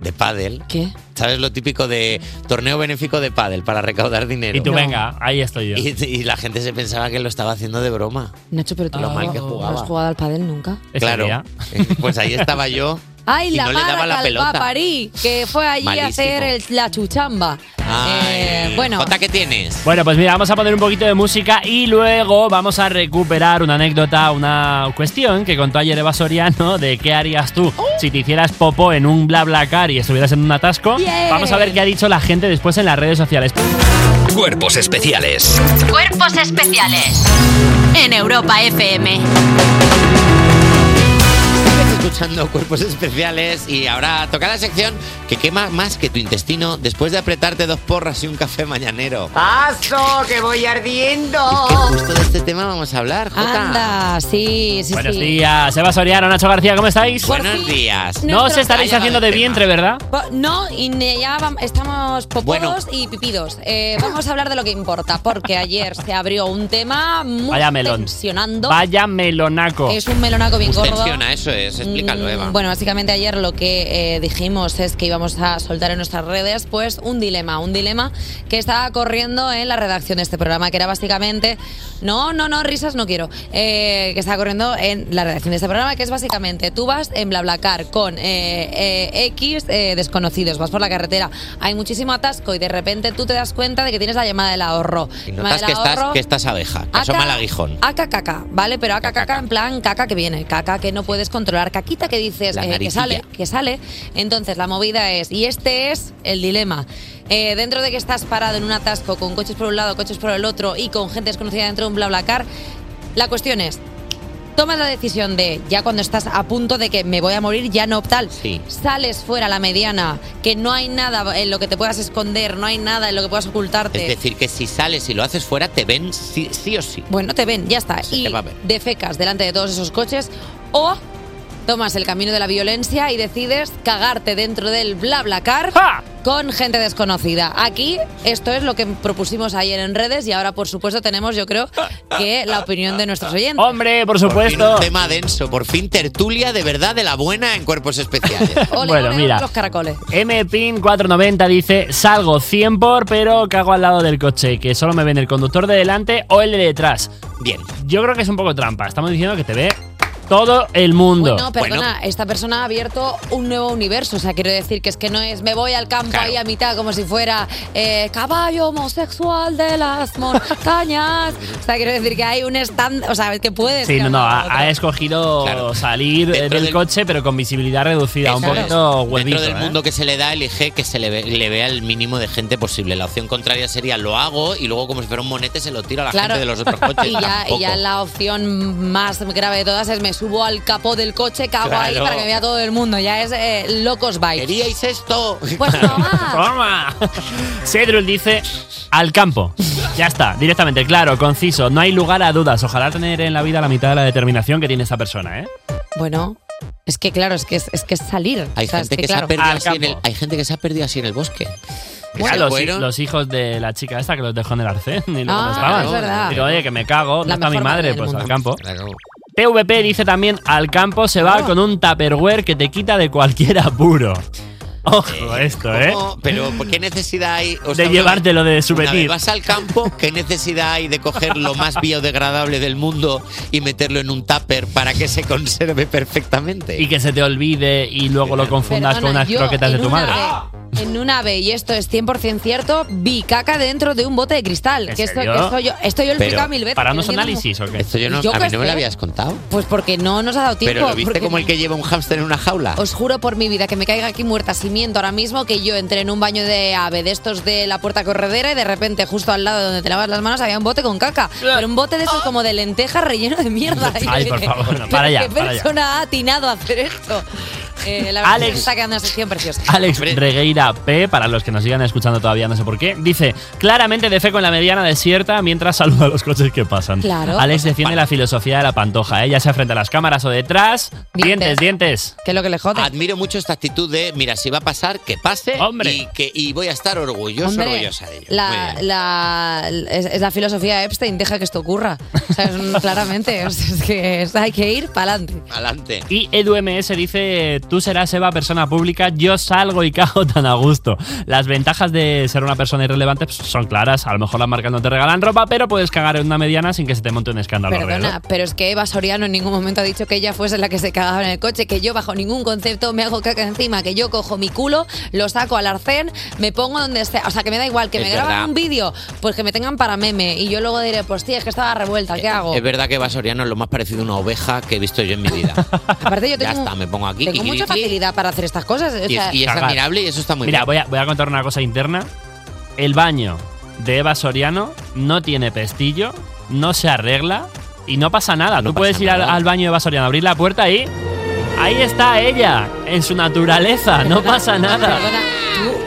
S3: de pádel.
S2: ¿Qué?
S3: ¿Sabes lo típico de torneo benéfico de pádel para recaudar dinero?
S4: Y tú, No. venga, ahí estoy yo.
S3: Y, y la gente se pensaba que lo estaba haciendo de broma.
S2: Nacho, pero tú
S3: Lo
S2: no,
S3: mal que
S2: no
S3: jugaba.
S2: has jugado al pádel nunca.
S3: Claro. Pues ahí estaba yo. y
S2: Ay, la
S3: no le daba la
S2: mala que
S3: pelota.
S2: va a París, que fue allí a
S3: Malísimo.
S2: hacer el- la chuchamba. Eh, bueno,
S3: Jota, ¿qué tienes?
S4: Bueno, pues mira, vamos a poner un poquito de música y luego vamos a recuperar una anécdota, una cuestión que contó ayer Eva Soriano de qué harías tú si te hicieras popó en un bla bla car y estuvieras en un atasco.
S1: Bien.
S4: Vamos a ver qué ha dicho la gente después en las redes sociales.
S1: Cuerpos especiales.
S6: Cuerpos especiales en Europa FM.
S3: Estás escuchando Cuerpos Especiales y ahora toca la sección que quema más que tu intestino después de apretarte dos porras y un café mañanero.
S4: Ah.
S19: ¡Paso, que voy ardiendo!
S3: Justo de este tema vamos a hablar,
S4: Ah,
S3: Jota.
S2: anda, sí, sí,
S4: Buenos
S2: sí.
S4: días, Eva Soriano, Nacho García, ¿cómo estáis?
S3: Buenos días.
S4: No os estaréis haciendo de vientre, ¿verdad?
S2: Po- No, y ne- ya vam- estamos popodos
S4: Bueno.
S2: y pipidos. Eh, vamos a hablar de lo que importa, porque ayer se abrió un tema muy
S4: Vaya melón.
S2: tensionando.
S4: Vaya melonaco.
S2: Es un melonaco bien gordo. Mm,
S3: Tensiona, eso es, Pues explícalo, Eva.
S2: Bueno, básicamente ayer lo que eh, dijimos es que íbamos a soltar en nuestras redes pues un dilema, un dilema que estaba corriendo en la redacción de este programa, que era básicamente, no, no, no, risas no quiero, eh, que estaba corriendo en la redacción de este programa, que es básicamente, tú vas en BlaBlaCar con eh, eh, X eh, desconocidos, vas por la carretera, hay muchísimo atasco y de repente tú te das cuenta de que tienes la llamada del ahorro.
S3: Y
S2: Llamada
S3: notas
S2: del
S3: que estás,
S2: ahorro,
S3: que estás abeja, que asoma el
S2: Aca-
S3: aguijón.
S2: Aca caca, ¿vale? Pero aca caca en plan caca que viene, caca que no puedes controlar, caquita que dices
S3: La
S2: eh, que
S3: naricilla.
S2: sale, que sale. Entonces la movida es, y este es el dilema. Eh, dentro de que estás parado en un atasco con coches por un lado, coches por el otro y con gente desconocida dentro de un BlaBlaCar, la cuestión es, tomas la decisión de, ya cuando estás a punto de que me voy a morir, ya no tal, sales fuera a la mediana, que no hay nada en lo que te puedas esconder, no hay nada en lo que puedas ocultarte.
S3: Es decir, que si sales y lo haces fuera, te ven sí, sí o sí.
S2: Bueno, te ven, ya está.
S3: Se
S2: y
S3: te va a ver.
S2: defecas delante de todos esos coches o tomas el camino de la violencia y decides cagarte dentro del bla bla car con gente desconocida. Aquí esto es lo que propusimos ayer en redes y ahora por supuesto tenemos yo creo que la opinión de nuestros oyentes.
S4: Hombre, por
S3: supuesto. un tema denso, por fin tertulia de verdad de la buena en cuerpos especiales.
S4: bueno, mira.
S2: Los caracoles.
S4: MPIN490 dice, salgo 100 por, pero cago al lado del coche, que solo me ven el conductor de delante o el de detrás.
S3: Bien.
S4: Yo creo que es un poco trampa. Estamos diciendo que te ve todo el mundo.
S2: No, perdona, esta persona ha abierto un nuevo universo. O sea, quiero decir que es que no es me voy al campo ahí a mitad como si fuera eh, caballo homosexual de las montañas. o sea, quiero decir que hay un stand, o sea, que puedes.
S4: Sí, no, no, ha, ha escogido salir eh, del, coche, pero con visibilidad reducida, un
S3: Eso es.
S4: poquito huevito.
S3: Dentro del
S4: ¿eh?
S3: mundo que se le da, elige que se le, ve- le vea el mínimo de gente posible. La opción contraria sería lo hago y luego, como si fuera un monete, se lo tiro a la gente de los otros coches.
S2: Y ya, y ya
S3: Tampoco.
S2: la opción más grave de todas es me subo al capó del coche, cago ahí
S3: Claro.
S2: para que me vea todo el mundo. Ya es eh, locos Pues bike.
S3: ¿Queríais esto?
S2: Ah.
S4: Toma. Cedrul dice al campo. Ya está, directamente, claro, conciso, no hay lugar a dudas. Ojalá tener en la vida la mitad de la determinación que tiene esta persona, ¿eh?
S2: Bueno, es que claro, es que es, es que es salir.
S3: Hay
S2: O sea, es
S3: gente que se ha
S2: claro.
S3: perdido así en el- hay gente que se ha perdido así en el bosque.
S4: Mira,
S3: se
S4: Ah, los, hi-
S3: fueron.
S4: los hijos de la chica esta que los dejó en el arcén y luego
S3: Ah,
S4: no estaban.
S3: es verdad.
S4: Digo, oye, que me cago, no
S3: La
S4: está mi
S3: mejor madre
S4: madre,
S3: del
S4: pues al
S3: mundo.
S4: campo. TVP dice también, al campo se
S3: Oh.
S4: va con un tupperware que te quita de cualquier apuro. Ojo esto, ¿eh?
S3: ¿Cómo? Pero ¿por qué necesidad hay o
S4: De
S3: sea, una-
S4: llevártelo de
S3: una vez
S4: souvenir.
S3: vas al campo, ¿qué necesidad hay de coger lo más biodegradable del mundo y meterlo en un tupper para que se conserve perfectamente?
S4: Y que se te olvide y luego lo confundas con
S2: Perdona,
S4: unas
S2: yo
S4: croquetas de
S2: en
S4: tu
S2: una
S4: madre.
S2: vez- En un ave, y esto es 100% cierto, vi caca dentro de un bote de cristal.
S3: ¿En
S2: Que esto,
S3: serio?
S2: que esto yo, esto yo lo he
S3: Pero,
S2: explicado mil veces. que no entiendo
S4: o qué?
S3: Esto yo no,
S2: Yo
S3: a mí
S2: qué
S3: no me
S2: sé.
S3: lo habías contado.
S2: cómo- Pues porque no nos ha dado tiempo.
S3: Pero lo viste
S2: porque-
S3: como el que lleva un hámster en una
S4: Ah.
S3: jaula.
S2: Os juro por mi vida que me caiga aquí muerta si miento ahora mismo que yo entré en un baño de ave de estos de la puerta corredera y de repente justo al lado donde te lavas las manos había un bote con caca. Pero un bote de
S3: Ah.
S2: esos como de lentejas relleno de mierda.
S4: Ay,
S2: Y-
S4: por favor, no,
S2: ¿Pero
S4: para allá,
S2: ¿Qué
S4: para allá.
S2: persona ha atinado a hacer esto? Eh, la verdad
S4: Alex.
S2: es que está quedando una sección preciosa.
S4: Alex Regueira P, para los que nos sigan escuchando todavía, no sé por qué, dice claramente de fe con la mediana desierta mientras saluda a los coches que pasan.
S2: Claro.
S4: Alex defiende la filosofía de la pantoja, ¿eh? ya sea frente a las cámaras o detrás. Dientes,
S3: Dientes.
S4: dientes.
S2: Que es lo que le jode.
S3: Admiro mucho esta actitud de, mira, si va a pasar, que pase. Y, que, y voy a estar orgulloso,
S2: Hombre,
S3: orgullosa de ello. Muy
S2: La,
S3: bien.
S2: la- es, es la filosofía de Epstein, deja que esto ocurra. O sea, es- claramente, o sea, es que es- hay que ir para adelante.
S3: Adelante.
S4: Y Edu MS dice, tú serás Eva persona pública, yo salgo y cago tan a gusto. Las ventajas de ser una persona irrelevante pues, son claras, a lo mejor las marcas no te regalan ropa, pero puedes cagar en una mediana sin que se te monte un escándalo. alrededor.
S2: Perdona, pero es que Eva Soriano en ningún momento ha dicho que ella fuese la que se cagaba en el coche, que yo bajo ningún concepto me hago caca encima, que yo cojo mi culo, lo saco al arcén, me pongo donde sea, o sea, que me da igual, que
S3: Es
S2: me graban
S3: verdad.
S2: un vídeo, pues que me tengan para meme y yo luego diré, pues tía, es que estaba revuelta, ¿qué hago?
S3: Eh, Es verdad que Vasoriano es lo más parecido a una oveja que he visto yo en mi vida.
S2: Aparte yo
S3: ya
S2: tengo,
S3: está, me pongo aquí.
S2: tengo
S3: y-
S2: mucha facilidad para hacer estas cosas. o sea-
S4: Cagar. Mira, voy a, voy a contar una cosa interna. El baño de Eva Soriano no tiene pestillo, no se arregla y no pasa nada. Tú puedes ir al, al baño de Eva Soriano, abrir la puerta y... Ahí está ella, en su naturaleza, no pasa nada.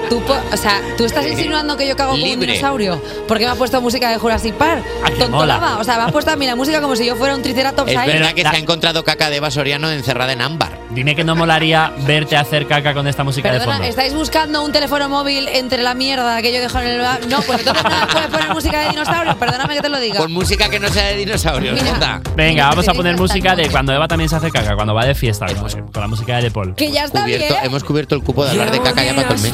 S2: Tú, po- o sea, tú estás insinuando que yo cago como un
S4: Libre.
S2: dinosaurio. ¿Por qué me ha puesto música de Jurassic Park?
S3: que
S2: Tontolaba.
S3: Ah, mola.
S2: O sea, me ha puesto a mí la música como si yo fuera un triceratops
S3: Es
S2: ahí.
S3: verdad que se ha encontrado caca de Vasoriano encerrada en ámbar.
S4: Dime que no molaría verte hacer caca con esta música de
S2: Perdona,
S4: fondo.
S2: ¿estáis buscando un teléfono móvil entre la mierda que yo dejo en el ba- No, pues entonces no puedes poner música de dinosaurio. Perdóname que te lo diga.
S3: Con música que no sea de dinosaurios. jota.
S4: Venga, vamos a poner música de cuando Eva también se hace caca, cuando va de fiesta, Eh, con, con la música de De Paul.
S2: Que ya está bien.
S3: Hemos cubierto el cupo de hablar de caca ya para todo el mes.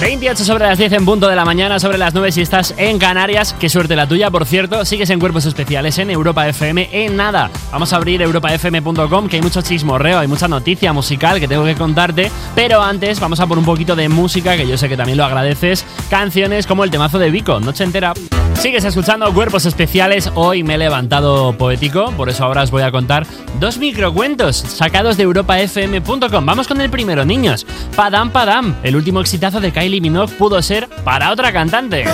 S4: 28 sobre las 10 en punto de la mañana, sobre las 9 si estás en Canarias. Qué suerte la tuya, por cierto. Sigues en Cuerpos Especiales en Europa FM en nada. Vamos a abrir europafm.com, que hay mucho chismorreo, hay mucha noticia musical que tengo que contarte. Pero antes vamos a por un poquito de música, que yo sé que también lo agradeces. Canciones como el temazo de Vico, Noche Entera. Sigues escuchando Cuerpos Especiales. Hoy me he levantado poético, por eso ahora os voy a contar dos microcuentos sacados de europafm.com. Vamos con el primero, niños. Padam Padam, el último exitazo de Kylie Kylie Minogue pudo ser para otra cantante.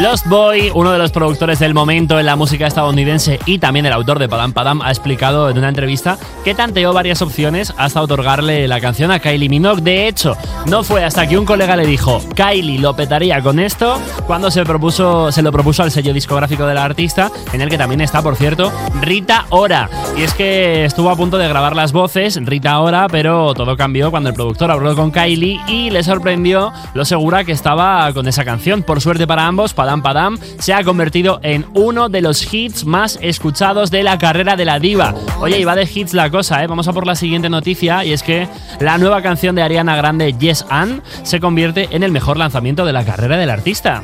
S4: Lost Boy, uno de los productores del momento en la música estadounidense y también el autor de Padam Padam, ha explicado en una entrevista que tanteó varias opciones hasta otorgarle la canción a Kylie Minogue. De hecho, no fue hasta que un colega le dijo, Kylie lo petaría con esto, cuando se, propuso, se lo propuso al sello discográfico del artista, en el que también está, por cierto, Rita Ora. Y es que estuvo a punto de grabar las voces Rita Ora, pero todo cambió cuando el productor habló con Kylie y le sorprendió lo segura que estaba con esa canción. Por suerte para ambos, Padam Padam se ha convertido en uno de los hits más escuchados de la carrera de la diva. Oye, y va de hits la cosa, ¿eh? Vamos a por la siguiente noticia y es que la nueva canción de Ariana Grande, Yes and, se convierte en el mejor lanzamiento de la carrera del artista.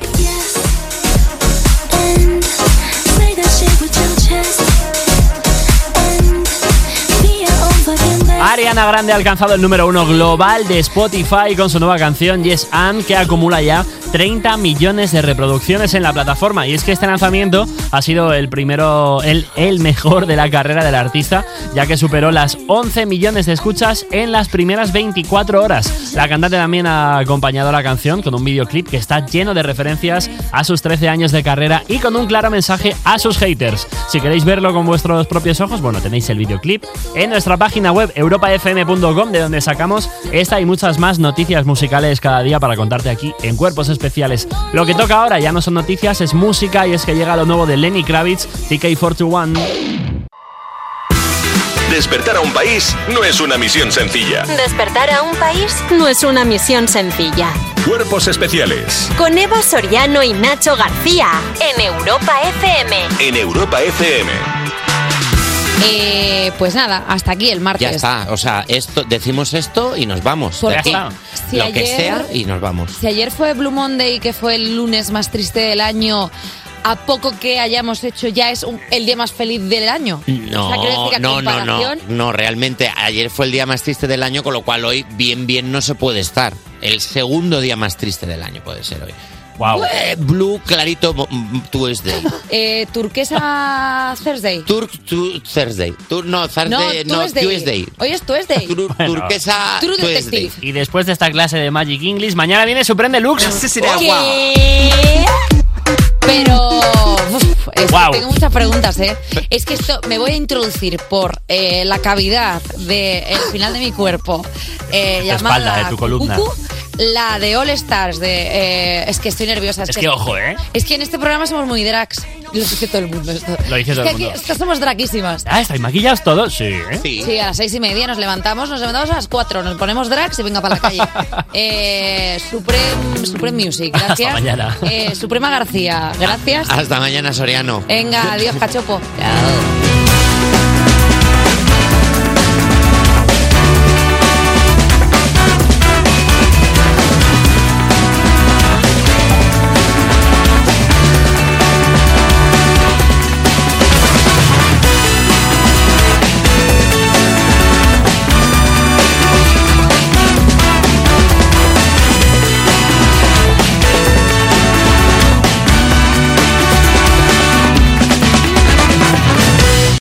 S4: Ariana Grande ha alcanzado el número uno global de Spotify con su nueva canción Yes and, que acumula ya 30 millones de reproducciones en la plataforma. Y es que este lanzamiento ha sido el primero, el, el mejor de la carrera del artista, ya que superó las 11 millones de escuchas en las primeras 24 horas. La cantante también ha acompañado la canción con un videoclip que está lleno de referencias a sus 13 años de carrera y con un claro mensaje a sus haters. Si queréis verlo con vuestros propios ojos, bueno, tenéis el videoclip en nuestra página web europafm.com, de donde sacamos esta y muchas más noticias musicales cada día para contarte aquí en Cuerpos Especiales. Lo que toca ahora ya no son noticias, es música y es que llega lo nuevo de Lenny Kravitz, TK421.
S10: Despertar a un país no es una misión sencilla.
S6: Despertar a un país no es una misión sencilla.
S10: Cuerpos especiales
S6: Con Eva Soriano y Nacho García en Europa FM.
S10: en Europa FM.
S2: Eh, pues nada, hasta aquí el martes.
S3: Ya está, o sea, esto decimos esto y nos vamos.
S2: Porque
S3: De aquí,
S2: si
S3: lo
S2: ayer-
S3: que sea y nos vamos.
S2: Si ayer fue Blue Monday, que fue el lunes más triste del año, a poco que hayamos hecho ya es un- el día más feliz del año.
S3: No,
S2: O sea, quiero decir que a
S3: no, no, no,
S2: comparación-
S3: no, realmente ayer fue el día más triste del año, con lo cual hoy bien, bien no se puede estar. El segundo día más triste del año puede ser hoy. Eh,
S4: Wow.
S3: blue, clarito, mo- m- Tuesday.
S2: Eh, turquesa Thursday.
S3: Turk, tu- Thursday. Tur- no, Thursday, no, Tuesday.
S2: Hoy es Tuesday.
S4: Bueno.
S3: Turquesa Tuesday.
S4: Y después de esta clase de Magic English, mañana viene Sorprende Lux.
S2: ¿Qué? Pero uf, es que
S4: Guau.
S2: tengo muchas preguntas, ¿eh? Es que esto me voy a introducir por eh, la cavidad del final de mi cuerpo, eh,
S4: La
S2: llamada
S4: espalda de tu columna.
S2: cucucu, la de All Stars de eh, es que estoy nerviosa.
S4: Es que ojo, ¿eh?
S2: Es que en este programa somos muy drags. Lo dice todo el mundo esto.
S4: Lo dice
S2: Es
S4: todo
S2: que
S4: el mundo.
S2: aquí esto somos draquísimas.
S4: Ah, ¿estáis maquillados todos? Sí, ¿eh?
S2: Sí, a las seis y media nos levantamos, nos levantamos a las cuatro, nos ponemos drags y venga para la calle. Eh, Supreme, Supreme Music, gracias.
S3: Hasta mañana.
S2: Eh, Suprema García, gracias.
S3: Ah, Hasta mañana, Soriano.
S2: Venga, adiós, cachopo.